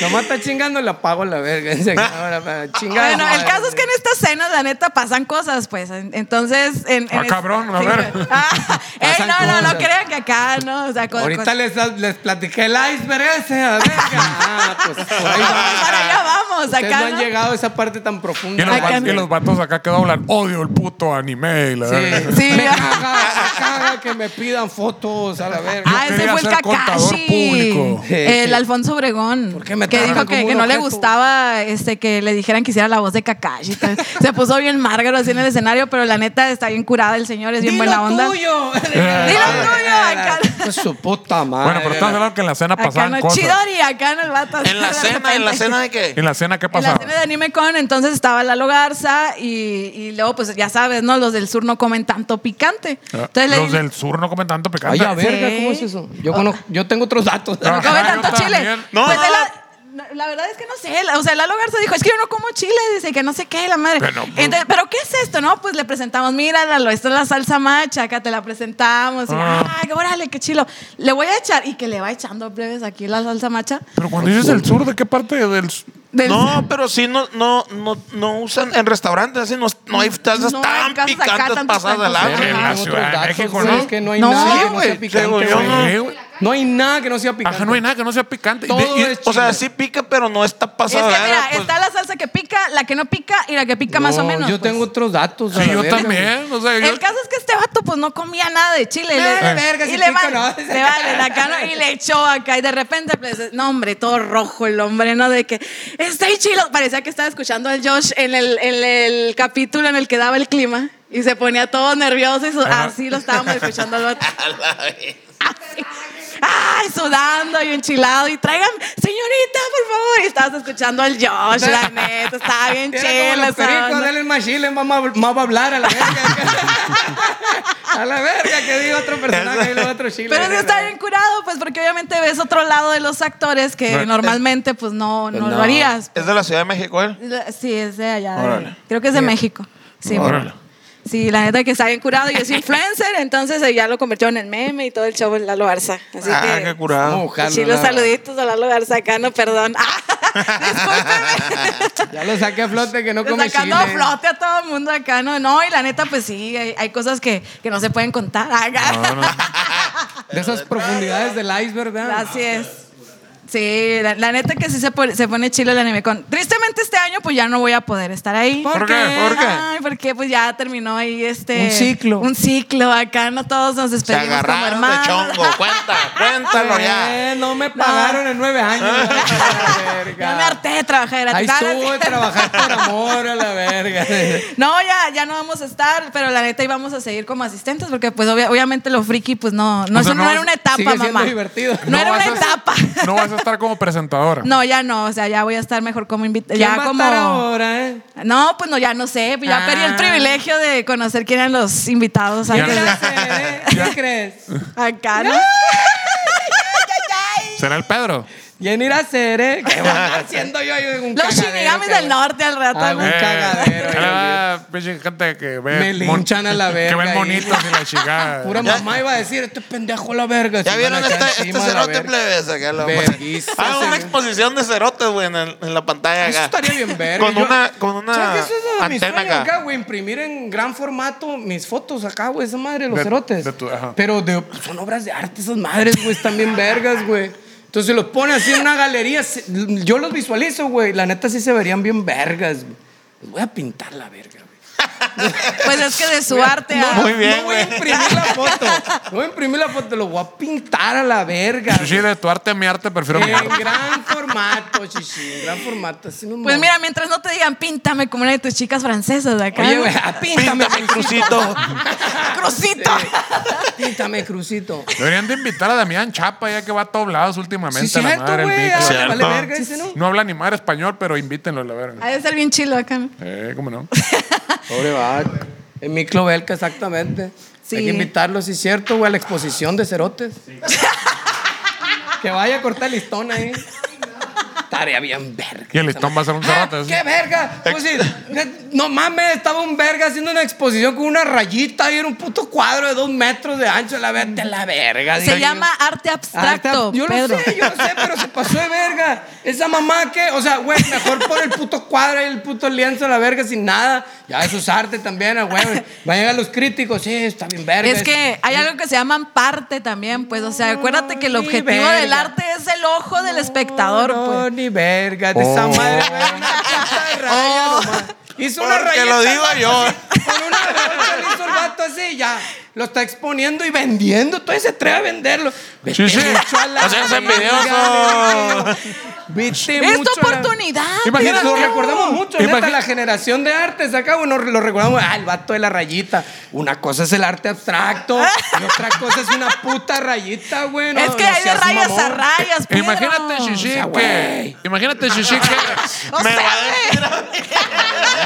Speaker 4: Nomás está chingando, la pago la verga. Dice, ahora, para chingar.
Speaker 1: Bueno, el
Speaker 4: madre.
Speaker 1: caso es que en estas cenas, la neta, pasan cosas, pues. En- Entonces, en.
Speaker 2: Ah,
Speaker 1: en es-
Speaker 2: cabrón, a
Speaker 1: Sí,
Speaker 2: ver.
Speaker 1: güey. Ah, eh,
Speaker 4: Pasan
Speaker 1: no, no, no
Speaker 4: cosas.
Speaker 1: crean que acá, ¿no? O sea, co-
Speaker 4: Ahorita
Speaker 1: co-
Speaker 4: les, les platiqué el iceberg ese, a la verga. Ah, pues por ahí
Speaker 1: Vamos, para
Speaker 4: va.
Speaker 1: allá vamos,
Speaker 4: Ustedes
Speaker 1: acá,
Speaker 4: no han
Speaker 1: ¿no?
Speaker 4: llegado a esa parte tan
Speaker 2: Y
Speaker 4: profunda.
Speaker 2: los,
Speaker 1: Acá
Speaker 2: vatos,
Speaker 1: no.
Speaker 2: y los vatos acá que doblan, odio el puto anime. y la
Speaker 4: Sí,
Speaker 2: verga.
Speaker 1: Sí.
Speaker 4: Me caga, me caga que me pidan fotos, a la verga.
Speaker 1: Ah, ese
Speaker 2: quería
Speaker 1: fue el
Speaker 2: ser contador
Speaker 1: Kakashi.
Speaker 2: público.
Speaker 1: El Alfonso Obregón.
Speaker 4: ¿Por qué me
Speaker 1: que dijo
Speaker 4: tratan
Speaker 1: que,
Speaker 4: como
Speaker 1: que
Speaker 4: un
Speaker 1: no le
Speaker 4: objeto?
Speaker 1: gustaba este, que le dijeran que hiciera la voz de Kakashi. Entonces, Se puso bien márgaro así en el escenario, pero la neta está bien curada el señor, es bien
Speaker 4: Dilo
Speaker 1: buena onda.
Speaker 4: tuyo.
Speaker 1: tuyo, acá.
Speaker 4: Pues su puta madre.
Speaker 2: Bueno, pero estamos hablando que en la cena
Speaker 1: Acá
Speaker 2: pasaban
Speaker 1: no,
Speaker 2: cosas.
Speaker 1: Chidori, acá en el vato.
Speaker 3: En la
Speaker 1: de
Speaker 3: cena, en la
Speaker 1: repente.
Speaker 3: cena de qué?
Speaker 2: ¿En la cena qué
Speaker 1: En la
Speaker 2: pasaba?
Speaker 1: serie de Anime Con, entonces estaba Lalo Garza y, y luego, pues ya sabes, ¿no? Los del sur no comen tanto picante.
Speaker 2: Ah,
Speaker 1: Entonces le
Speaker 2: los
Speaker 1: dije,
Speaker 2: del sur no comen tanto picante.
Speaker 4: Ay, a verga,
Speaker 1: Sí.
Speaker 4: ¿cómo es eso? Yo, conozco, yo tengo otros datos.
Speaker 2: Ah.
Speaker 1: no comen
Speaker 2: Ajá, yo
Speaker 1: tanto chile.
Speaker 2: también.
Speaker 3: No,
Speaker 1: Pues
Speaker 3: no,
Speaker 1: él ha- No, La verdad es que no sé. la- O sea, Lalo Garza dijo, es que yo no como chile, dice que no sé qué, la madre.
Speaker 2: Pero,
Speaker 1: Pero,
Speaker 2: pues-
Speaker 1: ¿pero qué es esto? No, pues le presentamos, mira, Lalo, esto es la salsa macha, acá te la presentamos. Y,
Speaker 2: Ah.
Speaker 1: ay, órale, qué chilo. Le voy a echar, y que le va echando breves aquí la salsa macha.
Speaker 2: Pero cuando dices el sur, ¿de qué parte del sur?
Speaker 1: Del-
Speaker 3: No, pero sí no, no, no, no usan en restaurantes así, no, no hay salsas
Speaker 1: No hay
Speaker 3: tan
Speaker 1: casas acá,
Speaker 3: picantes
Speaker 1: tantos
Speaker 3: pasadas
Speaker 1: tacos.
Speaker 3: de lanza.
Speaker 2: En la
Speaker 4: Hay otros
Speaker 2: Ciudad de
Speaker 4: datos,
Speaker 2: México,
Speaker 4: güey,
Speaker 2: ¿no?
Speaker 4: Es que no hay
Speaker 1: No,
Speaker 4: nada que no
Speaker 3: güey,
Speaker 4: sea picante,
Speaker 3: según yo,
Speaker 4: güey.
Speaker 3: no.
Speaker 2: Sí, güey.
Speaker 4: No hay nada que no sea picante.
Speaker 2: Ajá, no hay nada que no sea picante.
Speaker 4: Todo
Speaker 2: Y- y-
Speaker 4: es
Speaker 3: O sea,
Speaker 4: chile.
Speaker 3: sí pica, pero no está
Speaker 1: Es que
Speaker 3: pasada de
Speaker 1: mira,
Speaker 3: lanza, pues.
Speaker 1: está la salsa que pica, la que no pica y la que pica más o
Speaker 4: No,
Speaker 1: menos.
Speaker 4: Yo
Speaker 1: pues.
Speaker 4: tengo otros datos. a
Speaker 2: Sí,
Speaker 4: la
Speaker 2: yo
Speaker 4: verga, güey.
Speaker 2: también. O sea, yo-
Speaker 1: El caso es que este vato pues no comía nada de chile.
Speaker 4: Me
Speaker 1: le-
Speaker 4: vale verga si
Speaker 1: y le
Speaker 4: pica
Speaker 1: vale,
Speaker 4: o no.
Speaker 1: le vale la cara y le echó acá y de repente pues no hombre, todo rojo el hombre, ¿no? De que está ahí chilo. Parecía que estaba escuchando al Josh en el, en el capítulo en el que daba el clima y se ponía todo nervioso y su- así lo estábamos escuchando al vato. Así. Ay, sudando y enchilado y traigan, señorita, por favor. Y estabas escuchando al Josh, la neta, estaba bien
Speaker 4: Era como
Speaker 1: chelo.
Speaker 4: los
Speaker 1: esa
Speaker 4: pericos,
Speaker 1: onda.
Speaker 4: denle más chile, más va más va a hablar a la verga. a la verga que diga otro personaje y luego otro chile.
Speaker 1: Pero eso está bien curado, pues, porque obviamente ves otro lado de los actores que
Speaker 2: Bueno,
Speaker 1: normalmente, pues, no, no,
Speaker 4: Pues no.
Speaker 1: lo harías.
Speaker 3: Es de la Ciudad de México, ¿eh?
Speaker 1: Sí, es de allá. de-
Speaker 3: Órale.
Speaker 1: creo que es de México. Sí.
Speaker 3: Órale.
Speaker 1: Sí, la neta que está bien curado y es influencer, entonces eh, ya lo convirtió en el meme y todo el show en Lalo Garza. Así
Speaker 3: Ah,
Speaker 1: que,
Speaker 3: qué curado.
Speaker 4: No, jalo,
Speaker 1: sí, los
Speaker 4: la-
Speaker 1: saluditos a Lalo Garza acá, no, perdón. Ah, discúlpeme.
Speaker 4: Ya lo saqué a flote que no
Speaker 1: Pues
Speaker 4: come chile.
Speaker 1: sacando a flote a todo el mundo acá, ¿no? No, y la neta, pues sí, hay, hay cosas que, que no se pueden contar. Acá.
Speaker 4: De esas profundidades del iceberg, ¿verdad?
Speaker 1: Así es. Sí, la, la neta que sí se, pone- se pone chile el anime con. Tristemente este año pues ya no voy a poder estar ahí.
Speaker 4: ¿Por
Speaker 2: ¿Por qué?
Speaker 4: qué?
Speaker 2: ¿Por qué?
Speaker 1: Ay, porque pues ya terminó ahí este
Speaker 4: Un ciclo.
Speaker 1: Un ciclo acá, no todos nos
Speaker 3: Se
Speaker 1: despedimos como
Speaker 3: agarraron de
Speaker 1: hermanos.
Speaker 3: chongo. Cuenta, cuéntalo ya.
Speaker 4: Eh, no me pagaron en nueve años. a la verga.
Speaker 1: Ya me harté de trabajar gratis.
Speaker 4: Ahí
Speaker 1: Nada,
Speaker 4: estuve
Speaker 1: sí.
Speaker 4: trabajar por amor a la verga.
Speaker 1: No, ya, ya no vamos a estar, pero la neta íbamos a seguir como asistentes porque pues obvia- obviamente lo friki pues no no,
Speaker 2: O sea,
Speaker 1: eso no
Speaker 2: no
Speaker 1: era
Speaker 2: vas-
Speaker 1: una etapa,
Speaker 4: sigue siendo
Speaker 1: mamá.
Speaker 4: divertido.
Speaker 1: No,
Speaker 4: No
Speaker 1: era una
Speaker 2: vas a-
Speaker 1: etapa.
Speaker 2: No vas a estar como presentadora.
Speaker 1: No, ya no, o sea, ya voy a estar mejor como invitada.
Speaker 4: ¿Quién
Speaker 1: Ya
Speaker 4: va a
Speaker 1: como
Speaker 4: estar ahora, eh?
Speaker 1: No, pues no, ya no sé. pues Ya
Speaker 4: Ah.
Speaker 1: perdí el privilegio de conocer quién eran los invitados.
Speaker 4: ¿Qué
Speaker 2: Ya no
Speaker 1: antes
Speaker 4: crees?
Speaker 1: de-
Speaker 4: eh? ¿Qué crees?
Speaker 1: Acá, ¿no?
Speaker 2: ¿Será el Pedro?
Speaker 4: ¿Quién irá a ser, eh? ¿Qué voy a andar haciendo yo? Yo un
Speaker 1: Los
Speaker 4: cagadero,
Speaker 1: shinigamis del
Speaker 4: cabrón.
Speaker 1: norte al rato.
Speaker 4: Ah,
Speaker 1: ¿no?
Speaker 4: Un
Speaker 2: Eh,
Speaker 4: cagadero,
Speaker 2: ahí
Speaker 4: yo,
Speaker 2: va, pinche gente que ve.
Speaker 4: Me
Speaker 2: mon-
Speaker 4: linchan a la
Speaker 2: Que
Speaker 4: verga
Speaker 2: ven
Speaker 4: ahí.
Speaker 2: bonitos y la chingada.
Speaker 4: Pura
Speaker 3: Ya-
Speaker 4: mamá iba a decir, este pendejo a la verga.
Speaker 3: ¿Ya
Speaker 4: se
Speaker 3: vieron
Speaker 4: van a echar
Speaker 3: este, este
Speaker 4: encima a la
Speaker 3: cerote
Speaker 4: verga.
Speaker 3: plebes? Acá lo-
Speaker 4: Verguísima,
Speaker 3: Ah,
Speaker 4: sí.
Speaker 3: una exposición de cerotes, güey, en, el- en la pantalla
Speaker 4: Eso
Speaker 3: acá.
Speaker 4: estaría bien verga.
Speaker 3: Con
Speaker 4: yo-
Speaker 3: una, con una
Speaker 4: ¿Sabes qué? Eso es de mis
Speaker 3: antena
Speaker 4: sueños
Speaker 3: acá.
Speaker 4: acá, güey. Imprimir en gran formato mis fotos acá, güey. Esa madre, los
Speaker 2: De-
Speaker 4: cerotes.
Speaker 2: de tu- ajá.
Speaker 4: Pero de- pues, son obras de arte esas madres, güey. Están bien vergas, güey. Entonces los pone así en una galería. se- Yo los visualizo, güey. La neta sí se verían bien vergas, güey. Les voy a pintar la verga, güey.
Speaker 1: Pues es que de su arte. ah. a-
Speaker 3: Muy bien,
Speaker 4: No voy a
Speaker 3: güey.
Speaker 4: imprimir la foto. No voy a imprimir la foto. Lo voy a pintar a la verga.
Speaker 2: Sí, de tu arte a mi arte, prefiero mi
Speaker 4: En
Speaker 2: arte.
Speaker 4: gran formato, chichi. En gran formato. Así no
Speaker 1: Pues
Speaker 4: mames.
Speaker 1: mira, mientras no te digan, píntame como una de tus chicas francesas de acá.
Speaker 4: Oye,
Speaker 1: ¿no?
Speaker 4: güey, píntame,
Speaker 3: Píntame, crucito.
Speaker 1: Crucito.
Speaker 4: Píntame, crucito.
Speaker 2: Deberían de invitar a Damián Chapa, ya que va a todos lados últimamente.
Speaker 4: Sí,
Speaker 2: la
Speaker 4: cierto,
Speaker 2: madre, el
Speaker 4: güey.
Speaker 2: bicho.
Speaker 4: Ah,
Speaker 3: Cierto.
Speaker 4: Vale verga ese, ¿no?
Speaker 2: No habla ni madre español, pero invítenlo a la verga.
Speaker 1: Ha de ser bien chilo acá, ¿no?
Speaker 2: Eh, ¿cómo no?
Speaker 4: Pobre vato. En mi Clovelca, exactamente.
Speaker 1: Sí.
Speaker 4: Hay que invitarlo, sí, cierto, güey, a la exposición de cerotes. que vaya a cortar listón ahí. Tarea bien verga.
Speaker 2: Y el listón va a ser un
Speaker 4: Ah,
Speaker 2: cerote.
Speaker 4: ¡Qué verga! Pues sí, no mames, estaba un verga haciendo una exposición con una rayita y era un puto cuadro de dos metros de ancho. La vete a la verga.
Speaker 1: Se
Speaker 4: digo yo.
Speaker 1: llama arte abstracto.
Speaker 4: Abstracto. Yo
Speaker 1: Pedro.
Speaker 4: lo sé, yo lo sé, pero se pasó de verga. Esa mamá que, o sea, güey, mejor por el puto cuadro y el puto lienzo a la verga sin nada. Ya eso es arte también, ah, güey. Van a llegar los críticos, sí, está bien verga.
Speaker 1: Es que hay algo que se llaman parte también, pues, o sea, acuérdate que el
Speaker 4: ni
Speaker 1: objetivo
Speaker 4: verga.
Speaker 1: del arte es el ojo del espectador,
Speaker 4: Oh, No,
Speaker 1: pues.
Speaker 4: ni verga, de esa
Speaker 2: Oh.
Speaker 4: madre. güey, una puta raya
Speaker 1: Oh.
Speaker 4: nomás. Hizo una
Speaker 3: Porque
Speaker 4: rayita.
Speaker 3: lo digo
Speaker 4: el vato
Speaker 3: yo.
Speaker 4: así, Con una brocha le hizo el vato así y ya. Lo está exponiendo y vendiendo. Todavía se atreve a venderlo.
Speaker 2: Sí, sí.
Speaker 4: mucho a la
Speaker 3: No seas
Speaker 4: verga,
Speaker 3: envidioso.
Speaker 4: güey. Vete
Speaker 1: Es
Speaker 4: mucho
Speaker 1: tu
Speaker 4: a la-
Speaker 1: oportunidad.
Speaker 2: Imagínate,
Speaker 4: lo
Speaker 2: tú-
Speaker 4: recordamos mucho.
Speaker 2: Imagi-
Speaker 4: neta, la generación de artes acá, bueno, lo recordamos. Ah, el vato de la rayita. Una cosa es el arte abstracto y otra cosa es una puta rayita, güey. No,
Speaker 1: es que
Speaker 4: no
Speaker 1: hay de
Speaker 4: seas
Speaker 1: rayas a
Speaker 4: mamón.
Speaker 1: rayas, Pedro.
Speaker 2: Imagínate, Shishi,
Speaker 4: sea,
Speaker 2: que.
Speaker 4: güey.
Speaker 2: Imagínate, Shishi, que.
Speaker 1: O
Speaker 3: Me
Speaker 1: sea,
Speaker 3: va a decir a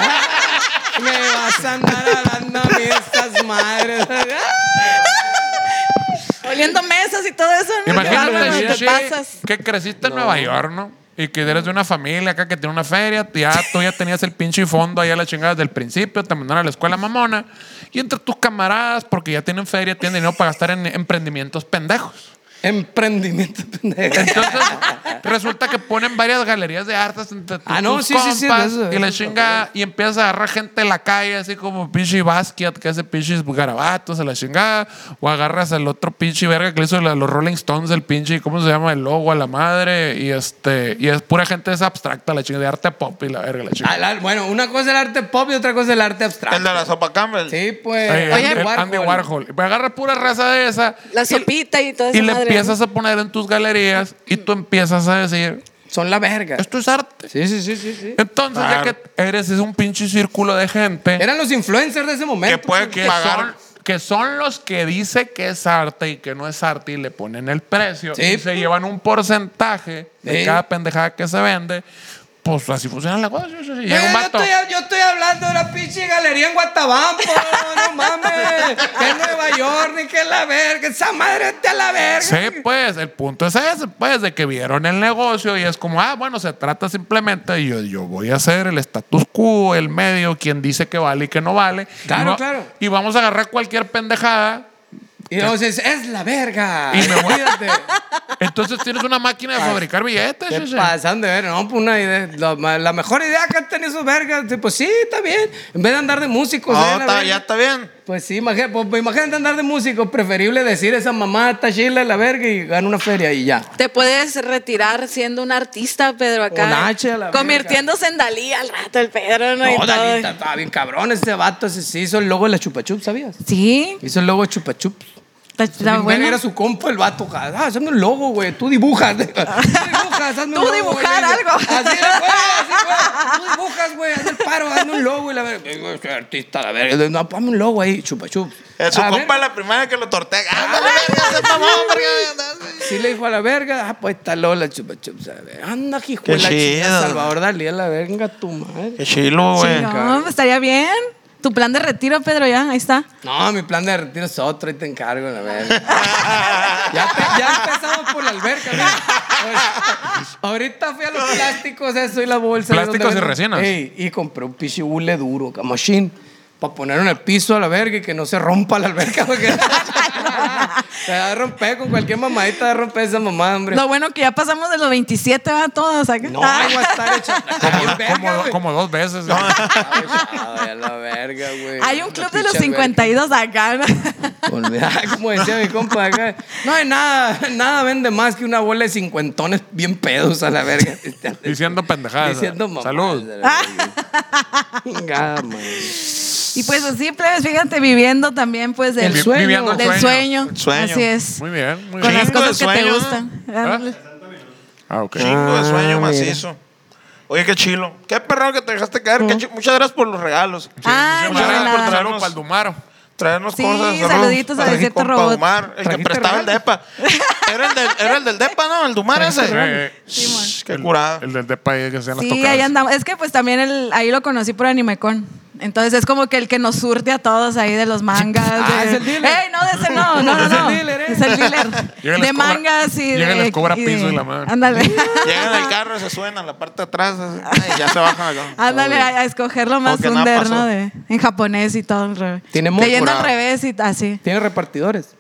Speaker 4: Me vas a andar hablando a mí estas madres.
Speaker 1: oliendo mesas y todo eso, ¿no? Qué
Speaker 2: Imagínate,
Speaker 1: bárbaro, te
Speaker 2: Shishi,
Speaker 1: pasas.
Speaker 2: que creciste en Nueva York, ¿no? y que eres de una familia acá que tiene una feria, ya tú ya tenías el pinche fondo allá la chingada desde el principio, te mandaron a la escuela mamona y entre tus camaradas, porque ya tienen feria, tienen dinero para gastar en emprendimientos pendejos.
Speaker 4: Emprendimiento pendejo.
Speaker 2: Entonces, resulta que ponen varias galerías de artes entre tus,
Speaker 4: Ah, no,
Speaker 2: tus
Speaker 4: sí, sí,
Speaker 2: compas
Speaker 4: sí, de eso,
Speaker 2: y la
Speaker 4: eso,
Speaker 2: chinga y empieza a agarrar gente en la calle, así como pinche Basquiat que hace pinches garabatos a la chingada, o agarras al otro pinche verga que le hizo la- los Rolling Stones, el pinche, ¿cómo se llama? El logo a la madre, y este, y es pura gente esa abstracta, la chinga de arte pop y la verga, la chinga.
Speaker 4: Al ar- bueno, una cosa es el arte pop y otra cosa es el arte abstracto.
Speaker 3: El de la sopa Campbell.
Speaker 4: Sí, pues.
Speaker 2: Oye,
Speaker 1: Oye,
Speaker 2: Andy, Andy Warhol. Y Agarra pura raza de esa.
Speaker 1: La
Speaker 2: y-
Speaker 1: sopita y toda esa
Speaker 2: Y le
Speaker 1: madre,
Speaker 2: empiezas a poner en tus galerías y tú empiezas a decir,
Speaker 4: Son la verga.
Speaker 2: esto es arte.
Speaker 4: Sí, sí, sí, sí, sí.
Speaker 2: Entonces, ya
Speaker 4: Ah.
Speaker 3: Claro.
Speaker 2: que eres es un pinche círculo de gente
Speaker 4: Eran los influencers de ese momento.
Speaker 3: Que puede
Speaker 4: pues.
Speaker 2: que son,
Speaker 3: pagar.
Speaker 2: que son los que dice que es arte y que no es arte y le ponen el precio
Speaker 4: Sí.
Speaker 2: y se llevan un porcentaje de
Speaker 4: Sí.
Speaker 2: cada pendejada que se vende. Pues así funciona la cosa. Y
Speaker 4: Oye,
Speaker 2: llega un
Speaker 4: yo,
Speaker 2: vato.
Speaker 4: estoy, yo estoy hablando de una pinche galería en Guatabampo, no mames. Que en Nueva York, ni que la verga. Esa madre está a la verga.
Speaker 2: Sí, pues, el punto es ese, pues, de que vieron el negocio y es como, ah, bueno, se trata simplemente, y yo, yo voy a hacer el status quo, el medio, quien dice que vale y que no vale.
Speaker 4: Claro,
Speaker 2: Y va-
Speaker 4: claro.
Speaker 2: Y vamos a agarrar cualquier pendejada
Speaker 4: Y entonces, es la verga.
Speaker 2: Y me voy.
Speaker 4: Fíjate.
Speaker 2: Entonces tienes una máquina de fabricar billetes.
Speaker 4: Te
Speaker 2: Cheche.
Speaker 4: pasan de ver, no, pues una idea. La, ma- la mejor idea que han tenido esos vergas. sí, Pues sí, está bien. En vez de andar de músicos. eh,
Speaker 3: No,
Speaker 4: la
Speaker 3: está-
Speaker 4: verga.
Speaker 3: ya está bien.
Speaker 4: Pues sí, imagínate, pues, pues, imagínate andar de músico. Preferible decir esa mamá está chila la verga y gana una feria y ya.
Speaker 1: Te puedes retirar siendo un artista, Pedro, acá.
Speaker 4: Con H a la verga.
Speaker 1: convirtiéndose en Dalí al rato el Pedro, ¿no? Y
Speaker 4: No,
Speaker 1: todo.
Speaker 4: Dalí, está- está bien cabrón ese vato. Ese sí hizo el logo de la Chupa Chups, ¿sabías?
Speaker 1: Sí, pues,
Speaker 4: Hizo el logo de Chupa Chups.
Speaker 1: está,
Speaker 4: Bien
Speaker 1: está
Speaker 4: verga,
Speaker 1: bueno.
Speaker 4: Pues, Era su compa el vato. ja. Ah, hazme un logo, güey. Tú dibujas. Tú dibujas, hazme un
Speaker 1: Tú
Speaker 4: logo.
Speaker 1: dibujar
Speaker 4: güey.
Speaker 1: algo.
Speaker 4: Así era, güey. Así, güey. Tú dibujas, güey. Hazme el paro, hazme un logo. Y la verga. Yo soy artista, la verga. No, ponme un logo ahí, chupa chup.
Speaker 3: Eh, Su
Speaker 4: A
Speaker 3: compa es
Speaker 4: ver, Ah,
Speaker 3: la primera que lo tortea. Ándale, verga, se mamó, verga.
Speaker 4: Sí le dijo a la verga. Ah, pues está Lola, chupa chup. a ver. Anda,
Speaker 3: Qué
Speaker 4: hijuela. chica,
Speaker 3: chido.
Speaker 4: Salvador Dalí, a la verga, tu madre.
Speaker 3: Qué chilo, güey.
Speaker 1: Sí, no, pues, estaría bien. Tu plan de retiro, Pedro, ya, ahí está.
Speaker 4: No, mi plan de retiro es otro. Ahí te encargo, la verga.
Speaker 3: Ah,
Speaker 4: Ya, te- ya empezamos por la alberca. ¿no? Ahor- Ahorita fui a los plásticos, eso y la bolsa.
Speaker 2: Plásticos
Speaker 4: donde venden-
Speaker 2: y resinas.
Speaker 4: Ey, y compré un pinche hule duro, camachín, para poner en el piso a la verga y que no se rompa la alberca. Porque se va a romper con cualquier mamadita, va a romper esa mamá, hombre.
Speaker 1: Lo bueno que ya pasamos de los 27, va todos acá.
Speaker 4: No, ahí va a estar hecha.
Speaker 2: Ah, Como,
Speaker 4: bien verga,
Speaker 2: como-
Speaker 4: güey.
Speaker 2: como dos veces. güey.
Speaker 4: Ay, a la verga, güey.
Speaker 1: Hay un
Speaker 4: La
Speaker 1: club de los
Speaker 4: pinche alberca.
Speaker 1: 52 acá. ¿no?
Speaker 4: Olvidada, como decía mi compa acá. No hay nada, nada vende más que una bola de cincuentones bien pedos a la verga. Este,
Speaker 2: Diciendo pendejadas.
Speaker 4: Diciendo mamá.
Speaker 2: Salud.
Speaker 4: Chingada, madre.
Speaker 1: Y pues así, plebes, fíjate, viviendo también pues del,
Speaker 4: El
Speaker 2: Vi-
Speaker 4: sueño.
Speaker 2: Viviendo el sueño.
Speaker 1: del sueño.
Speaker 3: El sueño.
Speaker 1: Así es.
Speaker 2: Muy bien, muy
Speaker 1: Con las
Speaker 2: bien.
Speaker 3: Chingo
Speaker 1: cosas que
Speaker 3: de
Speaker 1: te
Speaker 3: sueño, ¿no?
Speaker 1: gustan.
Speaker 2: ¿Ah?
Speaker 1: Ándale.
Speaker 2: Ah, ok.
Speaker 3: Chingo de
Speaker 4: Ah, mira.
Speaker 3: sueño macizo. Oye, qué chilo. Qué perrón que te dejaste caer. qué chi- Muchas gracias por los regalos.
Speaker 1: Ah,
Speaker 3: Muchas
Speaker 1: no, nada.
Speaker 3: gracias por
Speaker 2: Un saludo
Speaker 3: traernos,
Speaker 2: para el Dumaro.
Speaker 3: traernos
Speaker 1: Sí,
Speaker 3: cosas. saludos.
Speaker 1: saluditos a
Speaker 3: Para mi
Speaker 1: Vicente
Speaker 3: compa
Speaker 1: Robot.
Speaker 3: Dumar, el que
Speaker 4: ¿Trajiste
Speaker 3: prestaba el
Speaker 4: regalos?
Speaker 3: depa. Era el, del, era el del depa, ¿no? El Dumar ese. Shh, qué curada.
Speaker 2: El del depa ahí que hacían las
Speaker 1: Sí,
Speaker 2: tocadas.
Speaker 1: ahí andamos. Es que pues también el- ahí lo conocí por Animecon. Entonces es como que el que nos surte a todos ahí de los mangas.
Speaker 4: Ah,
Speaker 1: de-
Speaker 4: es el dealer.
Speaker 1: ¡Ey, no, de ese no! no, no,
Speaker 4: Es el
Speaker 1: no.
Speaker 4: dealer, ¿eh?
Speaker 1: Es el dealer.
Speaker 2: Llega y les cobra-
Speaker 1: de mangas y
Speaker 2: llega y
Speaker 1: de...
Speaker 2: les cobra
Speaker 1: de-
Speaker 2: piso y la madre.
Speaker 1: Ándale.
Speaker 3: Llega en el carro, se suena en la parte de atrás. así, ay, ya se bajan acá.
Speaker 1: Ándale a, a escoger lo más
Speaker 3: Como que nada
Speaker 1: under,
Speaker 3: pasó.
Speaker 1: ¿no? De- en japonés y todo. al revés.
Speaker 4: Tiene muy
Speaker 1: Leyendo al
Speaker 3: curado.
Speaker 1: revés y así.
Speaker 4: Tiene repartidores.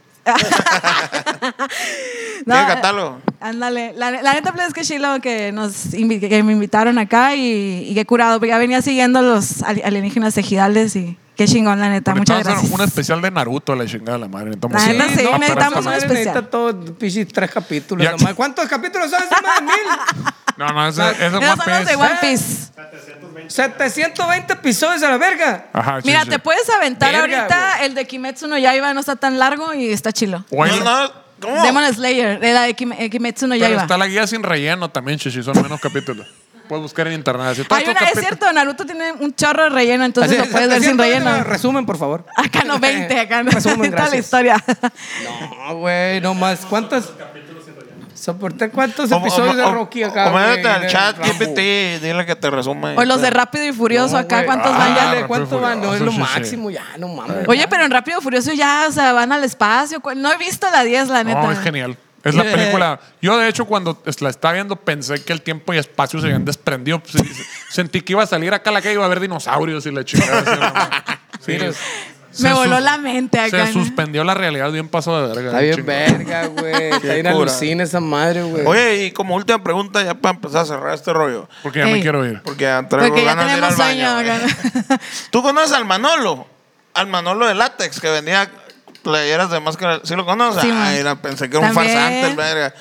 Speaker 3: Tiene catálogo.
Speaker 1: Ándale, la, la neta pues, es que chilo que nos invi- que me invitaron acá y, y qué curado, porque ya venía siguiendo los ali- alienígenas ejidales y qué chingón, la neta, muchas
Speaker 2: Necesitamos hacer
Speaker 1: gracias.
Speaker 2: Un especial de Naruto, la chingada de la madre. Necesitamos
Speaker 1: La
Speaker 2: hacer-
Speaker 1: neta sí,
Speaker 2: Ah, pero
Speaker 1: necesitamos
Speaker 2: eso-
Speaker 1: un especial.
Speaker 4: Necesita todo, pichis, tres capítulos.
Speaker 2: Ya.
Speaker 4: la madre. ¿Cuántos capítulos son? Esa madre?
Speaker 2: No, no, eso eso es
Speaker 1: Esos
Speaker 2: One
Speaker 1: son los de
Speaker 2: Piece. Eh.
Speaker 1: One Piece.
Speaker 4: Mil. 720 episodios a la verga.
Speaker 2: Ajá, sí,
Speaker 1: Mira,
Speaker 2: sí.
Speaker 1: te puedes aventar
Speaker 4: Verga,
Speaker 1: ahorita el de Kimetsu no Yaiba, no está tan largo y está chilo.
Speaker 2: O hay-
Speaker 3: No, no, ¿Cómo?
Speaker 1: Demon Slayer, de la de Kim- eh, Kimetsu no
Speaker 2: Pero
Speaker 1: Yaiba.
Speaker 2: está la guía sin relleno también, chichi. Son menos capítulos. Puedes buscar en internet. así, todos
Speaker 1: Hay
Speaker 2: tus
Speaker 1: una, es
Speaker 2: capítulos.
Speaker 1: cierto, Naruto tiene un chorro de relleno, entonces
Speaker 4: Así,
Speaker 1: lo puedes ver sin
Speaker 4: 720,
Speaker 1: relleno.
Speaker 4: Resumen, por favor.
Speaker 1: Acá no 20, acá no.
Speaker 4: Resumen,
Speaker 1: Toda la
Speaker 4: gracias.
Speaker 1: historia.
Speaker 4: No, güey, no más. ¿Cuántos? Soporté cuántos
Speaker 3: O- o-
Speaker 4: episodios de
Speaker 3: o-
Speaker 4: Rocky acá.
Speaker 3: o métete
Speaker 4: güey,
Speaker 3: al
Speaker 4: de
Speaker 3: chat
Speaker 4: Rambo.
Speaker 3: GPT y dile que te resume.
Speaker 1: O los de Rápido y Furioso,
Speaker 4: No,
Speaker 1: acá,
Speaker 4: güey.
Speaker 1: ¿cuántos
Speaker 4: Ah,
Speaker 1: van ya?
Speaker 4: dale,
Speaker 2: Rápido
Speaker 4: ¿Cuánto
Speaker 2: y
Speaker 4: van? No, es lo
Speaker 2: Furioso, sí, sí.
Speaker 4: máximo ya, no mames.
Speaker 1: Oye, pero en Rápido Furioso ya, o sea, van al espacio. cu- No he visto la 10, la neta.
Speaker 2: No, es genial. Es la película. Yo, de hecho, cuando es- la estaba viendo, pensé que el tiempo y espacio se habían desprendido. Pues, Sí, sí. Sentí que iba a salir acá a la calle y iba a haber dinosaurios y la chingada. así, mamá. Sí,
Speaker 4: Mira,
Speaker 2: se
Speaker 1: Me voló
Speaker 2: sus-
Speaker 1: la mente acá.
Speaker 2: Se suspendió la realidad bien paso de verga.
Speaker 4: Está bien
Speaker 2: chingada.
Speaker 4: verga, güey. Está bien
Speaker 3: cura.
Speaker 4: alucina esa madre, güey.
Speaker 3: Oye, y como última pregunta, ya para empezar a cerrar este rollo.
Speaker 2: Porque ya me
Speaker 1: Ey.
Speaker 2: quiero ir.
Speaker 3: Porque ya traigo
Speaker 1: Porque ya
Speaker 3: ganas de ir
Speaker 1: tenemos
Speaker 3: al
Speaker 1: sueño.
Speaker 3: baño. güey.
Speaker 1: acá.
Speaker 3: ¿Tú conoces al Manolo? Al Manolo de látex que vendía playeras de máscara. ¿Sí lo conoces?
Speaker 1: Sí, man.
Speaker 3: Ay, era- pensé que era un
Speaker 1: También.
Speaker 3: farsante, el verga.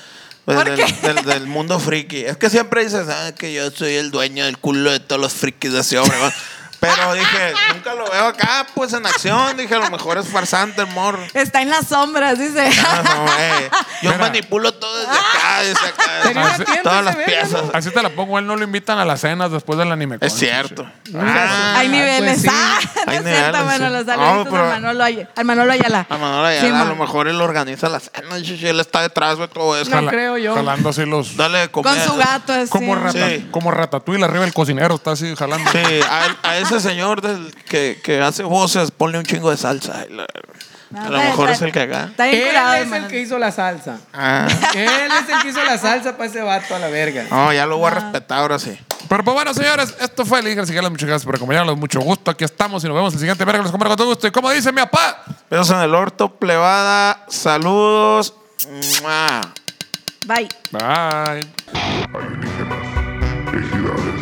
Speaker 3: Pues
Speaker 1: ¿Por
Speaker 3: del,
Speaker 1: qué?
Speaker 3: del- del mundo friki. Es que siempre dices, ah, que yo soy el dueño del culo de todos los frikis de ese hombre. ¿va? Pero dije, nunca lo veo acá, pues en acción. Dije, a lo mejor es farsante el morro.
Speaker 1: Está en las sombras, dice.
Speaker 3: Ah, no, eh. Yo
Speaker 2: Mira.
Speaker 3: manipulo todo desde acá, desde acá.
Speaker 4: Tenía
Speaker 3: desde-
Speaker 4: una tienda
Speaker 3: todas
Speaker 4: ese
Speaker 3: las
Speaker 4: verga,
Speaker 3: piezas.
Speaker 2: Así te la pongo, él no lo invitan a las cenas después del anime.
Speaker 3: Es
Speaker 2: Con-
Speaker 3: cierto.
Speaker 4: Ah,
Speaker 1: Hay niveles.
Speaker 4: pues sí.
Speaker 1: Ah, no
Speaker 3: Hay
Speaker 1: es cierto,
Speaker 3: niveles,
Speaker 1: Manolo.
Speaker 3: sí.
Speaker 1: Saluditos
Speaker 3: No, pero-
Speaker 1: al, Manolo, Ay- al Manolo Ayala.
Speaker 3: A Manolo Ayala,
Speaker 1: Sí,
Speaker 3: a
Speaker 1: man.
Speaker 3: lo mejor él organiza la cena, chichi, él está detrás, güey, todo eso.
Speaker 4: No creo yo.
Speaker 2: Jalando así los.
Speaker 3: Dale de comer.
Speaker 1: Con su gato, así.
Speaker 2: Como, rata,
Speaker 3: Sí.
Speaker 2: como ratatouille arriba el cocinero está así jalando.
Speaker 3: Sí, a, a ese señor del que, que hace voces, ponle un chingo de salsa. y la-
Speaker 1: No,
Speaker 3: a lo
Speaker 1: está-
Speaker 3: mejor es
Speaker 1: Ah, está-
Speaker 3: el que haga.
Speaker 1: Está bien
Speaker 4: Él
Speaker 1: curado,
Speaker 4: es el
Speaker 1: Manolo.
Speaker 4: que hizo la salsa.
Speaker 3: Ah,
Speaker 4: Él es el que hizo la salsa para ese vato a la verga.
Speaker 3: no, ya lo voy a respetar ahora sí.
Speaker 2: Pero pues bueno, señores, esto fue el Ingres y Muchas gracias por acompañarnos. Mucho gusto. Aquí estamos y nos vemos el siguiente miércoles. Con todo gusto. Y como dice mi papá.
Speaker 3: Besos en el orto, plebada, saludos. ¡Mua!
Speaker 1: Bye.
Speaker 2: Bye.
Speaker 6: entidades